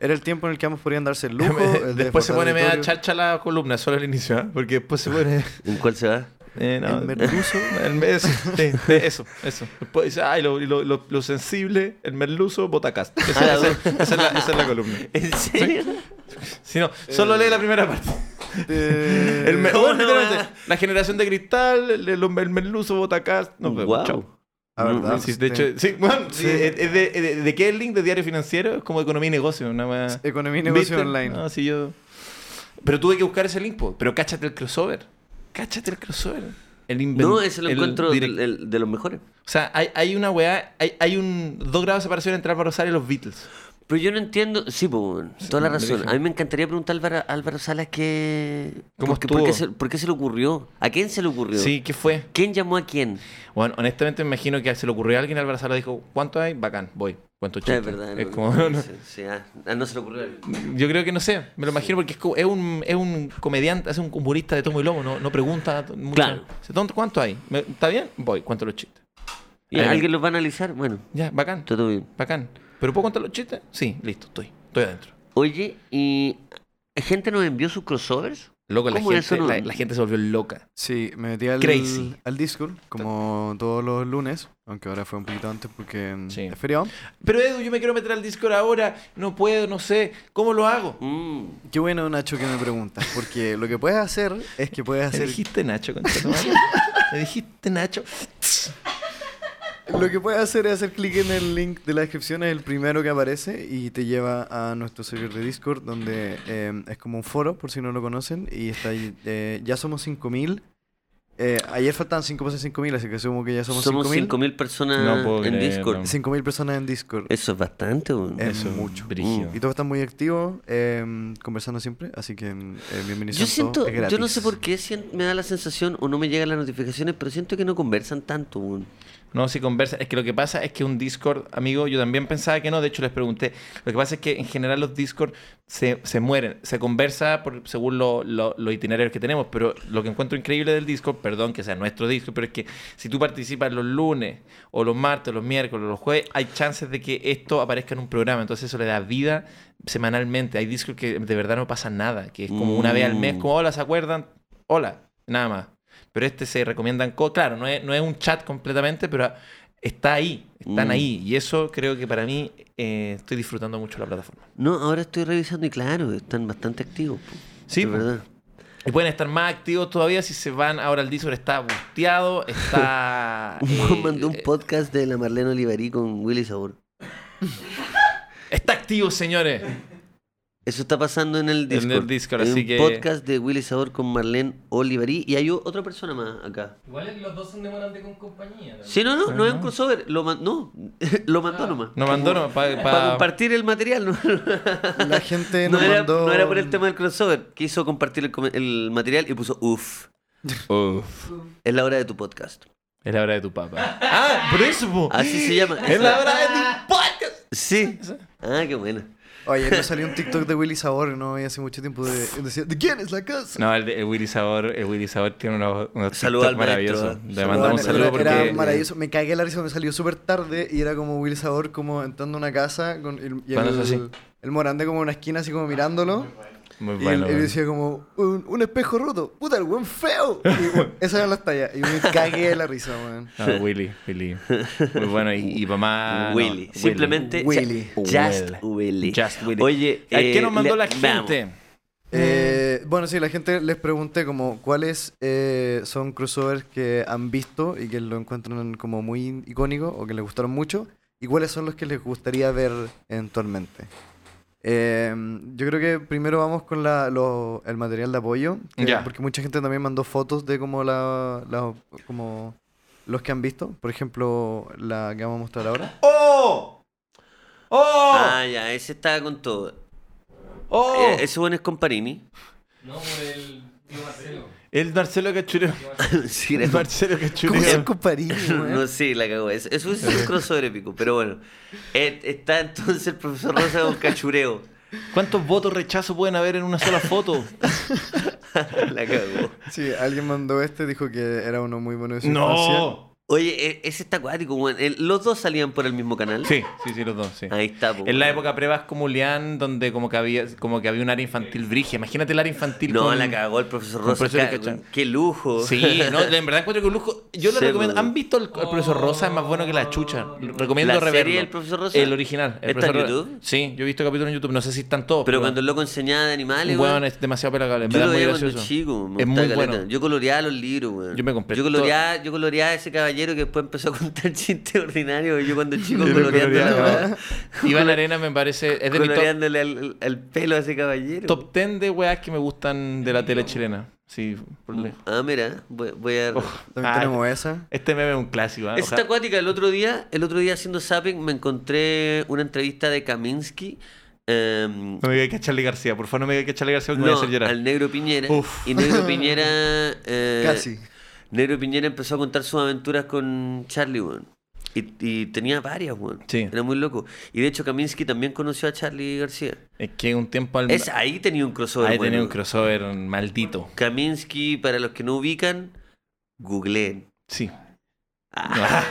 D: Era el tiempo en el que ambos podían darse el Ah. lujo. el de
A: después se
D: desbordar
A: pone media
D: auditorio.
A: charcha la columna, solo al inicio, ¿eh? porque después se pone...
B: ¿En cuál se va?
A: Eh, no,
D: El merluzo.
A: el mer- eso, sí, sí, eso, eso. Después dice, ay, lo, lo- lo- lo sensible, el merluzo, botacas. Esa, esa- esa es la, esa es la columna.
B: ¿En serio?
A: Si no, solo lee la primera parte.
D: Eh,
A: El mer- bueno,
B: no,
A: literalmente,
B: ah.
A: la generación de cristal, el, el- el merluzo, botacas. Nos vemos,
B: Guau.
A: chao.
D: La Ah, verdad,
A: Sí, de
D: sí.
A: hecho, sí, bueno, sí,
D: pues, Sí.
A: es- es de, eh, de- de qué es el link de Diario Financiero? Es como Economía y Negocio, nada más.
D: Economía y negocio
A: ¿Viste? Ah,
D: online.
A: No, sí, yo... Pero tuve que buscar ese link, po. pero cáchate el crossover. Cáchate el crossover. El inven-
B: No, ese lo
A: el
B: encuentro
A: direct-
B: del- el- de los mejores.
A: O sea, hay, hay una weá, hay, hay un dos grados de separación entre Álvaro Sala y los Beatles.
B: Pero yo no entiendo. Sí, pues, weón, toda la razón.
A: brígido.
B: A mí me encantaría preguntar a Álvaro, Álvaro Salas qué.
A: ¿Cómo
B: por qué- por qué
A: estuvo?
B: se, por qué se le ocurrió? ¿A quién se le ocurrió?
A: Sí, ¿qué fue?
B: ¿Quién llamó a quién?
A: Bueno, honestamente me imagino que se le ocurrió a alguien, Álvaro Sala dijo, ¿cuánto hay? Bacán, voy. ¿Cuánto
B: Ah,
A: chiste?
B: es verdad.
A: Es
B: no-
A: como, no,
B: sí, sí, ah, ah, no se le ocurrió. a él.
A: yo creo que no sé, me lo imagino porque es, co- es un, es un comediante, es un humorista de tomo y lomo, no, no pregunta mucho.
B: Claro.
A: Dice, "¿Dónde- ¿Cuánto hay? Me- ¿Está bien? Voy, cuento los chistes.
B: Y
A: Ahí.
B: alguien los va a analizar. Bueno,
A: Ya, bacán.
B: está todo bien.
A: Bacán. ¿Pero puedo contar los chistes? Sí, listo, estoy. Estoy adentro.
B: Oye, ¿y gente nos envió sus crossovers?
A: Loco, la
B: ¿Cómo
A: gente,
B: eso no?
A: la, la gente se volvió loca.
D: Sí, me metí al,
A: Crazy.
D: al Discord como todos los lunes, aunque ahora fue un poquito antes porque mm,
A: Sí.
D: es feriado.
A: Pero Edu, yo me quiero meter al Discord ahora. No puedo, no sé. ¿Cómo lo hago?
B: Mm.
D: Qué bueno, Nacho, que me preguntas, porque lo que puedes hacer es que puedes
A: ¿Me
D: hacer...
A: dijiste Nacho, concha tu madre? ¿Me dijiste Nacho?
D: Lo que puedes hacer es hacer clic en el link de la descripción, es el primero que aparece y te lleva a nuestro servidor de Discord, donde eh, es como un foro, por si no lo conocen, y está ahí, eh, ya somos 5000. Eh, ayer faltaban 5 para 5000, así que asumo que ya somos,
B: Somos
D: 5000.
B: 5.000 personas
A: No puedo
B: en
A: creerlo.
B: Discord.
D: 5000 personas en Discord.
B: Eso es bastante, weón.
D: Es mucho.
A: Mm,
D: Mm,
A: brígido.
D: Y todos están muy activos, eh, conversando siempre, así que eh, bienvenidos.
B: Yo
D: a todos,
B: siento,
D: es gratis.
B: yo no sé por qué sien- me da la sensación o no me llegan las notificaciones, pero siento que no conversan tanto. weón.
A: No, si conversa. Es que lo que pasa es que un Discord, amigo, yo también pensaba que no. De hecho, les pregunté. Lo que pasa es que en general los Discord se, se mueren. Se conversa por- según lo- lo- los itinerarios que tenemos. Pero lo que encuentro increíble del Discord, perdón que sea nuestro Discord, pero es que si tú participas los lunes, o los martes, los miércoles, los jueves, hay chances de que esto aparezca en un programa. Entonces eso le da vida semanalmente. Hay Discord que de verdad no pasa nada. Que es como una vez al mes,
B: Mm.
A: como hola, ¿se acuerdan? Hola, nada más. Pero este se recomiendan cosas. Claro, no es, no es un chat completamente, pero está ahí, están
B: Mm.
A: ahí. Y eso creo que para mí eh, estoy disfrutando mucho la plataforma.
B: No, ahora estoy revisando y claro, están bastante activos. po.
A: Sí,
B: De
A: po.
B: verdad.
A: Y pueden estar más activos todavía si se van ahora al Discord. Está busteado, está. eh,
B: Mandó un
A: eh,
B: podcast de la Marlene Olivarí con Willy Sabor.
A: está activo, señores.
B: Eso está pasando en el
A: el
B: Discord.
A: Discord,
B: Hay
A: así
B: un
A: que-
B: podcast de Willy Sabor con Marlene Olivarí y hay o- otra persona más acá.
E: Igual los dos son demandantes con compañía. ¿no?
B: Sí, no, no, no es un
A: Ah.
B: crossover. Lo man- no, lo mandó
E: Ah.
B: nomás.
A: Nos mandó nomás Ah. pa-
B: Para
A: pa-
B: compartir el material. ¿no?
D: La gente
B: No
D: nos
B: era,
D: mandó...
B: no era por el tema del crossover. Quiso compartir el, come- el material y puso uff. oh. Es la hora de tu podcast.
A: Es la hora de tu papá. Ah, por eso, po.
B: Así se llama.
A: Es la hora de tu podcast.
B: Sí. Ah, qué bueno.
D: Oye, no salió un TikTok de Willy Sabor, no veía hace mucho tiempo. De, decía, ¿de quién es la casa?
A: No, el, de- el Willy Sabor, el Willy Sabor tiene unos, unos
B: Saluda
A: TikTok
B: al maestro,
A: maravillosos.
B: ¿eh?
A: Le
B: Saluda
A: mandamos un
B: al
A: saludo
D: Bueno, era,
B: maestro.
A: porque
D: era maravilloso. Me cagué la risa, me salió súper tarde y era como Willy Sabor como entrando a una casa con el, y
A: Bueno, eso
D: el,
A: sí.
D: el Morandé como en una esquina así como mirándolo.
A: muy bueno.
D: Y
A: eh.
D: él, él
A: bueno.
D: decía como, un, un espejo roto, puta, el buen feo. Y, bueno, esa era la talla. Y me cagué la risa, weón.
A: No, Willy, Willy. Muy bueno. Y, y mamá. Ah, no,
B: Willy. Simplemente.
D: Willy.
B: ja- Just Willy.
A: Just Willy.
B: Oye,
A: ¿A qué
B: eh,
A: nos mandó
B: le-
A: la gente?
D: Eh, bueno, sí, la gente les pregunté como cuáles eh, son crossovers que han visto y que lo encuentran como muy icónico o que les gustaron mucho y cuáles son los que les gustaría ver eventualmente. Eh, yo creo que primero vamos con la- lo- el material de apoyo, que-
A: Ya.
D: porque mucha gente también mandó fotos de como, la, la- como los que han visto, por ejemplo, la que vamos a mostrar ahora.
A: ¡Oh! ¡Oh!
B: Ah, ya, ese estaba con todo.
A: ¡Oh!
B: Eh, ese bueno es Comparini.
E: No, por el tío Marcelo.
A: el Marcelo Cachureo.
B: sí,
A: El
B: era-
A: Marcelo
D: ¿Cómo se
A: Cachureo.
D: comparía,
B: No, sí, la cagó. Eso, eso es
A: Eh.
B: un crossover épico, pero bueno. Eh, está entonces el profesor Rosa con cachureo.
A: ¿Cuántos votos rechazo pueden haber en una sola foto?
B: La cagó.
D: Sí, alguien mandó este, dijo que era uno muy bueno de su infancia.
A: ¡No!
B: Oye, eh, ese está acuático, weón. El- Los dos salían por el mismo canal.
A: Sí, sí, sí, los dos, sí.
B: Ahí está, po,
A: En la
B: weón.
A: época pre-Vascumulián, donde como que había como que había un área infantil brigia. Imagínate el área infantil
B: No,
A: con-
B: la cagó el profesor
A: con
B: Rosa.
A: profesor
B: ca-
A: Cachán.
B: Qué lujo.
A: Sí, no, en verdad encuentro que un lujo. Yo lo
B: Sí, pues.
A: recomiendo.
B: weón.
A: ¿Han visto el, el profesor Rosa? Es más bueno que la chucha. Recomiendo
B: ¿La
A: reverlo.
B: serie del profesor Rosa?
A: El original. El
B: ¿Está en
A: profesor Rosa.
B: YouTube?
A: Sí, yo he visto capítulos en YouTube. No sé si están todos.
B: Pero cuando el loco enseñaba de animales,
A: un
B: weón.
A: weón es demasiado pelagable. En
B: Yo
A: verdad
B: lo
A: es muy
B: veía cuando
A: gracioso.
B: chico, me
A: es muy
B: gustaba caleta.
A: bueno.
B: Yo coloreaba los libros, weón.
A: Yo me compré
B: Yo
A: todo-
B: coloreaba, yo coloreaba a ese caballero que después empezó a contar chistes ordinarios. y Yo cuando chico
D: Yo lo
B: coloreando la
D: coloreaba.
B: weá,
A: Iván Arena me parece. Es de mi top,
B: Coloreándole al, al- al pelo a ese caballero.
A: top 10 de weas que me gustan de la tele chilena. Sí, por lejos.
B: Ah, mira, voy, voy a.
D: También
A: Ah,
D: tenemos esa.
A: Este meme es un clásico. ¿eh?
B: Esa
A: Ojalá-
B: está acuática, el otro día, el otro día haciendo zapping me encontré una entrevista de Kaminsky. em,
A: No me digas que a Charlie García. Por favor, no me digas que a Charlie García porque me voy a
B: no,
A: hacer llorar.
B: al Negro Piñera.
A: Uf.
B: Y Negro Piñera. eh,
D: Casi.
B: Negro Piñera empezó a contar sus aventuras con Charlie, weón. Y, y tenía varias, weón.
A: Sí.
B: Era muy loco. Y de hecho, Kaminsky también conoció a Charlie García.
A: Es que un tiempo al.
B: Es, ahí tenía un crossover.
A: Ahí
B: bueno.
A: tenía un crossover maldito.
B: Kaminsky, para los que no ubican, googleen.
A: Sí.
B: Ah.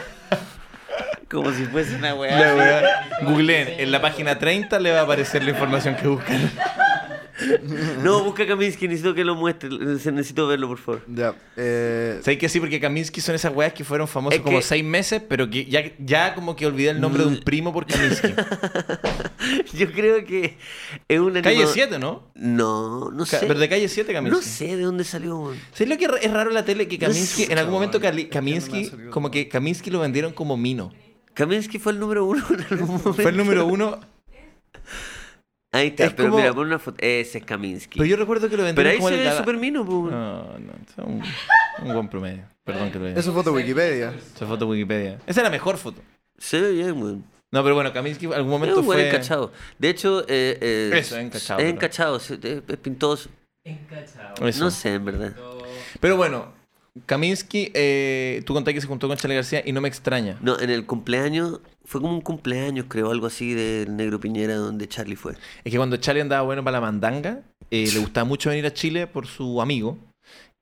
B: Como si fuese una weá.
A: La weá. Googleen, en la página 30 le va a aparecer la información que buscan.
B: No, busca Kaminsky, necesito que lo muestre. Necesito verlo, por favor.
G: Ya. eh,
A: ¿Sabes que sí? Porque Kaminsky son esas weas que fueron famosos
B: Es
A: como
B: que- Mm.
A: seis meses, pero que ya, ya como que olvidé el nombre de un primo por Kaminsky.
B: Yo creo que es un
A: calle
B: animador-
A: 7, ¿no?
B: No, no
A: Ca-
B: sé.
A: Pero de calle 7, Kaminsky.
B: No sé de dónde salió. weón.
A: ¿Sabes lo que es raro la tele? Que Kaminsky, en algún momento Kali-
G: no me
A: Kaminsky,
G: ha salido
A: como que Kaminsky lo vendieron como Mino.
B: Kaminsky fue el número uno en algún momento.
A: Fue el número uno,
B: Ahí está,
A: Es
B: pero
A: como-
B: mira, pon una foto. Ese es Kaminsky.
A: pero
B: Pero,
A: yo recuerdo que lo vendieron
B: ahí
A: como
B: se
A: el Ah.
B: ve
A: gala-
B: súper mino, po.
A: No, no, es un, un buen promedio. Perdón que lo diga.
G: Eso es foto de Wikipedia.
A: Esa foto de Wikipedia. Esa es la mejor foto.
B: Se ve bien, weón.
A: No, pero bueno, Kaminsky en algún
B: Es
A: momento
B: un buen
A: fue...
B: encachado. De hecho, eh, eh,
A: Eso, es encachado,
B: Es
A: pero-
B: encachado, sí, es, es pintoso.
E: Encachado.
A: Eso.
B: No sé, en verdad.
A: Pero bueno, Kaminsky, eh, tú contaste que se juntó con Charlie García y no me extraña.
B: No, en el cumpleaños, fue como un cumpleaños, creo, algo así del Negro Piñera donde Charlie fue.
A: Es que cuando Charlie andaba bueno para la mandanga, eh, le gustaba mucho venir a Chile por su amigo.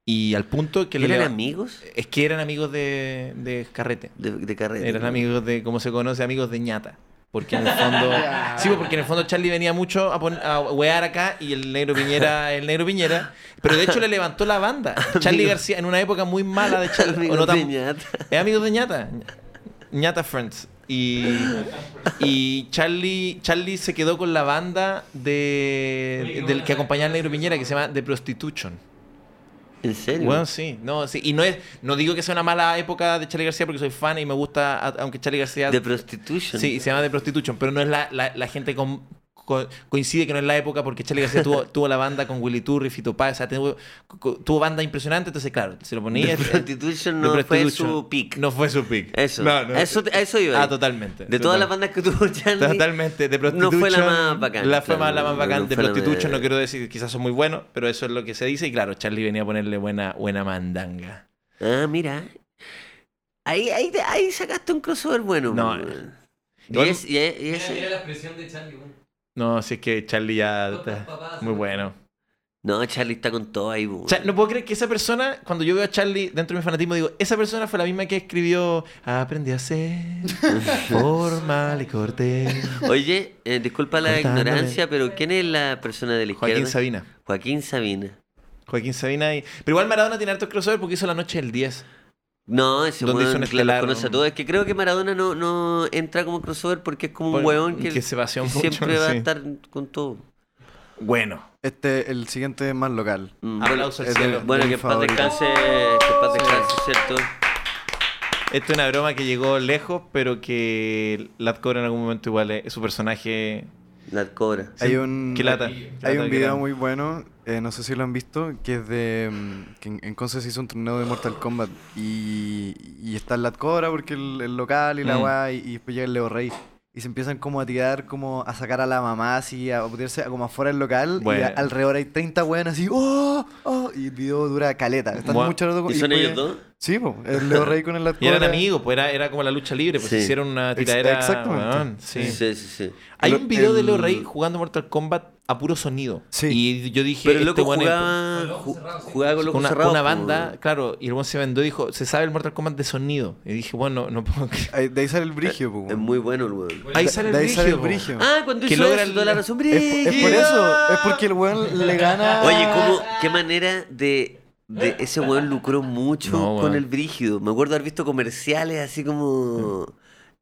A: Y al punto que le...
B: ¿Eran
A: leva-
B: amigos
A: Es que eran amigos de, de carrete.
B: de, de carrera?
A: Eran amigos de, como se conoce, amigos de ñata. Porque en el fondo. sí, pues, porque en el fondo Charlie venía mucho a, pon- a wear acá y el negro Piñera, el negro Piñera. Pero de hecho le levantó la banda. Charlie García, en una época muy mala de Charlie. o
B: Amigos
A: no tan-
B: de ñata.
A: es amigo de ñata. ñata Friends. Y, y Charlie, Charlie se quedó con la banda de, del que acompañaba al negro Piñera que se llama The Prostitution.
B: ¿En serio?
A: Bueno, sí, no, sí. Y no es, no digo que sea una mala época de Charlie García porque soy fan y me gusta, a- aunque Charlie García.
B: de prostitution.
A: sí, se llama The Prostitution, pero no es la, la, la gente con- co- coincide que no es la época porque Charlie García tuvo, tuvo la banda con Willy Turri, Fito Paz, o sea, tuvo, co- tuvo banda impresionante, entonces claro, se lo ponía.
B: The
A: eh,
B: Prostitution
A: The
B: no fue
A: Prostitution.
B: su pick.
A: No fue su pick.
B: Eso.
A: No, no.
B: A eso, a eso iba.
A: Ah, totalmente.
B: De todas
A: Total.
B: las bandas que tuvo Charlie.
A: Totalmente, de
B: no
A: Prostitution.
B: fue la más bacán,
A: La fue más,
B: claro,
A: la más
B: no,
A: bacán
B: no
A: de
B: fue la
A: Prostitution,
B: de-
A: no quiero decir, quizás son muy buenos, pero eso es lo que se dice. Y claro, Charlie venía a ponerle buena, buena mandanga.
B: Ah, mira. Ahí, ahí, te- ahí sacaste un crossover bueno. pues,
A: No, eh,
B: weón. Y,
A: Igual-
B: es- y es- y
E: Mira,
B: es- eh.
E: mira la expresión de Charlie, weón.
A: No, si es que Charlie ya
E: Otros
A: está
E: papás
A: muy
E: son-
A: bueno.
B: No, Charlie está con todo ahí, pues, weón.
A: O sea, no puedo creer que esa persona, cuando yo veo a Charlie dentro de mi fanatismo, digo, esa persona fue la misma que escribió Aprendí a ser formal y cortés.
B: Oye, eh, disculpa la
A: Cortándole.
B: ignorancia, pero ¿quién es la persona de la izquierda?
A: Joaquín Sabina.
B: Joaquín Sabina.
A: Joaquín Sabina y... Pero igual Maradona tiene hartos crossover porque hizo La Noche del 10.
B: No, ese
A: Donde hizo un
B: weón que los
A: estelar,
B: conoce a
A: ¿no?
B: todos. Es que creo que Maradona no, no entra como crossover porque es como un
A: Por-
B: weón que,
A: que se
B: que
A: vació mucho,
B: siempre va a
A: sí.
B: estar con todo.
A: Bueno.
G: Este, el siguiente es más local.
B: Mm, Bueno,
A: Aplauso al
G: es de-
A: cielo.
B: bueno,
G: mi
B: que en paz
G: favorito.
B: descanse, que en paz descanse, ¿cierto?
A: Esto es una broma que llegó lejos, pero que Latcore en algún momento igual es es su personaje.
B: La cobra.
G: Hay un,
A: Qué lata.
G: hay un video
A: muy
G: muy bueno, eh, no sé si lo han visto, que es de. mm, que en, en Conce se hizo un torneo de Mortal Kombat. Y, y está en la cobra porque el, el local y la
A: Mm.
G: weá, y, y después llega el Leo Rey. Y se empiezan como a tirar, como a sacar a la mamá, así, a putearse a como afuera del local. Y
A: Bueno.
G: a- alrededor hay 30 weón así, ¡oh! ¡oh! Y el video dura caleta. Están
A: Bueno,
G: mucho rato con-
B: ¿Y son
G: después-
B: ellos dos?
G: Sí, po, el Leo Rey con el Lat
A: Y eran
G: Cobra.
A: amigos, pues era, era como la lucha libre, pues
B: Sí.
A: hicieron una
G: Ex-
A: tiradera.
G: exactamente.
A: weón, sí.
B: Sí, sí, sí.
A: Hay
G: Lo-
A: un video de Leo
G: el-
A: Rey jugando Mortal Kombat a puro sonido.
G: Sí.
A: Y yo dije,
B: Pero el
A: este
B: loco
A: weón es-
B: jugaba,
E: Con los
B: ju-
E: ojos cerrados, sí.
B: jugaba con
A: con
B: los
A: una,
B: ojos cerrados.
A: una
B: po,
A: banda,
B: weón.
A: claro, y el weón se vendó y dijo, se sabe el Mortal Kombat de sonido. Y dije, bueno, no puedo creer.
G: Ahí- Eh, De ahí sale el brigio, po,
B: Es
G: weón.
B: muy bueno el weón.
A: Ahí sale el
G: de ahí sale el brigio.
A: brigio.
B: Ah, cuando
A: Que
B: hizo
A: logra
B: eso,
A: el-
B: toda la razón.
G: Es, es por
B: brígido.
G: eso, es porque el weón le gana.
B: Oye,
D: Ah.
B: ¿cómo, qué manera de, de ese weón lucró mucho
A: No, weón.
B: con el brígido. Me acuerdo haber visto comerciales así como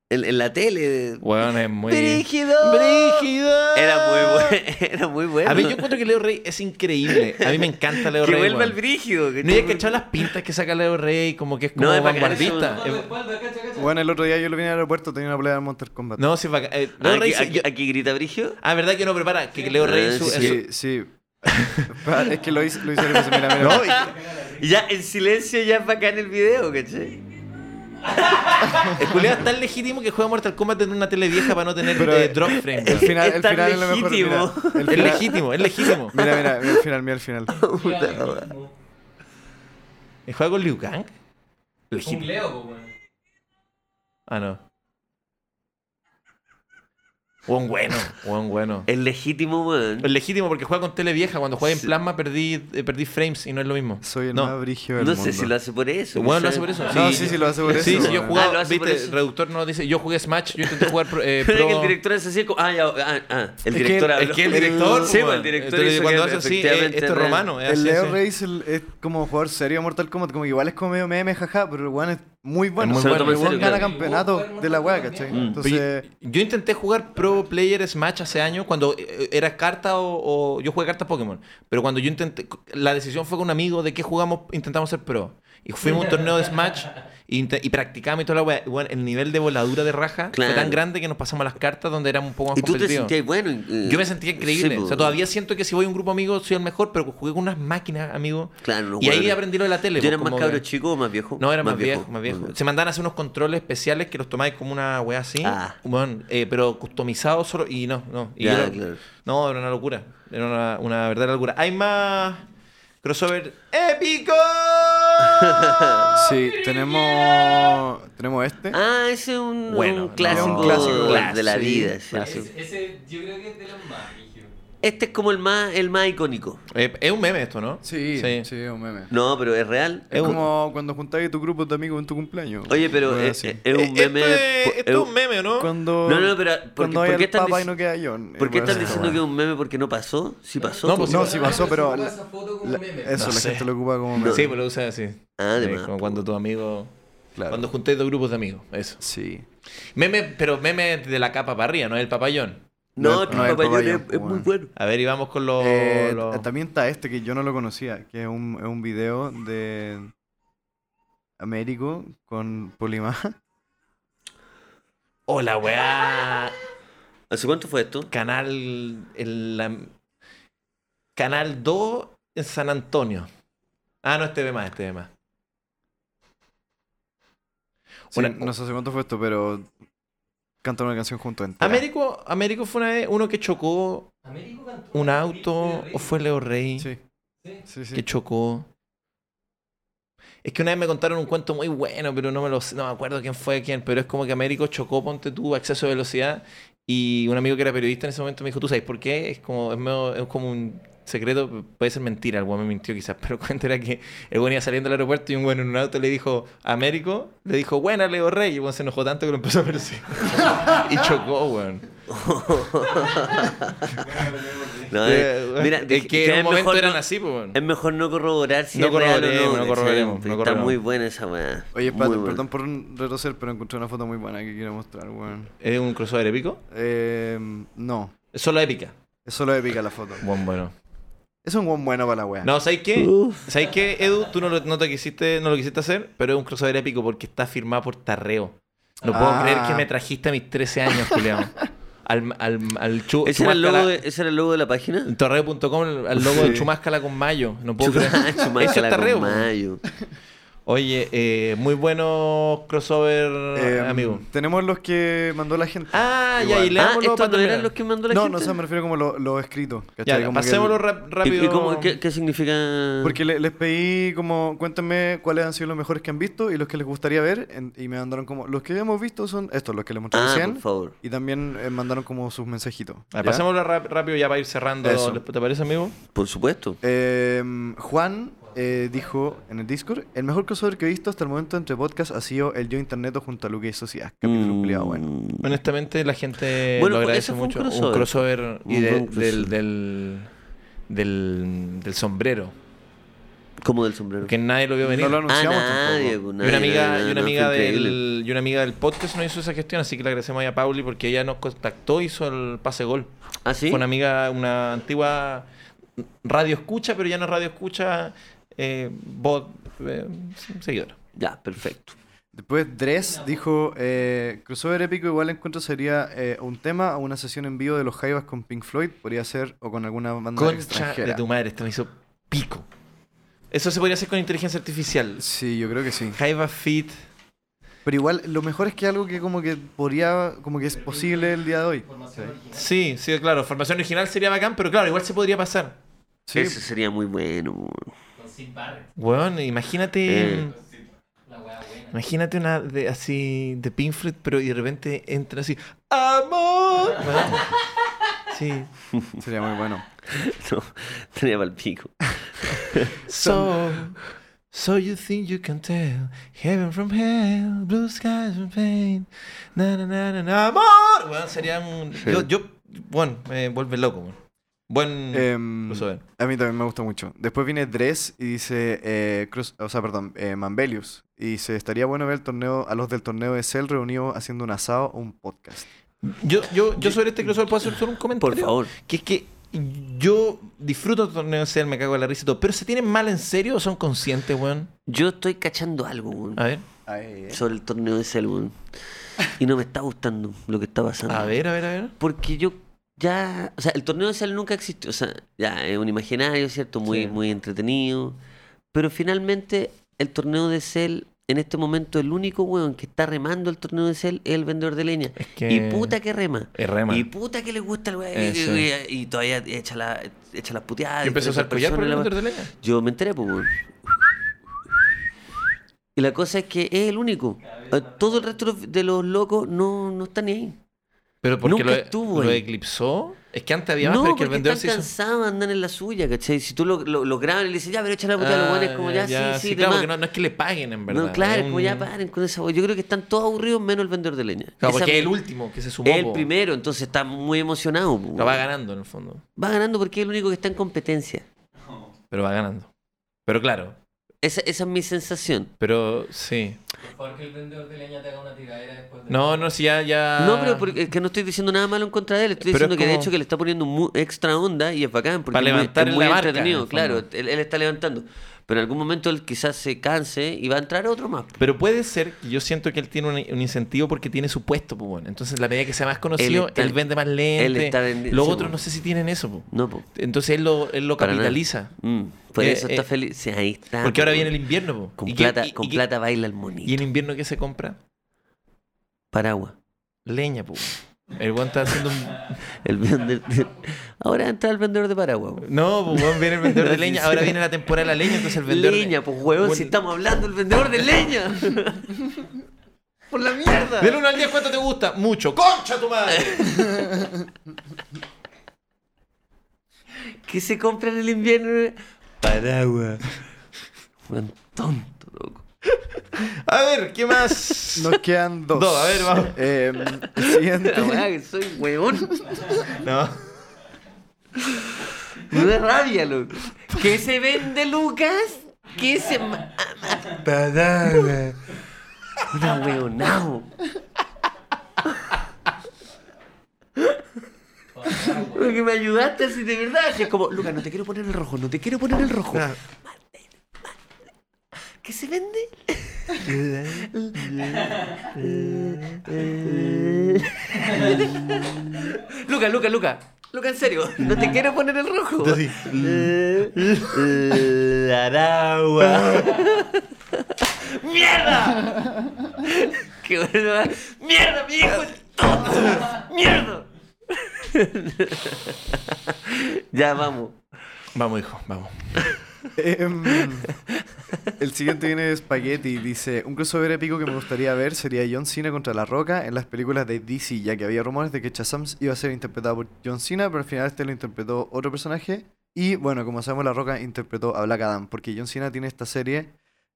B: en, en la tele.
A: Weón es muy...
B: ¡Brígido!
A: ¡Brígido!
B: Era muy bueno. Era muy bueno.
A: A mí yo encuentro que Leo Rey es increíble. A mí me encanta Leo
B: que
A: Rey.
B: vuelva
A: weón.
B: el brígido. que
A: No hay
B: tú-
A: que echar las pintas que saca Leo Rey, como que es
B: No,
A: como
B: es bacán eso.
A: vanguardista.
E: Espalda,
A: Es-
E: espalda, cacha, cacha.
G: Bueno, el otro día yo lo vine al aeropuerto, tenía una pelea de Mortal Kombat.
A: No, sí, es bacán. Eh,
B: Ah,
A: Leo
B: aquí,
A: Rey... se-
B: aquí- Ah,
A: yo-
B: aquí grita brígido.
A: Ah, ¿verdad que no prepara? Que Leo Rey... en su- en su-
G: sí, sí. Pa- es que lo hice, lo hice al revés, mira, mira.
B: Ya, el silencio ya es bacán el video, ¿cachai?
A: El culiao es tan legítimo que juega Mortal Kombat en una tele vieja para no tener
G: Pero,
A: eh,
G: eh,
A: drop frame.
G: el
A: weón.
G: final,
B: Es
G: el
B: tan
G: final es lo mejor. Mira,
B: legítimo.
G: el
A: Es
G: final-
A: legítimo, es legítimo.
G: Mira, mira, mira el final, mira el final.
E: Mira, ahí mismo.
A: ¿El juego con Liu Kang?
E: Un
A: Legítimo.
E: Leo, po, weón.
A: Ah, no. Weón bueno, weón bueno.
B: Es legítimo, weón.
A: Es legítimo porque juega con tele vieja. Cuando juega en
B: Eh, Sí.
A: plasma perdí, eh, perdí frames y no es lo mismo.
D: Soy el
A: No.
D: más brígido del
B: No
D: mundo.
B: sé si lo hace por eso.
A: Bueno,
B: quizá.
A: lo hace por eso.
D: No, sí, sí, lo hace por
A: Sí,
D: eso.
A: sí, yo
D: weón.
A: jugaba,
B: Ah, lo hace por
A: viste,
B: eso.
A: Reductor nos dice, yo jugué Smash, yo intenté jugar eh,
B: Pero es que el
A: Pro-
B: director hace así como- Ah, ya, ah, ah, el
D: que-
B: director
D: es
A: Es
B: habló.
A: que el director,
B: Sí, pues,
A: weón.
B: el director
A: Entonces,
B: hizo
A: cuando
B: que
A: hace así, eh,
B: efectivamente
A: esto es
B: real.
A: romano. es
D: El
A: así,
D: Leo
A: así.
D: Reyes el- es como jugador serio de Mortal Kombat, como que igual es como medio meme, jaja, pero el weón es muy bueno.
A: muy
D: O sea,
A: bueno.
D: el weón
B: Sí,
D: gana
B: claro.
D: campeonato de la weá, ¿cachai?
B: Mm.
A: Pero yo-
D: Entonces,
A: yo, intenté jugar Pro Player Smash hace años cuando eh, era carta o, o- yo jugué cartas Pokémon. Pero cuando yo intenté, la decisión fue con un amigo de qué jugamos, intentamos ser pro. Y fuimos a un torneo de Smash y, inte- y practicamos y toda la weá. Y bueno, el nivel de voladura de raja
B: Claro.
A: fue tan grande que nos pasamos a las cartas donde éramos un poco más
B: Y tú te
A: competitivos.
B: sentías bueno. eh,
A: Yo me sentía increíble.
B: sí,
A: o sea,
B: pues.
A: todavía siento que si voy a un grupo amigo soy el mejor, pero jugué con unas máquinas, amigo.
B: Claro, los
A: y ahí
B: hueones.
A: aprendí lo de la tele.
B: ¿Yo
A: pues,
B: era más
A: como
B: cabro
A: que-
B: chico o más viejo?
A: no, era más, viejo, más viejo. Se mandaban a hacer unos controles especiales que los tomáis como una weá así,
B: Ah.
A: weón, eh, pero customizados solo. Y no, no. Y
B: Ya,
A: era-
B: claro.
A: No, era una locura. Era una, una verdadera locura. Hay más crossover épico.
D: sí, tenemos, tenemos este.
B: Ah, ese es un,
A: Bueno,
B: un
A: no,
B: clásico,
D: un clásico,
B: de la
D: sí,
B: vida. sí.
A: clásico.
E: Ese yo creo que es de los más rígidos.
B: Este es como el más, el más icónico.
A: Eh, es un meme esto, ¿no?
D: Sí, sí, es un meme.
B: No, pero es real.
D: Es
A: un-
D: como cuando juntáis tu grupo de amigos en tu cumpleaños.
B: Oye, pero
D: Weón,
B: es,
D: así.
B: es un
A: Eh, esto
B: meme.
A: es-
B: po-
A: Esto es,
B: es
A: un meme, ¿o no?
D: Cuando,
B: No, no, pero ¿por qué-
D: cuando
B: por qué
D: hay el
B: están
D: papa y
B: dic-
D: no queda John.
B: ¿Por qué
D: Weón,
B: están
D: esa
B: diciendo
D: weá.
B: que es un meme porque no pasó? Sí
A: pues.
B: pasó. Ah,
A: No,
B: po.
A: pues
D: No, sí pasó, pero...
E: Esa
D: la-
E: foto como
D: la-
E: meme.
D: eso,
A: No
D: la
A: sé.
D: gente lo ocupa como... meme.
A: Sí, pero lo usa así.
B: Ah, de
A: Sí,
B: más,
A: como cuando tu amigo.
B: pues,
D: Claro.
A: Cuando juntáis dos grupos de amigos. Eso.
D: Sí.
A: Meme, pero meme de la capa para arriba, no es el papayón.
B: No,
A: pues,
D: No,
B: tu
D: no, el
B: papá John
D: papayón,
B: es, es muy
D: weón.
B: bueno.
A: A ver, y vamos con
B: Oh,
A: los.
D: Eh,
A: los-
D: t- También está este que yo no lo conocía, que es un, es un video de Américo con Polima.
A: Hola, Oh, weá.
B: ¿Hace cuánto fue esto?
A: Canal. el- la- canal 2 en San Antonio. Ah, no, este ve más, este ve más.
D: Sí,
A: Una-
D: no sé hace cuánto fue esto, pero cantaron una canción junto entera.
A: Américo, Américo fue una vez uno que chocó
E: Américo cantó
A: un
E: Leo
A: auto,
E: Rey.
A: o fue Leo Rey,
D: Sí. Sí, sí.
A: que chocó. Es que una vez me contaron un cuento muy bueno, pero no me, lo, sé, no me acuerdo quién fue quién, pero es como que Américo chocó, ponte tú, a exceso de velocidad, y un amigo que era periodista en ese momento me dijo, ¿tú sabes por qué? Es como, es medio- es como un secreto, puede ser mentira, el weón me mintió quizás, pero el cuento era que el weón iba saliendo del aeropuerto y un weón en un auto le dijo a Américo, le dijo, buena Leo Rey, y el weón se enojó tanto que lo empezó a perseguir. y chocó, weón.
B: No,
A: Eh,
B: eh,
A: weón.
B: mira,
A: Es
B: dije-
A: que en
B: es
A: un momento
B: mejor
A: eran
B: no- Em
A: así, pues, weón.
B: Es mejor no corroborar si
A: No
B: es real o
A: corroboremos, no
B: ¿cachai?
A: corroboremos, no
B: Está
A: corroboremos.
B: muy buena esa weá.
D: Oye,
B: Muy
D: espérate,
B: buena.
D: perdón por retroceder, pero encontré una foto muy buena que quiero mostrar, weón.
A: ¿Es un crossover épico?
D: Eh, no,
A: Es solo épica.
D: es solo épica la foto.
A: Bueno, bueno.
D: Es un buen bueno para la wea.
A: No, ¿sabes qué? ¿Sabes qué, Edu? Tú no lo, no te quisiste, no lo quisiste hacer, pero es un crossover épico porque está firmado por Tarreo. No puedo
D: Ah.
A: creer que me trajiste a mis 13 años, Julián. al al, al chu,
B: ¿Ese era, el
A: Chumáscala-
B: logo de, ¿Ese era el logo de la página?
A: Torreo.com, al logo de
D: Sí.
A: Chumáscala con Mayo. No puedo creer.
B: Chumacala
A: Eso es
B: con
A: Tarreo.
B: mayo.
A: Oye, eh, muy bueno crossover,
B: Em,
D: Eh,
A: amigo.
D: Tenemos los que mandó la gente.
A: Ah, ya,
D: Igual.
A: y
B: Ah,
A: leámoslo
B: estos
A: para
B: no eran
A: terminar.
B: los que mandó la
D: no,
B: gente.
D: no se me refiero como lo, lo escrito.
A: Ya,
D: ¿cachai? Como que el-
A: pasémoslo rap-
B: ¿Y-
A: rápido.
B: ¿Y, cómo, qué, qué significa?
D: Porque le- les pedí como, cuéntenme cuáles han sido los mejores que han visto y los que les gustaría ver. en- y me mandaron como, los que hemos visto son estos, los que les mostré
B: Ah,
D: recién.
B: por favor.
D: Y también eh, mandaron como sus mensajitos.
A: Ah,
D: ¿ya?
A: Pasémoslo rap- rápido ya para ir cerrando.
D: Eso.
A: ¿Te parece, amigo?
B: Por supuesto.
D: Em, Juan eh, dijo en el Discord, el mejor crossover que he visto hasta el momento entre podcasts ha sido el Yo Interneto junto a Luque y Sociedad. Capítulo
B: Mm.
D: culiao bueno.
A: Honestamente, la gente lo
B: Bueno, fue-
A: agradece
B: eso fue un
A: mucho. Un crossover,
B: crossover.
A: y
B: Un
A: de-
B: buen crossover.
A: del, del, del, del sombrero.
B: Como del sombrero.
A: Que nadie lo vio venir.
D: No lo
B: Ah,
D: anunciamos
B: nadie,
D: tampoco.
B: pues,
A: y
B: nadie,
A: una amiga,
B: nadie,
A: y una
B: no,
A: amiga
B: fue increíble.
A: del, y una amiga del podcast nos hizo esa gestión, así que le agradecemos ahí a Pauli porque ella nos contactó y hizo el pase gol.
B: ¿Ah, sí?
A: Fue una amiga, una antigua radio escucha, pero ya no radio escucha, eh, bot, eh, seguidora.
B: Ya, perfecto.
D: Después Dress dijo, eh, crossover épico igual encuentro sería eh, un tema o una sesión en vivo de los Jaivas con Pink Floyd, podría ser, o con alguna banda
A: Concha
D: extranjera.
A: de tu madre, esto me hizo pico. Eso se podría hacer con inteligencia artificial.
D: Sí, yo creo que sí.
A: Jaiba Fit.
D: Pero igual, lo mejor es que algo que como que podría, como que es posible el día de hoy.
A: Sí, sí, claro. Formación original sería bacán, pero claro, igual se podría pasar.
D: Sí,
B: Eso sería muy bueno.
E: Con Sid Barrett.
A: Weón, imagínate.
B: Eh.
E: La weá buena.
A: Imagínate una de, así de Pink Floyd, pero y de repente entra así. ¡Amor! weón. Sí.
G: Sería muy bueno.
B: No, tenía mal pico.
A: So, so you think you can tell heaven from hell, blue skies from pain, na na na na, na amor. Weón, sería un. Yo, yo, bueno, me vuelve loco, weón. Buen.
G: Em,
A: Cruz Over.
G: a mí también me gusta mucho. Después viene Dress y dice, eh, Cruz- o sea, perdón, eh, Mambelius. Y dice, estaría bueno ver el torneo, a los del torneo de Cell reunidos haciendo un asado o un podcast.
A: Yo, yo, yo sobre este crossover puedo hacer solo un comentario.
B: Por favor.
A: Que es que yo disfruto el torneo de CEL, me cago en la risa y todo. Pero ¿se tienen mal en serio o son conscientes, weón?
B: Yo estoy cachando algo, weón,
A: A ver,
B: sobre el torneo de Cell, weón. Y no me está gustando lo que está pasando.
A: a ver, a ver, a ver.
B: Porque yo ya. O sea, el torneo de Cell nunca existió. O sea, ya es un imaginario, ¿cierto? Muy,
A: Sí.
B: muy entretenido. Pero finalmente, el torneo de Cell, en este momento, el único weón que está remando el torneo de Cell es el vendedor de leña.
A: Es que-
B: Y puta que rema.
A: Es rema.
B: Y puta que le gusta el weón.
A: Eso.
B: Y, y todavía echa, la, echa las puteadas.
A: Yo empecé a usar collar por el motor de leña.
B: Yo me enteré, pues, weón. Y la cosa es que es el único. Eh, Todo el resto de los- de los locos no, no están ni ahí.
A: Pero porque
B: Nunca
A: lo, e-
B: estuvo
A: lo
B: ahí.
A: eclipsó. Es que antes había más,
B: No,
A: pero es que
B: porque
A: el vendedor se
B: están
A: hizo.
B: cansados, andan en la suya, ¿cachai? Si tú lo, lo, lo grabas y le dices, ya, pero echa la puta a los
A: Ah,
B: buenos, como ya, sí, sí,
A: claro,
B: demás.
A: porque no, no es que le paguen, en
B: No,
A: verdad.
B: claro,
A: es
B: como
A: un-
B: ya paren con esa hueá. Yo creo que están todos aburridos menos el vendedor de leña.
A: Claro,
B: Esa-
A: porque es el último que se sumó.
B: es el
A: po.
B: primero, entonces está muy emocionado. po.
A: Lo va ganando, en el fondo.
B: Va ganando porque es el único que está en competencia.
A: Pero va ganando. Pero claro,
B: Esa, esa es mi sensación.
A: pero sí.
E: Por favor, que el vendedor de leña te haga una tiradera después de.
A: No, no, si ya. ya...
B: No, pero porque, es que no estoy diciendo nada malo en contra de él. Estoy
A: Pero
B: diciendo
A: es
B: que de
A: como-
B: hecho que le está poniendo mu- extra onda y es bacán. Porque
A: Para
B: es muy-
A: levantar
B: es muy
A: la barca, en
B: entretenido,
A: el fondo.
B: claro. Él, él está levantando. Pero en algún momento él quizás se canse y va a entrar otro más. po.
A: Pero puede ser que yo siento que él tiene un, un incentivo porque tiene su puesto, pues bueno. Entonces, la medida que sea más conocido, él,
B: Él está-
A: vende más lente.
B: él está vendiendo-
A: Los
B: sí,
A: otros
B: po.
A: no sé si tienen eso, po.
B: No, po.
A: Entonces, él lo, él lo
B: Para nada.
A: capitaliza.
B: Mm, por
A: Eh,
B: eso está
A: eh,
B: feliz. Sí, ahí está.
A: Porque ahora
B: po.
A: viene el invierno, po.
B: Con
A: ¿Y qué-
B: plata,
A: y-
B: con
A: y qué-
B: plata baila el
A: ¿Y en
B: monito.
A: invierno qué se compra?
B: Paraguas.
A: Leña, pues. El weón está haciendo un...
B: El vendedor de- Ahora entra el vendedor de paraguas. po.
A: No, pues weón, viene el vendedor de leña. Ahora viene la temporada de la leña, entonces el vendedor... de-
B: Leña, pues huevón,
A: Bueno.
B: si estamos hablando del vendedor de leña. por la mierda.
A: Del 1 al 10, ¿cuánto te gusta? Mucho. ¡Concha tu madre!
B: ¿Qué se compra en el invierno? Paraguas. Buen tonto, loco.
A: A ver, ¿qué más?
G: Nos quedan dos.
A: Dos, a ver, vamos.
G: Em, el siguiente.
B: La weá que soy huevón.
A: No.
B: Me da rabia, loco. ¿Qué se vende, Lucas? ¿Qué se. ma- Paraguas. Una huevonao. Porque me ayudaste así de verdad. Así es como, Lucas, no te quiero poner el rojo, no te quiero poner el rojo.
A: Ah.
B: ¿Qué se vende? Luca, Luca, Luca. Luca, en serio, no te quiero poner el rojo. Eh. La Aragua. ¡Mierda! ¡Qué bueno! ¿eh? ¡Mierda, mi hijo! es tonto! ¡Mierda! ya vamos.
A: Vamos, hijo, vamos.
G: Em, el siguiente viene Spaghetti y dice, un crossover épico que me gustaría ver sería John Cena contra La Roca en las películas de DC, ya que había rumores de que Shazam iba a ser interpretado por John Cena, pero al final este lo interpretó otro personaje. Y bueno, como sabemos, La Roca interpretó a Black Adam, porque John Cena tiene esta serie,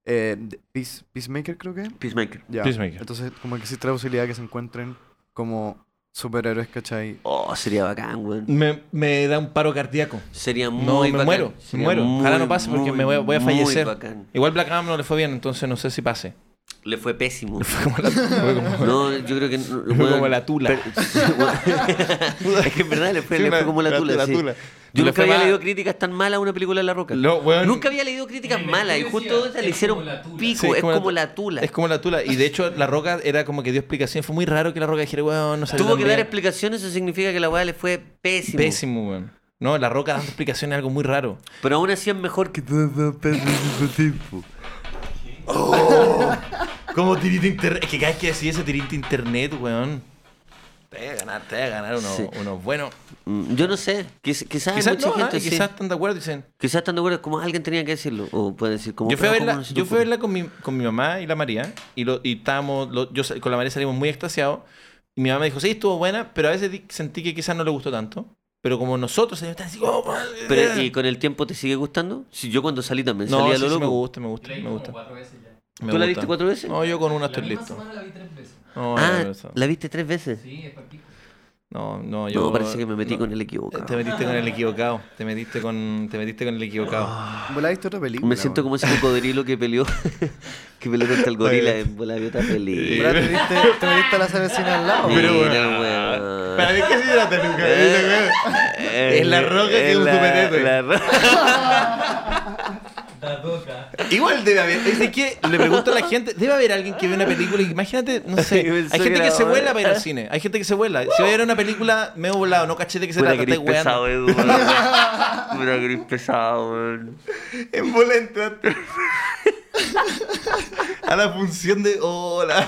G: eh, de Peace- Peacemaker creo que. es.
B: Peacemaker.
G: Ya.
A: Peacemaker.
G: Entonces, como que existe la posibilidad de que se encuentren como superhéroes, ¿cachai?
B: Oh, sería bacán, weón.
A: Me, me da un paro cardíaco.
B: Sería muy
A: No, me
B: bacán.
A: muero, me
B: Sería
A: muero. Ojalá no
B: muy,
A: pase porque
B: muy,
A: me voy, a- voy a
B: muy
A: fallecer.
B: bacán.
A: Igual Black Adam no le fue bien, entonces no sé si pase.
B: Le fue pésimo.
A: Fue como la, fue como-
B: No, yo creo que. no-
A: fue
B: weón,
A: como la tula.
B: es que en verdad le fue,
A: Sí,
B: le fue
A: una-
B: como la,
A: la-
B: tula.
A: la
B: sí.
A: tula.
B: Yo
A: Le
B: nunca
A: fue
B: había
A: mal.
B: leído críticas tan malas a una película de La Roca.
A: No, weón.
B: Nunca había leído críticas
E: Ni
B: malas y
E: Mercurio
B: justo
E: decía,
B: esa le
E: es
B: hicieron
E: como la tula.
B: pico.
A: Sí,
B: es como la tula.
A: Es como la tula. Y de hecho, La Roca era como que dio explicación. Fue muy raro que La Roca dijera, weón, no salió
B: Tuvo
A: tan
B: que dar
A: bien".
B: explicaciones, eso significa que la weá le fue pésimo.
A: Pésimo, weón. No, La Roca dando explicaciones es algo muy raro.
B: Pero aún así es mejor que todo tiempo.
A: Como tirita internet. Es que cada vez que decís ese tirita internet, weón. Te voy a ganar, te voy a ganar unos,
B: Sí.
A: unos buenos.
B: mm, Yo no sé. Quiz- quizás hay
A: Quizás
B: mucha
A: no,
B: gente.
A: ah,
B: sí.
A: quizás están de acuerdo y dicen.
B: Quizás están de acuerdo, como alguien tenía que decirlo. O puede decir, como.
A: Yo fui a
B: pero ¿cómo
A: verla,
B: no se te
A: yo fui a
B: ocurre?
A: verla con, mi, con mi mamá y la María. Y, lo, y estábamos, lo- yo, sa- con la María salimos muy extasiados. Y mi mamá me dijo, sí, estuvo buena, pero a veces di- sentí que quizás no le gustó tanto. Pero como nosotros, ellos están así, "Oh, madre".
B: Pero, ¿y con el tiempo te sigue gustando? Si yo cuando salí también
A: No,
B: salía
A: sí,
B: lo
A: sí,
B: loco.
A: me gusta, me gusta,
E: La vi
A: me
E: como
A: gusta.
E: cuatro veces ya.
A: me
B: ¿Tú la
A: gusta.
B: viste cuatro veces?
A: No, yo con una estoy
E: la misma
A: listo.
E: semana la vi tres veces.
A: No,
B: ah,
A: no, no,
B: ¿la viste tres veces?
E: Sí, es partido.
A: no, no, yo...
B: No, parece que me metí
A: no. Este
B: con el equivocado.
A: Te metiste con el equivocado. Te metiste con, te metiste con el
B: Ah.
A: equivocado.
D: ¿Volá viste otra película?
B: Me siento como
D: weón?
B: ese cocodrilo que peleó, que peleó contra el gorila en bola de otra película.
D: Volá te viste- te metiste a la cervecina al lado.
B: Mira,
A: Pero bueno.
B: weón.
A: mí que sí era peluca.
B: Eh,
A: Es la roca que
B: es
A: un
B: la-
A: tupetete.
B: la roca.
E: La boca.
A: Igual debe haber. Es de que le pregunto a la gente, debe haber alguien que ve una película y imagínate, no sé.
B: Yo
A: Hay
B: pensé
A: gente
B: que
A: que
B: era
A: se
B: ahora.
A: vuela para ir al cine. Hay gente que se vuela. Si va a ver una película, me he volado, no caché de qué se
B: Pura
A: trata,
B: gris
A: estáis
B: pesado,
A: weando.
B: Edu. weón. Pura gris pesado, weón.
A: En bola entraste. A la función de hola.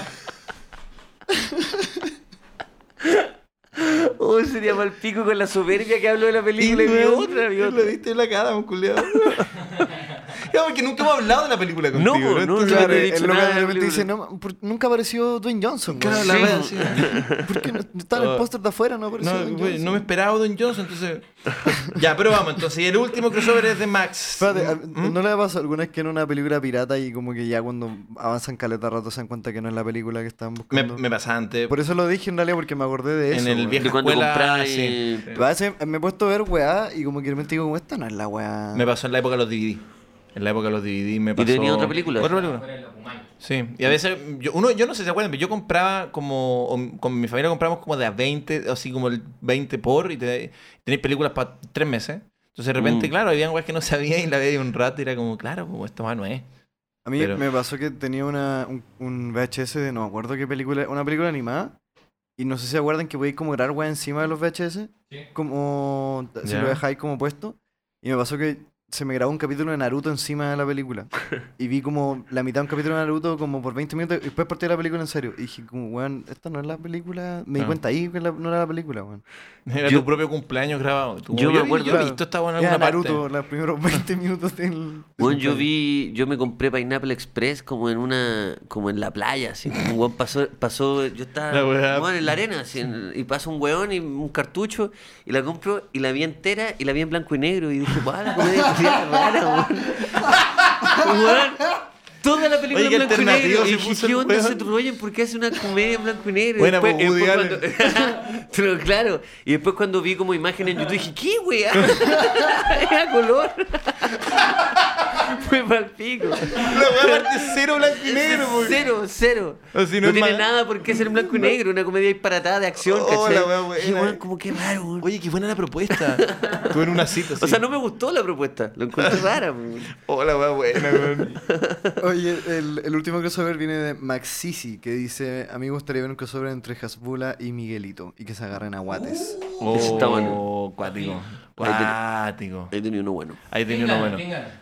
B: Oh, sería mal pico con la soberbia que hablo de la película y vi
A: luego-
B: otra, vi
A: y
B: otra.
A: Lo viste en la cara, un culiado. Ya, porque nunca hemos hablado de la película
B: No,
A: contigo.
B: po, no,
A: Entonces,
B: no,
D: Claro,
B: he dicho
D: el loco
B: nada
D: de
B: del
D: repente
B: libro.
D: dice, no, por- nunca apareció Dwayne Johnson.
A: claro,
D: weón.
A: la
B: Sí,
A: wea
B: po.
A: así.
D: ¿Por qué no, está en el
A: Ah.
D: póster de afuera? No apareció
A: No,
D: Dwayne
A: güey,
D: Johnson.
A: no me esperaba Don Johnson, entonces. ya, pero vamos, entonces. Y el último crossover es de Max.
D: Espérate, a-
A: ¿Mm?
D: ¿no le ha pasado alguna vez que en una película pirata y como que ya cuando avanzan caleta rato se dan cuenta que no es la película que estaban
A: me,
D: buscando?
A: me pasa antes.
D: Por eso lo dije en realidad porque me acordé de eso.
A: en el
D: weón.
A: viejo
B: De cuando
A: escuela,
B: compraba y-
A: sí.
D: A veces me he puesto a ver weá y como que de repente digo, como esta no es la weá.
A: Me pasó en la época de los DVD. En la época de los DVD me pasó.
B: tenía otra película?
A: Otra película.
E: Fuera de la Pumay.
A: Sí, y a veces, yo, uno, yo no sé si se acuerdan, pero yo compraba como, o- con mi familia compramos como de a 20, así como el 20 por, y te, tenéis películas para tres meses. Entonces de repente,
B: Mm.
A: claro, había weas que no sabía y la veía un rato y era como, claro, como esto más no es.
D: A mí
A: Pero-
D: me pasó que tenía una, un, un VHS de no me acuerdo qué película, una película animada. Y no sé si se acuerdan que podéis como grabar weá encima de los VHS.
E: Sí.
D: Como si
A: Ya.
D: lo dejáis como puesto. Y me pasó que se me grabó un capítulo de Naruto encima de la película. y vi como la mitad de un capítulo de Naruto como por 20 minutos. Y después partí de la película en serio. Y dije como, weón, esta no es la película. Me di
A: Ah.
D: cuenta ahí que la- no era la película, weón.
A: Era
B: Yo-
A: tu propio cumpleaños grabado. Tú,
B: yo me
A: he-
B: acuerdo-
A: Yo he visto esta buena en
D: Era
A: alguna
D: Naruto,
A: parte.
D: los primeros 20 minutos del...
B: Bueno, yo vi, yo me compré Pineapple Express como en una, como en la playa, así. Un weón pasó, pasó, yo estaba
A: La weá.
B: weón, en la arena, así, en- y pasa un weón y un cartucho, y la compro, y la vi entera, y la vi en blanco y negro, y dije, guau, la comedia chilena es rara, weón. Weón, Toda la película
A: Oye, qué
B: en blanco y
A: alternativo
B: negro. Y
A: se
B: dije,
A: puso
B: ¿qué
A: el
B: onda
A: weón?
B: se rollen? ¿Por qué hace una comedia en blanco y negro? Y
A: Buena,
B: después-
A: pues,
B: y
A: Woody
B: después cuando- Pero claro. Y después cuando vi como imagen en YouTube, dije, ¿qué, weá? Era color. Fue mal pico.
A: La wea parte cero blanco y negro, po.
B: Cero, cero.
A: Así
B: no
A: no es
B: tiene
A: más.
B: nada por qué ser en blanco y negro. Una comedia disparatada de acción,
A: Oh,
B: ¿cachai?
A: la wea buena.
B: Dije, weón, como que raro, weón.
A: Oye, qué buena la propuesta. Tuve en una cita.
B: O sea, no me gustó la propuesta. Lo encontré rara, weón.
A: Hola, wea buena, weón.
D: Oye, el, el último crossover viene de Max Sisi, que dice: A mí me gustaría ver un crossover entre Hasbula y Miguelito y que se agarren a guates.
A: Uh,
B: Ese está bueno.
A: Oh, cuático. Cuático.
B: Ahí tenía uno bueno.
A: Ahí tenía
E: ¿Quién
A: uno
E: gana?
A: bueno.
E: ¿Quién gana?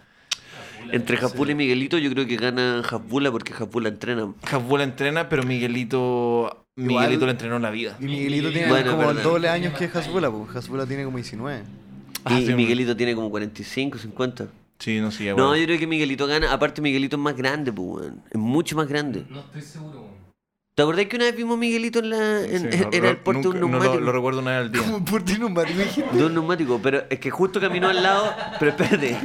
B: Entre Japula y Miguelito, yo creo que gana Japula porque Japula entrena.
A: Hasbula entrena, pero Miguelito. Miguelito
D: Igual-
A: le entrenó la vida.
D: Y Miguelito tiene
B: Bueno,
D: como
B: verdad.
D: el doble años que Hasbula, pues Hasbula tiene como 19.
A: Ah,
B: y
A: sí,
B: Miguelito tiene como 45, 50.
A: Sí, no sé,
B: No,
A: bueno.
B: yo creo que Miguelito gana. Aparte, Miguelito es más grande, pues, weón. Es mucho más grande.
E: No estoy seguro, weón.
B: ¿Te acordás que una vez vimos a Miguelito en, la, en,
A: Sí,
B: en-
A: no,
B: en
A: no,
B: el puerto de un
A: nunca- no
B: neumático?
A: lo, lo recuerdo una vez al día.
D: Como por ti un batido, dije,
B: De un neumático, pero es que justo caminó al lado. Pero espérate,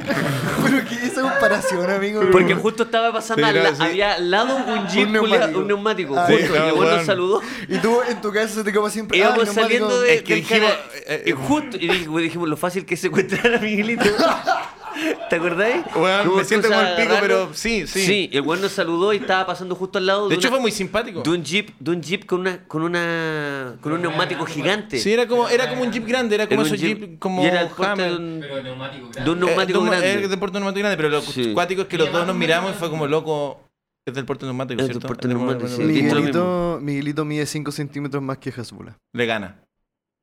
D: Pero que esa comparación, amigo.
B: porque justo estaba pasando
A: Sí,
B: al
A: no,
B: la-
A: sí.
B: había al lado un jeep,
D: Un
B: culiao- un neumático.
D: neumático. Ah,
B: justo,
A: sí,
B: y el
A: no,
B: weón nos
A: weón. Ah,
B: saludó.
D: Y tú en tu casa se te como siempre.
B: Íbamos
D: ah, neumático.
B: saliendo de,
A: Es que
B: del
A: dijimos,
B: cara-
A: eh,
B: y
A: eh,
B: justo, y dijimos, dijimos lo fácil que es secuestrar a Miguelito. ¿Te acordáis?
A: Weón,
B: Como
A: me siento como
B: excusa
A: el pico,
B: agarrarlo.
A: pero sí, sí.
B: Sí, y el weón nos saludó y estaba pasando justo al lado
A: De
B: de,
A: hecho,
B: una-
A: fue muy simpático.
B: de un jeep, de un jeep con una, con una, con un neumático gigante.
A: Sí, era como, era como un jeep grande, era como
B: Era un
A: esos jeep, como
B: y era el porte
A: Hammer.
B: de un,
E: Pero neumático grande.
B: de un neumático
A: Eh, de un-
B: grande.
A: eh, del puerto neumático grande, pero lo
B: Sí.
A: cuático es que los
E: Y
A: dos nos
E: además-
A: miramos y fue como loco. Es del puerto neumático,
B: Es del
A: ¿cierto?
B: puerto neumático, sí. Dijiste lo
D: Miguelito, Miguelito mide 5 centímetros más que Hasbula.
A: Le gana.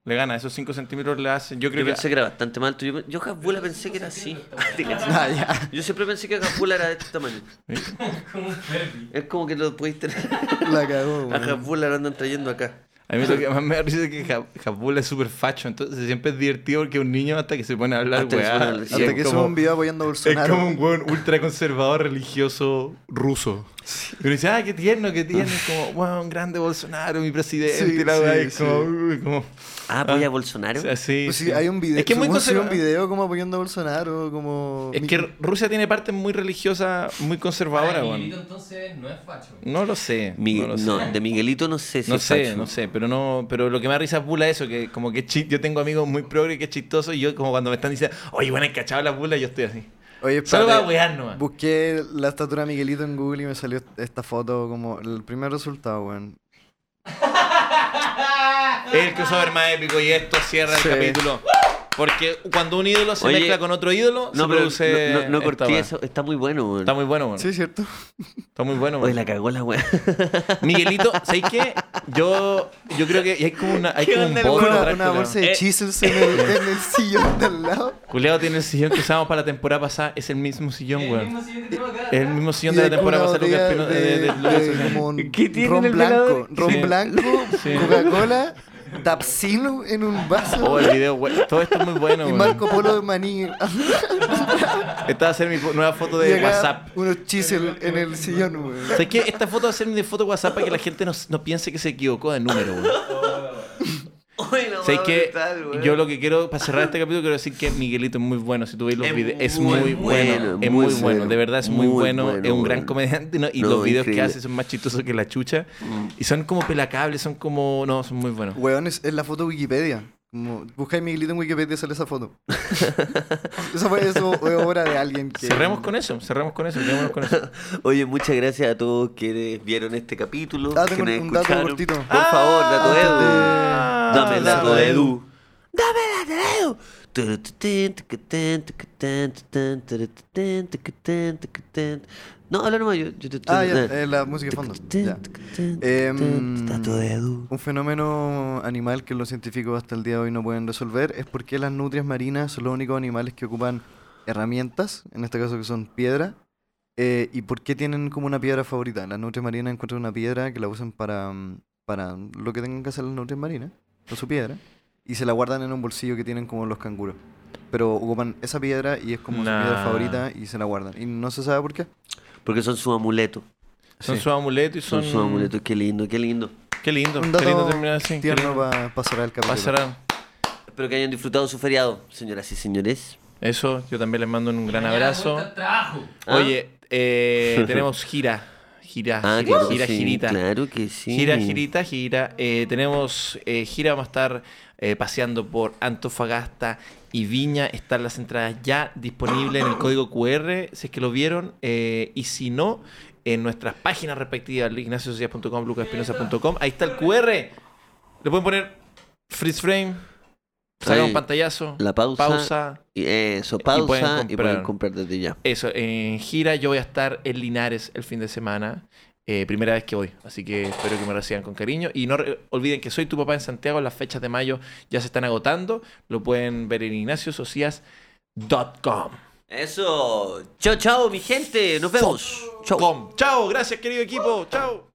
A: Le gana. Esos 5 centímetros le hace. Yo creo
B: Yo
A: que.
B: pensé que era bastante mal. Yo, yo Hasbula pensé que era así. Te cacho.
D: Ah, ya.
B: Yo siempre pensé que Hasbula era de este tamaño.
E: Como un Furby.
B: Es como que lo podéis tener.
D: La cagó,
B: A
D: weón.
B: Hasbula lo andan trayendo acá.
A: A mí lo que más me da risa es que Ja- Japula es súper facho. Entonces siempre es divertido porque un niño hasta que se pone a hablar,
B: Hasta que se
A: weá,
B: pone a hablar, sí.
A: es
D: Hasta que
A: como-
D: subo un video apoyando a
A: Es
D: Bolsonaro.
A: como un weón ultraconservador religioso ruso. Pero dice, ah, qué tierno, qué tierno. Es como, wow, un grande Bolsonaro, mi presidente.
D: Sí,
A: y la weá
D: sí,
A: es como, uh, como,
B: Ah, apoya a Bolsonaro.
A: así.
D: Pues
A: sí.
D: sí, hay un video.
A: Es que es muy
D: según sí, un
A: conserva-
D: video como apoyando a Bolsonaro, como.
A: Es que Rusia tiene partes muy religiosas, muy
E: Ah,
A: conservadoras,
E: el
A: weón.
E: Miguelito, entonces no es facho.
A: No lo sé.
B: Mi-
A: no lo sé.
B: no, de Miguelito no sé si
A: no
B: es
A: sé,
B: facho.
A: no sé, pero no, pero lo que me da risa es bula eso, que como que chi- yo tengo amigos muy progres que es chistoso y yo como cuando me están diciendo, oye, bueno, he cachado las bulas, yo estoy así.
D: Oye,
A: Solo va a
D: espérate,
A: wear nomás.
D: busqué la estatura de Miguelito en Google y me salió esta foto como el primer resultado, weón.
A: Es el crossover más épico y esto cierra
D: Sí.
A: el capítulo. Porque cuando un ídolo se
B: Oye,
A: mezcla con otro ídolo,
B: No,
A: se
B: pero
A: produce.
B: no, no- no
A: esta
B: corté
A: weá.
B: eso. Está muy bueno, weón.
A: Está muy bueno, bueno.
D: Sí, cierto.
A: Está muy bueno,
B: Oye,
A: bueno.
B: la cagó la weá.
A: Miguelito, ¿sabéis qué? Yo, yo creo que hay como una. Hay como un
D: Una,
A: voto
D: una
A: atrás, culiao.
D: bolsa de
A: Eh,
D: chisels en el, en el sillón de al lado.
A: Culeado tiene el sillón que usamos para la temporada pasada, es el mismo sillón,
E: El
A: weón.
E: mismo sillón que tengo acá.
A: Es el
E: atrás.
A: mismo sillón
D: Y
A: de la
D: hay como
A: temporada
D: una
A: pasada, Lucas
D: botella
A: Pino- de- de- de-
D: de-
A: Lucas
D: como un
B: ¿Qué tiene en
D: ron
B: el
D: blanco,
B: velador?
D: ron
A: Sí.
D: blanco,
A: Sí.
D: Coca-Cola, Tapsilo en un vaso
A: Oh, el video, güey. Todo esto es muy bueno,
D: y
A: güey.
D: Marco Polo de maní.
A: Esta va a ser mi fo- nueva foto
D: Y
A: de
D: acá
A: WhatsApp.
D: Unos chisels en el sillón, weón.
A: ¿Sabes qué? Esta foto va a ser mi foto de WhatsApp para que la gente no, no piense que se equivocó de número, güey.
B: Oye, la
A: ¿Sabes
B: weá
A: qué?
B: brutal, weón.
A: Yo lo que quiero, para cerrar este capítulo, quiero decir que Miguelito es muy bueno. Si tú veis los
B: Es
A: videos, es
B: muy
A: muy bueno.
B: bueno,
A: Es muy
B: muy
A: bueno.
B: bueno.
A: De verdad, es muy,
B: Muy
A: bueno.
B: bueno,
A: Es un gran
B: bueno.
A: comediante. ¿no? Y
B: No,
A: los videos que
B: increíble. Mm.
A: hace son más chistosos que la chucha. Y son como pelacables, son como. No, son muy buenos.
D: Weón, es, es la foto de Wikipedia. Como, buscáis Miguelito en Wikipedia y sale esa foto. Esa fue eso, fue obra de alguien que...
A: Cerremos con eso, cerremos con eso, quedémonos con eso.
B: Oye, muchas gracias a todos quienes vieron este capítulo.
D: Ah,
B: que
D: tengo
B: nos
D: un dato
B: escucharon.
D: cortito.
B: Por favor, dato
D: Este,
A: Ah,
B: Edu. Dame el dato
A: dato
B: de
A: Edu.
B: Edu. Dame el dato de Edu. No, habla nomás yo. yo te-
D: Ah, ya,
B: eh.
D: eh, la música de fondo. ya. Em,
B: Dato de Edu.
D: Un fenómeno animal que los científicos hasta el día de hoy no pueden resolver es por qué las nutrias marinas son los únicos animales que ocupan herramientas, en este caso que son piedra, eh, y por qué tienen como una piedra favorita. Las nutrias marinas encuentran una piedra que la usan para, mm, para lo que tengan que hacer las nutrias marinas, con su piedra, y se la guardan en un bolsillo que tienen como los canguros. Pero ocupan esa piedra y es como su piedra
A: Nah.
D: favorita y se la guardan. Y no se sabe por qué.
B: Porque son su amuleto.
A: Son
D: Sí.
A: sus amuletos y
B: Son
A: son.
B: su amuleto. Qué lindo, qué lindo.
A: Qué lindo,
D: Un
A: qué lindo
D: dato
A: terminar así. qué
D: tierno
A: lindo.
D: para pasar al capítulo.
A: Pasará.
B: Espero que hayan disfrutado su feriado, señoras y señores.
A: Eso, yo también les mando un gran
E: Mañana
A: abrazo.
E: vuelta al trabajo.
B: ¿Ah?
A: Oye, eh, tenemos gira. Gira,
B: Ah,
A: gira,
B: claro que
A: gira,
B: sí,
A: girita.
B: Claro que sí.
A: Gira, girita, gira. Eh, tenemos eh, gira, vamos a estar eh, paseando por Antofagasta y Viña. Están las entradas ya disponibles en el código QR, si es que lo vieron. eh, y si no, en nuestras páginas respectivas, ignaciosocias.com, lucaspinosa.com. Ahí está el QR. Le pueden poner freeze frame, sacar
B: Ahí,
A: un pantallazo,
B: La pausa.
A: pausa.
B: Y eso, pausa.
A: pueden
B: Y pueden
A: comprar.
B: comprar, desde ya.
A: Eso, en gira yo voy a estar en Linares el fin de semana. eh, primera vez que voy, así que espero que me reciban con cariño. Y no re- olviden que soy tu papá en Santiago, las fechas de mayo ya se están agotando. Lo pueden ver en ignaciosocias.com.
B: Eso. Chao, chao, mi gente. Nos vemos. Chao.
A: Com. Chao, gracias querido equipo. Chao.